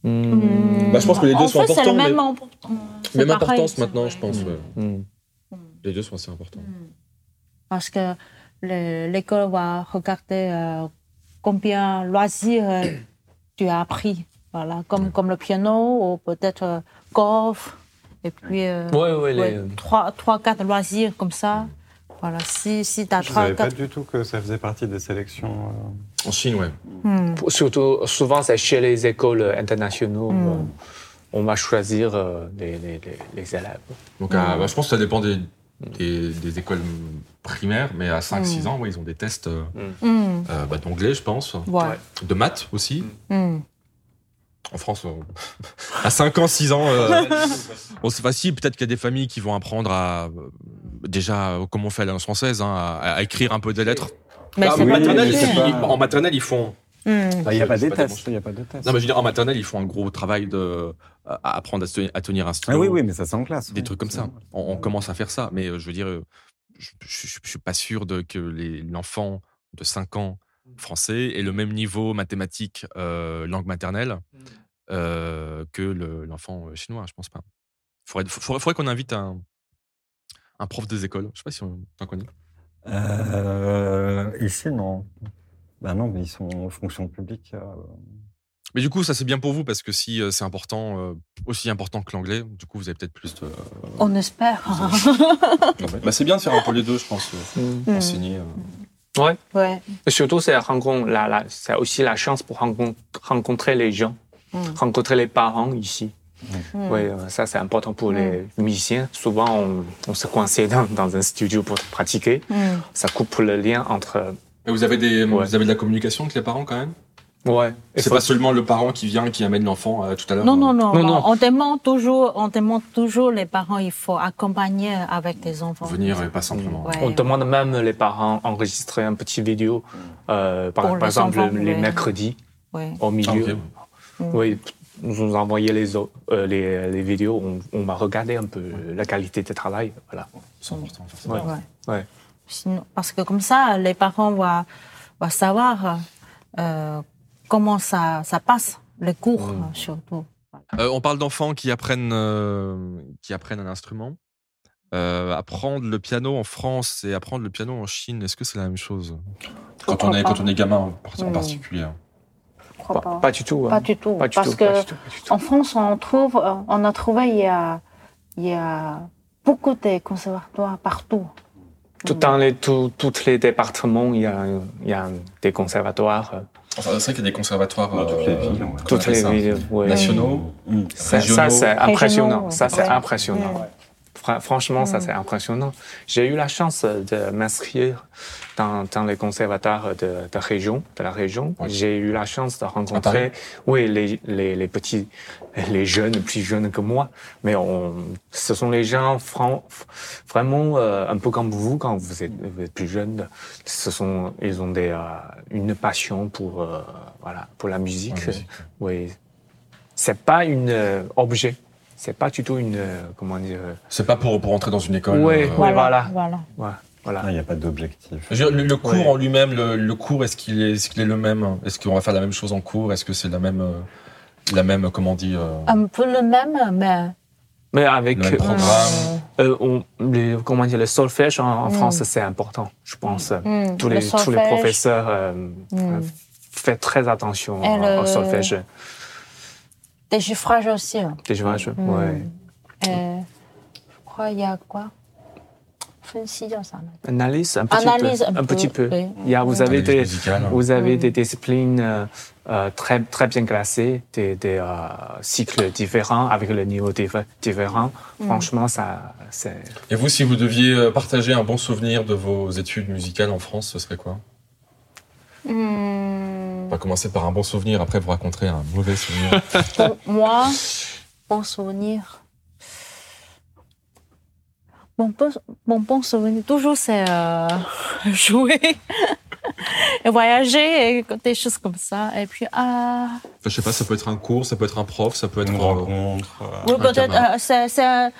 Speaker 3: Hmm.
Speaker 1: Bah, je pense que les deux
Speaker 3: En
Speaker 1: sont
Speaker 3: Hmm. fait, C'est
Speaker 1: importants,
Speaker 3: le même,
Speaker 1: mais-
Speaker 3: empo- c'est
Speaker 1: Même
Speaker 3: pareil,
Speaker 1: importance
Speaker 3: c'est
Speaker 1: maintenant,
Speaker 3: vrai. Hmm.
Speaker 1: je pense. ouais.
Speaker 2: Mm.
Speaker 1: Les deux sont assez importants.
Speaker 3: Parce que le- l'école va regarder euh, combien loisirs euh, tu as appris. Voilà, comme, comme le piano ou peut-être euh, golf. Et puis, euh,
Speaker 2: Ouais, ouais, les-
Speaker 3: ouais, trois, trois, quatre loisirs comme ça. Voilà, si, si tu as
Speaker 4: Je
Speaker 3: trois,
Speaker 4: savais pas
Speaker 3: quatre.
Speaker 4: du tout que ça faisait partie des sélections. euh,
Speaker 1: En Chine, ouais.
Speaker 3: Hmm.
Speaker 2: Surtout, souvent, c'est chez les écoles internationales.
Speaker 3: Mm.
Speaker 2: euh, On va choisir euh, les, les- les- les élèves.
Speaker 1: Donc, euh, bah, je pense que ça dépend des, des, des écoles primaires, mais à 5-6 ans, ouais, ils ont des tests euh,
Speaker 3: Hmm.
Speaker 1: euh, bah, d'anglais, je pense,
Speaker 3: Ouais.
Speaker 1: de maths aussi.
Speaker 3: Hmm.
Speaker 1: En France, on- à 5 ans, 6 ans, euh, on sait pas si, peut-être qu'il y a des familles qui vont apprendre à, euh, déjà, euh, comme on fait à l'Alliance française, hein, à, à écrire un peu des lettres.
Speaker 3: Mais
Speaker 1: Bah,
Speaker 3: c'est
Speaker 1: en,
Speaker 4: oui,
Speaker 3: pas
Speaker 1: maternelle,
Speaker 4: mais
Speaker 3: compliqué.
Speaker 4: c'est
Speaker 1: ils-
Speaker 4: pas-
Speaker 1: ils- en maternelle, ils font.
Speaker 3: Hmm.
Speaker 4: Bah, Il n'y a
Speaker 1: pas
Speaker 4: pas
Speaker 1: des
Speaker 4: des
Speaker 1: tests,
Speaker 4: tests. Il a pas de tests.
Speaker 1: Non, mais je veux dire, en maternelle, ils font un gros travail de, à apprendre à, se tenir- à tenir un stylo.
Speaker 4: Ah oui, oui, mais ça c'est en classe.
Speaker 1: Des
Speaker 4: oui.
Speaker 1: trucs comme ça. On, on commence à faire ça. Mais euh, je veux dire, euh, je, je, je- je suis pas sûr de que les- l'enfant de 5 ans français ait le même niveau mathématiques, euh, langue maternelle, euh, que le- l'enfant euh, chinois. Je pense pas. Faudrait, faudrait, faudrait qu'on invite un, un prof des écoles. Je sais pas si on t'en connaît.
Speaker 4: Euh, ici, non. Bah non, mais ils sont en fonction publique. euh,
Speaker 1: Mais du coup, ça c'est bien pour vous parce que si euh, c'est important, euh, aussi important que l'anglais, du coup, vous avez peut-être plus de.
Speaker 3: On espère.
Speaker 1: Bah, c'est bien de faire un peu les deux, je pense. euh,
Speaker 3: Hmm.
Speaker 1: Enseigner.
Speaker 3: Ouais.
Speaker 2: Et surtout, c'est rencontre- la- la- c'est aussi la chance pour rencontre- rencontrer les gens,
Speaker 3: Mm.
Speaker 2: rencontrer les parents ici.
Speaker 3: Hmm.
Speaker 2: Oui, euh, ça, c'est important pour les
Speaker 3: Mm.
Speaker 2: musiciens. Souvent, on, on se coincé dans, dans un studio pour pratiquer.
Speaker 3: Hmm.
Speaker 2: Ça coupe le lien entre.
Speaker 1: Et vous avez, des,
Speaker 2: Ouais.
Speaker 1: vous avez de la communication avec les parents quand même
Speaker 2: Ouais. Et
Speaker 1: C'est
Speaker 2: faut-
Speaker 1: pas seulement le parent qui vient qui amène l'enfant euh, tout à l'heure.
Speaker 3: Non, non, non.
Speaker 2: Non, non.
Speaker 3: On demande toujours, on demande toujours les parents, il faut accompagner avec des enfants.
Speaker 1: Venir et pas simplement.
Speaker 3: Ouais.
Speaker 2: On demande même les parents enregistrer un petit vidéo, euh, par,
Speaker 3: Pour
Speaker 2: par
Speaker 3: les
Speaker 2: exemple
Speaker 3: enfants,
Speaker 2: les
Speaker 3: ouais.
Speaker 2: mercredis
Speaker 3: Ouais.
Speaker 2: au milieu.
Speaker 1: Ah, ok.
Speaker 2: Oui, vous nous envoyez les, au- euh, les, les vidéos, on, on va regarder un peu la qualité de travail. Voilà.
Speaker 1: C'est important, forcément.
Speaker 2: Ouais.
Speaker 3: Ouais.
Speaker 2: Ouais.
Speaker 3: Sinon- parce que comme ça, les parents vont, vont savoir euh, comment ça, ça passe, les cours euh,
Speaker 2: Mm.
Speaker 3: surtout.
Speaker 1: Euh, on parle d'enfants qui apprennent, euh, qui apprennent un instrument. Euh, apprendre le piano en France et apprendre le piano en Chine, est-ce que c'est la même chose quand on,
Speaker 3: crois
Speaker 1: est,
Speaker 3: pas.
Speaker 1: quand on est gamin en, par- en
Speaker 3: Mm.
Speaker 1: particulier.
Speaker 3: Je crois
Speaker 2: pas,
Speaker 3: pas.
Speaker 2: pas du tout. hein.
Speaker 3: Pas du tout.
Speaker 2: Pas du
Speaker 3: parce
Speaker 2: tout,
Speaker 3: que
Speaker 2: pas du tout, pas du tout.
Speaker 3: en France, on trouve, euh, on a trouvé il y a, il y a beaucoup de conservatoires partout.
Speaker 2: Tout dans les, tout- tous les départements, il y a, il y a des conservatoires, euh,
Speaker 1: Enfin, c'est vrai qu'il y a des conservatoires euh,
Speaker 4: Dans toutes les villes, ouais.
Speaker 2: toutes les villes. ouais.
Speaker 1: nationaux,
Speaker 4: Mm.
Speaker 2: Ça, ça, c'est impressionnant. Ça, c'est
Speaker 3: ouais.
Speaker 2: impressionnant.
Speaker 3: Ouais. Mm.
Speaker 2: Fra- Franchement, ça, c'est impressionnant. J'ai eu la chance euh, de m'inscrire dans, dans les conservatoires de, de région, de la région.
Speaker 1: Ouais.
Speaker 2: J'ai eu la chance de
Speaker 1: Paris
Speaker 2: rencontrer, oui, les, les, les petits, les jeunes, plus jeunes que moi. Mais on, ce sont les gens fran- vraiment euh, un peu comme vous quand vous êtes, vous êtes plus jeune. Ce sont, ils ont des, euh, une passion pour, euh, voilà, pour la musique. Oui. C'est pas une euh, objet. C'est pas du tout une euh, comment dire. euh,
Speaker 1: C'est pas pour, pour entrer dans une école.
Speaker 2: Ouais.
Speaker 1: euh,
Speaker 2: Ouais. voilà.
Speaker 3: voilà.
Speaker 2: ouais,
Speaker 4: Ah,
Speaker 2: voilà.
Speaker 4: Il n'y a pas d'objectif.
Speaker 1: Je veux dire, Le, le cours
Speaker 2: Ouais.
Speaker 1: en lui-même, le, le cours, est-ce qu'il est, est, qu'il est le même hein Est-ce qu'on va faire la même chose en cours Est-ce que c'est la même, euh, la même, comment on dit euh,
Speaker 3: Un peu le même, mais
Speaker 2: Mais avec
Speaker 1: Le
Speaker 2: euh,
Speaker 1: programme.
Speaker 2: euh, on- les, comment dire le solfège en, en
Speaker 3: Mm.
Speaker 2: France c'est important, je pense.
Speaker 3: Mm,
Speaker 2: Tous
Speaker 3: le
Speaker 2: les tous les
Speaker 3: solfège.
Speaker 2: professeurs euh,
Speaker 3: Mm.
Speaker 2: faites très attention
Speaker 3: Et
Speaker 2: euh, au
Speaker 3: le-
Speaker 2: solfège.
Speaker 3: des chiffrages aussi. hein.
Speaker 2: Des fois, je-
Speaker 3: Mm.
Speaker 2: ouais.
Speaker 3: Euh, je crois qu'il y a quoi
Speaker 2: Analyse un petit
Speaker 3: Analyse
Speaker 2: peu.
Speaker 3: un
Speaker 2: un
Speaker 3: peu,
Speaker 2: petit peu.
Speaker 3: oui.
Speaker 2: Il y a, vous avez
Speaker 1: Analyse
Speaker 2: des
Speaker 1: musicale.
Speaker 2: vous avez
Speaker 3: Mm.
Speaker 2: des disciplines euh, euh, très très bien classées, des, des euh, cycles différents avec le niveau diffé- différent.
Speaker 3: Hmm.
Speaker 2: Franchement, ça c'est
Speaker 1: Et vous, si vous deviez euh, partager un bon souvenir de vos études musicales en France, ce serait quoi On va commencer par un bon souvenir, après vous raconterez un mauvais souvenir.
Speaker 3: Pour moi, bon souvenir. Mon bon, mon bon souvenir, toujours, c'est euh, jouer et voyager et des choses comme ça. Et puis, ah,
Speaker 1: Enfin, je sais pas, ça peut être un cours, ça peut être un prof, ça peut être.
Speaker 4: Une
Speaker 1: euh,
Speaker 4: rencontre. euh,
Speaker 3: oui,
Speaker 1: un
Speaker 2: Ah,
Speaker 3: peut-être,
Speaker 1: gamin.
Speaker 3: euh, c'est- c'est un-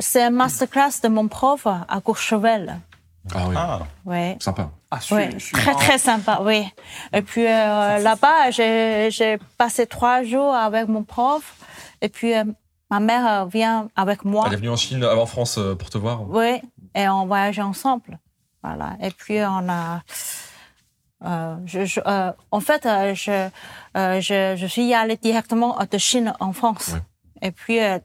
Speaker 3: c'est un masterclass de mon prof à Courchevel.
Speaker 1: Ah oui,
Speaker 4: Ah,
Speaker 3: Ouais.
Speaker 1: sympa.
Speaker 3: Ouais, très très sympa, oui. Et puis euh, là-bas, j'ai j'ai passé trois jours avec mon prof. Et puis euh, ma mère euh, vient avec moi.
Speaker 1: Elle est venue en Chine, euh, en France, euh, pour te voir.
Speaker 3: Oui, et on voyageait ensemble. Voilà. Et puis on a. euh, je, je- euh, en fait, euh, je, euh, je, je suis allée directement de Chine en France. Et puis, euh,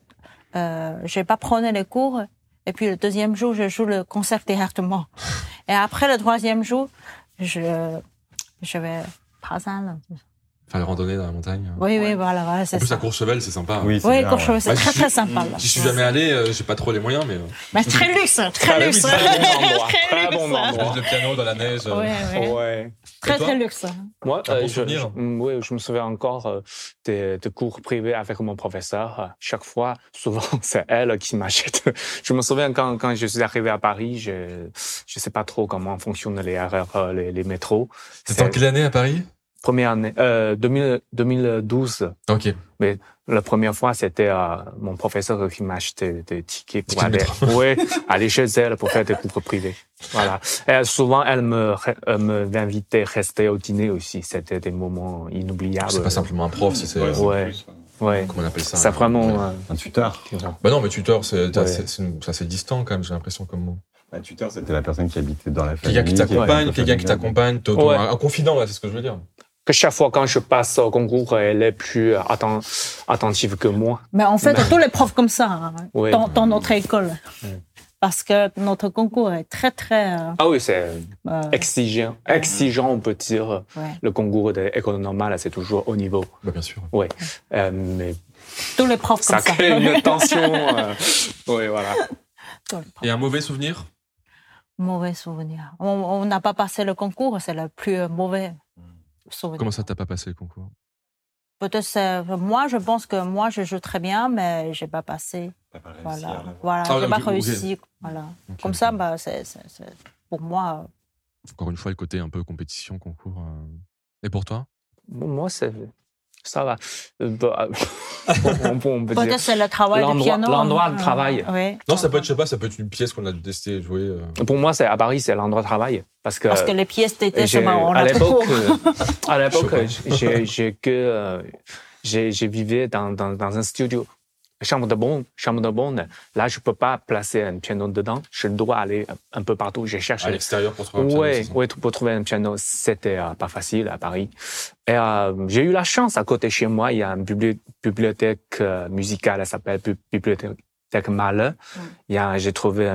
Speaker 3: euh, j'ai pas pris les cours. Et puis le deuxième jour, je joue le concert directement. Et après le troisième jour, je, je vais pas ça. là.
Speaker 1: Faire le randonnée dans la montagne.
Speaker 3: Oui, oui, voilà, voilà,
Speaker 1: En
Speaker 3: c'est
Speaker 1: plus, à
Speaker 3: ça.
Speaker 1: Courchevel, c'est sympa.
Speaker 4: oui, c'est
Speaker 3: Oui,
Speaker 4: bien,
Speaker 3: Courchevel,
Speaker 4: ouais.
Speaker 3: c'est
Speaker 1: Bah,
Speaker 3: très
Speaker 1: je-
Speaker 3: très sympa. là.
Speaker 1: J'y suis jamais allé, euh, j'ai pas trop les moyens, mais. euh,
Speaker 3: Mais très luxe,
Speaker 2: Ah
Speaker 3: très
Speaker 2: oui,
Speaker 3: luxe.
Speaker 2: très bon endroit,
Speaker 3: Très
Speaker 2: très
Speaker 3: luxe.
Speaker 2: bon endroit.
Speaker 1: espèce de piano dans la neige. euh.
Speaker 3: Ouais, ouais.
Speaker 2: Ouais.
Speaker 3: Très
Speaker 1: Et toi
Speaker 3: très luxe. hein.
Speaker 2: Moi,
Speaker 1: Un
Speaker 2: euh,
Speaker 1: bon
Speaker 2: je,
Speaker 1: souvenir.
Speaker 2: je- mm, oui, je me souviens encore euh, des, des cours privés avec mon professeur. Euh, Chaque fois, souvent, c'est elle qui m'achète. je me souviens quand, quand je suis arrivé à Paris, je ne sais pas trop comment fonctionnent les RR, les, les métros.
Speaker 1: C'était en quelle année à Paris
Speaker 2: première année, euh, 2000 2012.
Speaker 1: Ok.
Speaker 2: La première fois, c'était euh, mon professeur qui m'a acheté des tickets pour aller,
Speaker 1: Tickets
Speaker 2: ouais, aller chez elle pour faire des cours privés. Voilà. Et souvent, elle me, re- euh, me- m'invitait à rester au dîner aussi. C'était des moments inoubliables.
Speaker 1: C'est pas simplement un prof, c'est. c'est, euh,
Speaker 2: Ah, bah, Ouais. Ouais.
Speaker 1: Comment on appelle ça
Speaker 2: Ça
Speaker 1: euh, ouais.
Speaker 2: vraiment. euh,
Speaker 4: Un tuteur.
Speaker 1: Bah non, mais tuteur, c'est t'as-
Speaker 2: Ouais.
Speaker 1: c'est- c'est- c'est assez distant quand même, j'ai l'impression, comme mot.
Speaker 4: Un Bah, tuteur, c'était la personne qui habitait dans la famille.
Speaker 1: Quelqu'un qui t'accompagne,
Speaker 4: était un peu
Speaker 1: quelqu'un qui
Speaker 4: familial.
Speaker 1: t'accompagne, ton- ton-
Speaker 2: Ouais.
Speaker 1: un confident, là, c'est ce que je veux dire.
Speaker 2: que chaque fois quand je passe au concours, elle est plus euh, atten- attentive que moi.
Speaker 3: Mais en fait, tous les profs comme ça, hein,
Speaker 2: Ouais.
Speaker 3: dans, dans notre école. Parce que notre concours est très, très. euh,
Speaker 2: Ah oui, c'est
Speaker 3: euh,
Speaker 2: exigeant. Exigeant, on peut dire.
Speaker 3: ouais.
Speaker 2: Le concours de l'école normale, c'est toujours haut niveau.
Speaker 1: Bah bien sûr.
Speaker 2: Ouais. Euh, mais
Speaker 3: Tous les profs
Speaker 2: ça
Speaker 3: comme ça.
Speaker 2: crée une tension. euh, ouais, voilà.
Speaker 3: Tous les profs.
Speaker 1: Et un mauvais souvenir
Speaker 3: Mauvais souvenir. On on n'a pas passé le concours, c'est le plus euh, mauvais souvenir.
Speaker 1: Comment ça, t'as pas passé le concours
Speaker 3: Peut-être c'est- euh, moi, je pense que moi, je joue très bien, mais j'ai pas passé.
Speaker 4: T'as pas réussi à
Speaker 3: Voilà,
Speaker 4: l'avoir.
Speaker 3: voilà,
Speaker 1: Ah,
Speaker 3: j'ai
Speaker 1: donc,
Speaker 3: pas
Speaker 1: ok.
Speaker 3: réussi. Voilà.
Speaker 1: Ok.
Speaker 3: Comme ça, bah, c'est, c'est- c'est- pour moi,
Speaker 1: Encore une fois, le côté un peu compétition, concours. euh. Et pour toi
Speaker 2: Bon, moi, c'est- ça va. Euh, bah, on, peut- on peut dire.
Speaker 3: peut-être c'est le travail du
Speaker 2: L'endroit-
Speaker 3: piano.
Speaker 2: l'endroit de
Speaker 3: Euh,
Speaker 2: travail.
Speaker 3: Oui.
Speaker 1: Non, ça peut être, je sais pas, ça peut être une pièce qu'on a détesté jouer. euh.
Speaker 2: Pour moi, c'est à Paris, c'est l'endroit de travail. Parce que,
Speaker 3: Parce que les pièces d'été,
Speaker 2: j'ai-
Speaker 3: c'est marrant, on
Speaker 2: à
Speaker 3: a trop
Speaker 2: l'époque,
Speaker 3: court.
Speaker 2: euh, à l'époque,
Speaker 1: Je
Speaker 2: j'ai j'ai que euh, j'ai j'ai vivais dans, dans, dans un studio. Chambre de bonne, chambre de bonne. Là, je peux pas placer un piano dedans. Je dois aller un peu partout. Je cherche
Speaker 1: à l'extérieur
Speaker 4: Ah,
Speaker 1: pour trouver un piano,
Speaker 2: Ouais,
Speaker 1: c'est ça
Speaker 2: ouais, tu peux trouver un piano, c'était euh, pas facile à Paris. Et euh, j'ai eu la chance à côté chez moi, il y a une bibli- bibliothèque euh, musicale, elle s'appelle Bi- bibliothèque Mahler. Il y a, j'ai trouvé un,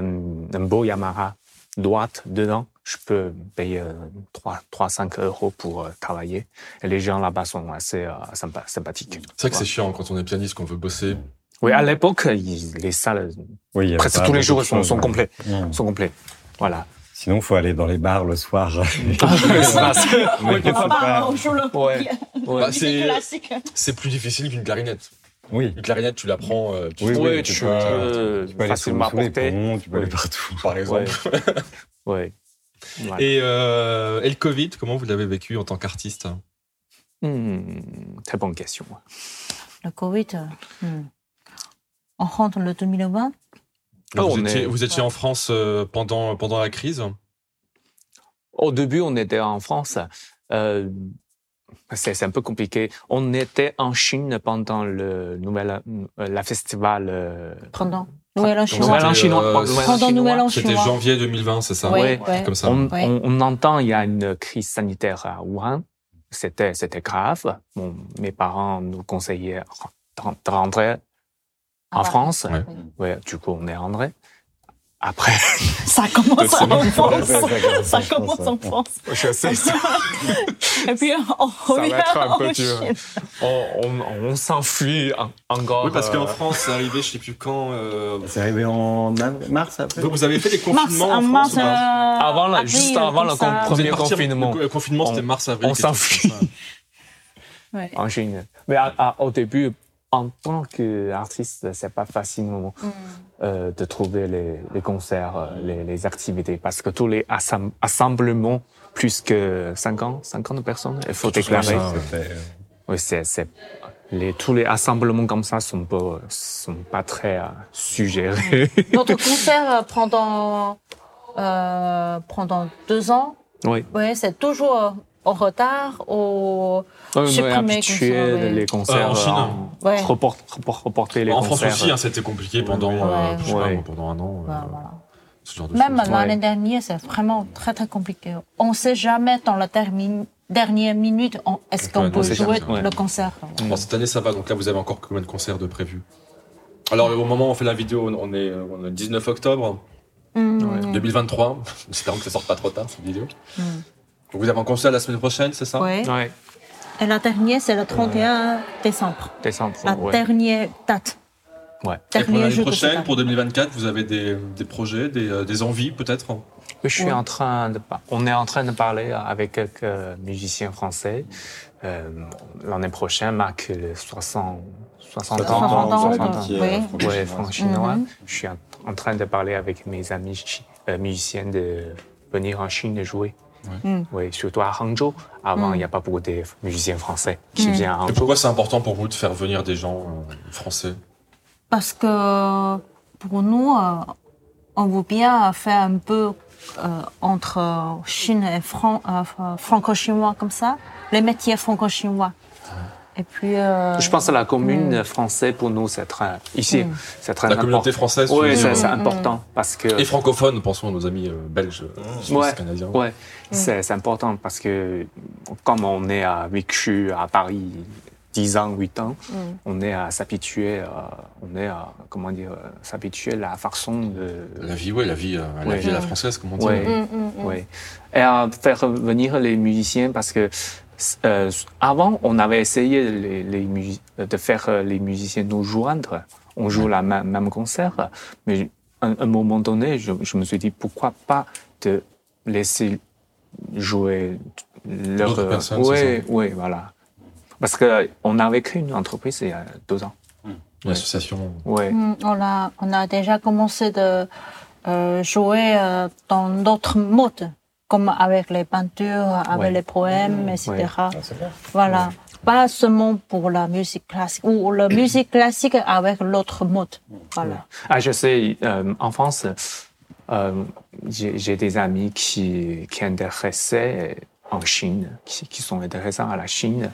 Speaker 2: un beau Yamaha droite dedans. Je peux payer euh, 3, 3 5 euros pour euh, travailler. Et les gens là-bas sont assez euh, sympa- sympathiques.
Speaker 1: C'est vrai que c'est chiant quand on est pianiste, qu'on veut bosser.
Speaker 2: Oui, à l'époque, ils- les salles,
Speaker 4: Oui, il y avait
Speaker 2: presque
Speaker 4: pas
Speaker 2: tous les
Speaker 4: beaucoup de
Speaker 2: jours, sont,
Speaker 4: choses,
Speaker 2: sont
Speaker 4: hein.
Speaker 2: complets.
Speaker 4: Mmh.
Speaker 2: Sont complets. Voilà.
Speaker 4: Sinon, faut aller dans les bars le soir.
Speaker 3: On
Speaker 4: Mais
Speaker 3: va
Speaker 4: faut
Speaker 3: pas,
Speaker 4: pas-
Speaker 3: on joue le
Speaker 2: Ouais. Ouais.
Speaker 1: Bah,
Speaker 3: musique
Speaker 1: c'est-
Speaker 3: classique.
Speaker 1: C'est plus difficile qu'une clarinette.
Speaker 4: Oui.
Speaker 1: Une clarinette, tu la prends, euh, tu
Speaker 4: Oui,
Speaker 1: joues,
Speaker 4: oui,
Speaker 1: tu
Speaker 2: tu,
Speaker 1: peux-
Speaker 2: peux
Speaker 4: Tu peux aller sous,
Speaker 2: facilement
Speaker 4: sous les
Speaker 2: porter.
Speaker 4: ponts, tu peux
Speaker 2: Oui.
Speaker 4: aller partout.
Speaker 1: par exemple.
Speaker 2: Ouais. Ouais. Voilà.
Speaker 1: Et, euh, et le Covid, comment vous l'avez vécu en tant qu'artiste
Speaker 2: Hmm, très bonne question.
Speaker 3: Le Covid, euh, hmm. on rentre le 2020.
Speaker 1: vous,
Speaker 2: Ah, on
Speaker 1: étiez,
Speaker 2: est-
Speaker 1: vous étiez en France euh, pendant, pendant la crise
Speaker 2: Au début, on était en France. Euh, c'est c'est un peu compliqué. On était en Chine pendant le nouvel, euh, la festival. euh,
Speaker 3: Pendant Nouvel An
Speaker 1: Nouvel
Speaker 3: chinois.
Speaker 1: An.
Speaker 2: An chinois.
Speaker 1: euh,
Speaker 2: Nouvel An
Speaker 3: Pendant
Speaker 2: chinois.
Speaker 3: Nouvel An
Speaker 1: C'était
Speaker 3: chinois.
Speaker 1: janvier 2020, c'est ça
Speaker 3: Oui,
Speaker 2: Ouais,
Speaker 3: oui.
Speaker 1: Comme ça.
Speaker 2: On,
Speaker 3: Ouais.
Speaker 2: on- on entend il y a une crise sanitaire à Wuhan. C'était c'était grave. Bon, mes parents nous conseillaient de de rentrer en
Speaker 3: Ah,
Speaker 2: France.
Speaker 1: Ouais.
Speaker 2: Ouais, du coup, on est rentré. Après,
Speaker 3: Ça commence
Speaker 1: C'est
Speaker 3: en France.
Speaker 4: Ouais,
Speaker 3: Ça
Speaker 4: ouais, ouais,
Speaker 3: commence en
Speaker 4: ouais.
Speaker 3: France.
Speaker 2: je sais,
Speaker 3: Et puis on revient
Speaker 2: être un peu
Speaker 3: en
Speaker 2: dur.
Speaker 3: Chine.
Speaker 2: on, Oh, on- on s'enfuit en- encore.
Speaker 1: Oui, parce
Speaker 2: euh,
Speaker 1: qu'en France, c'est arrivé, je sais plus quand. euh,
Speaker 4: C'est arrivé en av- mars, après
Speaker 1: Donc vous avez fait des
Speaker 3: Mars,
Speaker 1: confinements
Speaker 3: en
Speaker 1: en
Speaker 3: mars,
Speaker 1: France ou pas
Speaker 3: euh,
Speaker 2: Avant la-
Speaker 3: avril,
Speaker 2: juste avant
Speaker 3: comme
Speaker 2: la
Speaker 3: ça.
Speaker 2: compre-
Speaker 1: Vous êtes
Speaker 2: premier
Speaker 1: parti-
Speaker 2: confinement.
Speaker 1: Le confinement, c'était
Speaker 2: On-
Speaker 1: mars-avril.
Speaker 2: on
Speaker 1: quelque chose
Speaker 2: s'enfuit.
Speaker 1: comme ça.
Speaker 3: Ouais.
Speaker 2: en Chine. Mais à- à- au début, en tant qu'artiste, c'est pas facile non, euh, de trouver les, les concerts, euh, les, les activités, parce que tous les assem- assemblements, plus que 50, 50 personnes, il faut déclarer.
Speaker 1: ça, ouais.
Speaker 4: C'était, euh,
Speaker 2: Oui, c'est, c'est- les, tous les assemblements comme ça sont pas, sont pas très euh, suggérés.
Speaker 3: Notre concert euh, pendant, euh, pendant deux ans,
Speaker 2: oui.
Speaker 3: ouais, c'est toujours euh, en retard. Au...
Speaker 2: On
Speaker 3: J'ai
Speaker 2: est
Speaker 3: pris mes
Speaker 2: habitué
Speaker 3: concerts,
Speaker 2: de-
Speaker 3: oui.
Speaker 2: les concerts
Speaker 1: Euh, en Chine.
Speaker 2: en-
Speaker 3: Ouais.
Speaker 2: report- report- reporter les
Speaker 1: En France
Speaker 2: concerts.
Speaker 1: aussi, hein, c'était compliqué pendant, euh, je sais pas,
Speaker 2: Ouais.
Speaker 1: moi, pendant un an. euh,
Speaker 3: Voilà, Bah, voilà.
Speaker 1: Ce genre de
Speaker 3: Même
Speaker 1: choses.
Speaker 3: l'année dernière, c'est vraiment très très compliqué. On ne sait jamais dans la termi- dernière minute on- est-ce qu'on
Speaker 1: Ouais, on
Speaker 3: peut
Speaker 1: sait
Speaker 3: jouer
Speaker 1: jamais,
Speaker 2: ouais.
Speaker 3: le concert.
Speaker 1: Bon, cette année, ça va. Donc là, vous avez encore combien de concerts de prévus alors au moment où on fait la vidéo, on- on est, euh, on est le 19 octobre
Speaker 3: Hmm,
Speaker 2: Ouais.
Speaker 1: 2023. J'espère que ça sorte pas trop tard cette vidéo.
Speaker 3: Mm.
Speaker 1: Donc, vous avez un concert la semaine prochaine, c'est ça
Speaker 3: ouais.
Speaker 2: Ouais,
Speaker 3: Et la dernière, c'est le 31 décembre.
Speaker 2: décembre.
Speaker 3: La
Speaker 2: ouais.
Speaker 3: dernière date.
Speaker 2: Ouais.
Speaker 1: Et pour l'année
Speaker 3: jour de cette
Speaker 1: prochaine,
Speaker 3: année.
Speaker 1: pour 2024, vous avez des, des projets, des, euh, des envies peut-être
Speaker 2: Je suis
Speaker 3: Ouais.
Speaker 2: en train de, par- on est en train de parler avec quelques euh, musiciens français. Euh, L'année prochaine marque les 60, 60 ans.
Speaker 3: 60 ans,
Speaker 2: 60 ans.
Speaker 3: oui.
Speaker 2: Ouais, franc chinois.
Speaker 3: Mhm.
Speaker 2: Je suis en, en train de parler avec mes amis chi- euh, musiciens de venir en Chine jouer.
Speaker 1: Ouais.
Speaker 3: Mm.
Speaker 2: Oui, surtout à Hangzhou. Avant, il
Speaker 3: Mm.
Speaker 2: n'y a pas beaucoup de musiciens français qui
Speaker 3: Mm.
Speaker 2: viennent à
Speaker 1: Et
Speaker 2: Hangzhou.
Speaker 1: pourquoi c'est important pour vous de faire venir des gens euh, français
Speaker 3: Parce que pour nous, euh, on veut bien faire un peu euh, entre Chine et Fran- euh, franco-chinois comme ça, les métiers franco-chinois. Et puis. euh,
Speaker 2: Je pense que la commune française, pour nous, c'est très, ici,
Speaker 3: Mm.
Speaker 2: c'est très
Speaker 1: La
Speaker 2: important.
Speaker 1: communauté française tu veux
Speaker 2: Oui,
Speaker 1: dire,
Speaker 2: c'est c'est
Speaker 1: hein.
Speaker 2: important parce que.
Speaker 1: Et francophone, pensons à nos amis euh, belges, suisses,
Speaker 2: Mm. Ouais.
Speaker 1: canadiens.
Speaker 2: Ouais, c'est c'est important parce que comme on est à vécu à Paris 10 ans, 8 ans, on est à s'habituer, à- on est à, comment dire, euh, s'habituer à la façon de.
Speaker 1: La vie, ouais, la vie, euh, la,
Speaker 2: Ouais.
Speaker 1: vie à la française, comme on dit.
Speaker 2: Ouais.
Speaker 3: Mm, mm, mm.
Speaker 2: Ouais. Et à faire venir les musiciens parce que euh, avant, on avait essayé les, les musi- de faire euh, les musiciens nous joindre. On joue la même, même concert. Mais à un, un moment donné, je, je me suis dit pourquoi pas de laisser jouer t- leur.
Speaker 1: D'autres personnes,
Speaker 2: oui, oui, voilà. Parce qu'on avait créé une entreprise il y a deux ans.
Speaker 1: L'association.
Speaker 2: Ouais.
Speaker 3: Mm, on, a, on a déjà commencé de euh, jouer euh, dans d'autres modes, comme avec les peintures, avec
Speaker 2: Ouais.
Speaker 3: les poèmes, etc.
Speaker 1: Mm, Ah, c'est bien.
Speaker 3: Voilà. Pas seulement pour la musique classique, ou la musique classique avec l'autre mode. Voilà.
Speaker 2: Ah, je sais, euh, en France, euh, j'ai j'ai des amis qui, qui intéressaient en Chine, qui, qui sont intéressants à la Chine,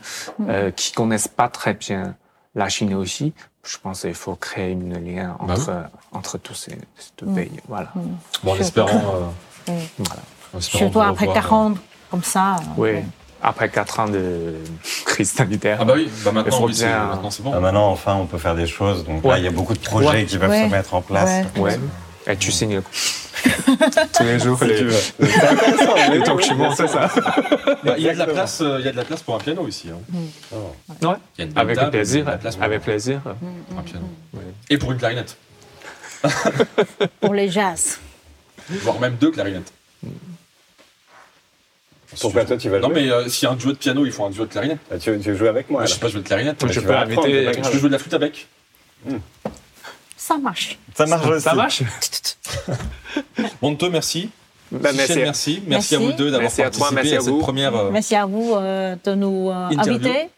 Speaker 2: euh, qui connaissent pas très bien la Chine aussi. Je pense qu'il faut créer une lien
Speaker 1: Bah oui.
Speaker 2: entre, entre tous ces, ces deux pays. Voilà.
Speaker 1: Bon, en
Speaker 3: Surtout-
Speaker 1: espérant. euh,
Speaker 3: Oui.
Speaker 2: Voilà.
Speaker 1: en espérant
Speaker 3: Surtout
Speaker 1: vous
Speaker 3: après
Speaker 1: revoir, euh.
Speaker 3: 40, comme ça.
Speaker 2: Oui. Après quatre ans de crise sanitaire.
Speaker 1: Ah bah oui, bah
Speaker 2: Il
Speaker 1: maintenant,
Speaker 2: faut
Speaker 1: oui, c'est
Speaker 2: bien-
Speaker 1: maintenant, c'est
Speaker 4: Ah,
Speaker 1: bon.
Speaker 4: maintenant, enfin, on peut faire des choses. Donc là,
Speaker 2: Ouais.
Speaker 4: il y a beaucoup de projets qui peuvent
Speaker 3: Ouais.
Speaker 4: se mettre en place.
Speaker 1: bah,
Speaker 2: Ouais. Et tu signes tous les jours
Speaker 4: Si tu
Speaker 2: les,
Speaker 4: veux.
Speaker 2: les documents, c'est ça.
Speaker 1: Bah, Il y a de la place, euh, il y a de la place pour un piano ici. hein. Oh.
Speaker 2: Ouais.
Speaker 1: Il y a une bonne
Speaker 2: Avec
Speaker 1: table, il
Speaker 2: plaisir.
Speaker 1: y a de la place pour
Speaker 2: Avec plaisir.
Speaker 1: un piano.
Speaker 2: Ouais.
Speaker 1: Et pour une clarinette,
Speaker 3: Pour les jazz.
Speaker 1: voire même deux clarinettes.
Speaker 8: Pourquoi toi tu vas
Speaker 1: Non
Speaker 8: jouer
Speaker 1: mais euh, s'il y a un duo de piano, il faut un duo de clarinette.
Speaker 8: Ah, tu, tu veux jouer avec moi
Speaker 1: Moi, je sais pas jouer de clarinette.
Speaker 2: Donc,
Speaker 1: mais
Speaker 2: je
Speaker 1: tu
Speaker 2: peux
Speaker 1: vois.
Speaker 2: inviter.
Speaker 1: Je peux jouer de la flûte avec.
Speaker 3: Ça marche.
Speaker 4: Ça marche aussi.
Speaker 2: Ça marche
Speaker 1: Monteux, merci.
Speaker 2: Ben,
Speaker 1: Michel,
Speaker 2: merci.
Speaker 1: merci. Merci à
Speaker 3: Merci.
Speaker 1: vous deux d'avoir
Speaker 2: Merci à
Speaker 1: participé
Speaker 2: toi, merci
Speaker 1: à,
Speaker 2: à
Speaker 1: cette
Speaker 2: vous.
Speaker 1: première euh,
Speaker 3: Merci à vous euh, de nous euh,
Speaker 1: Interview.
Speaker 3: inviter.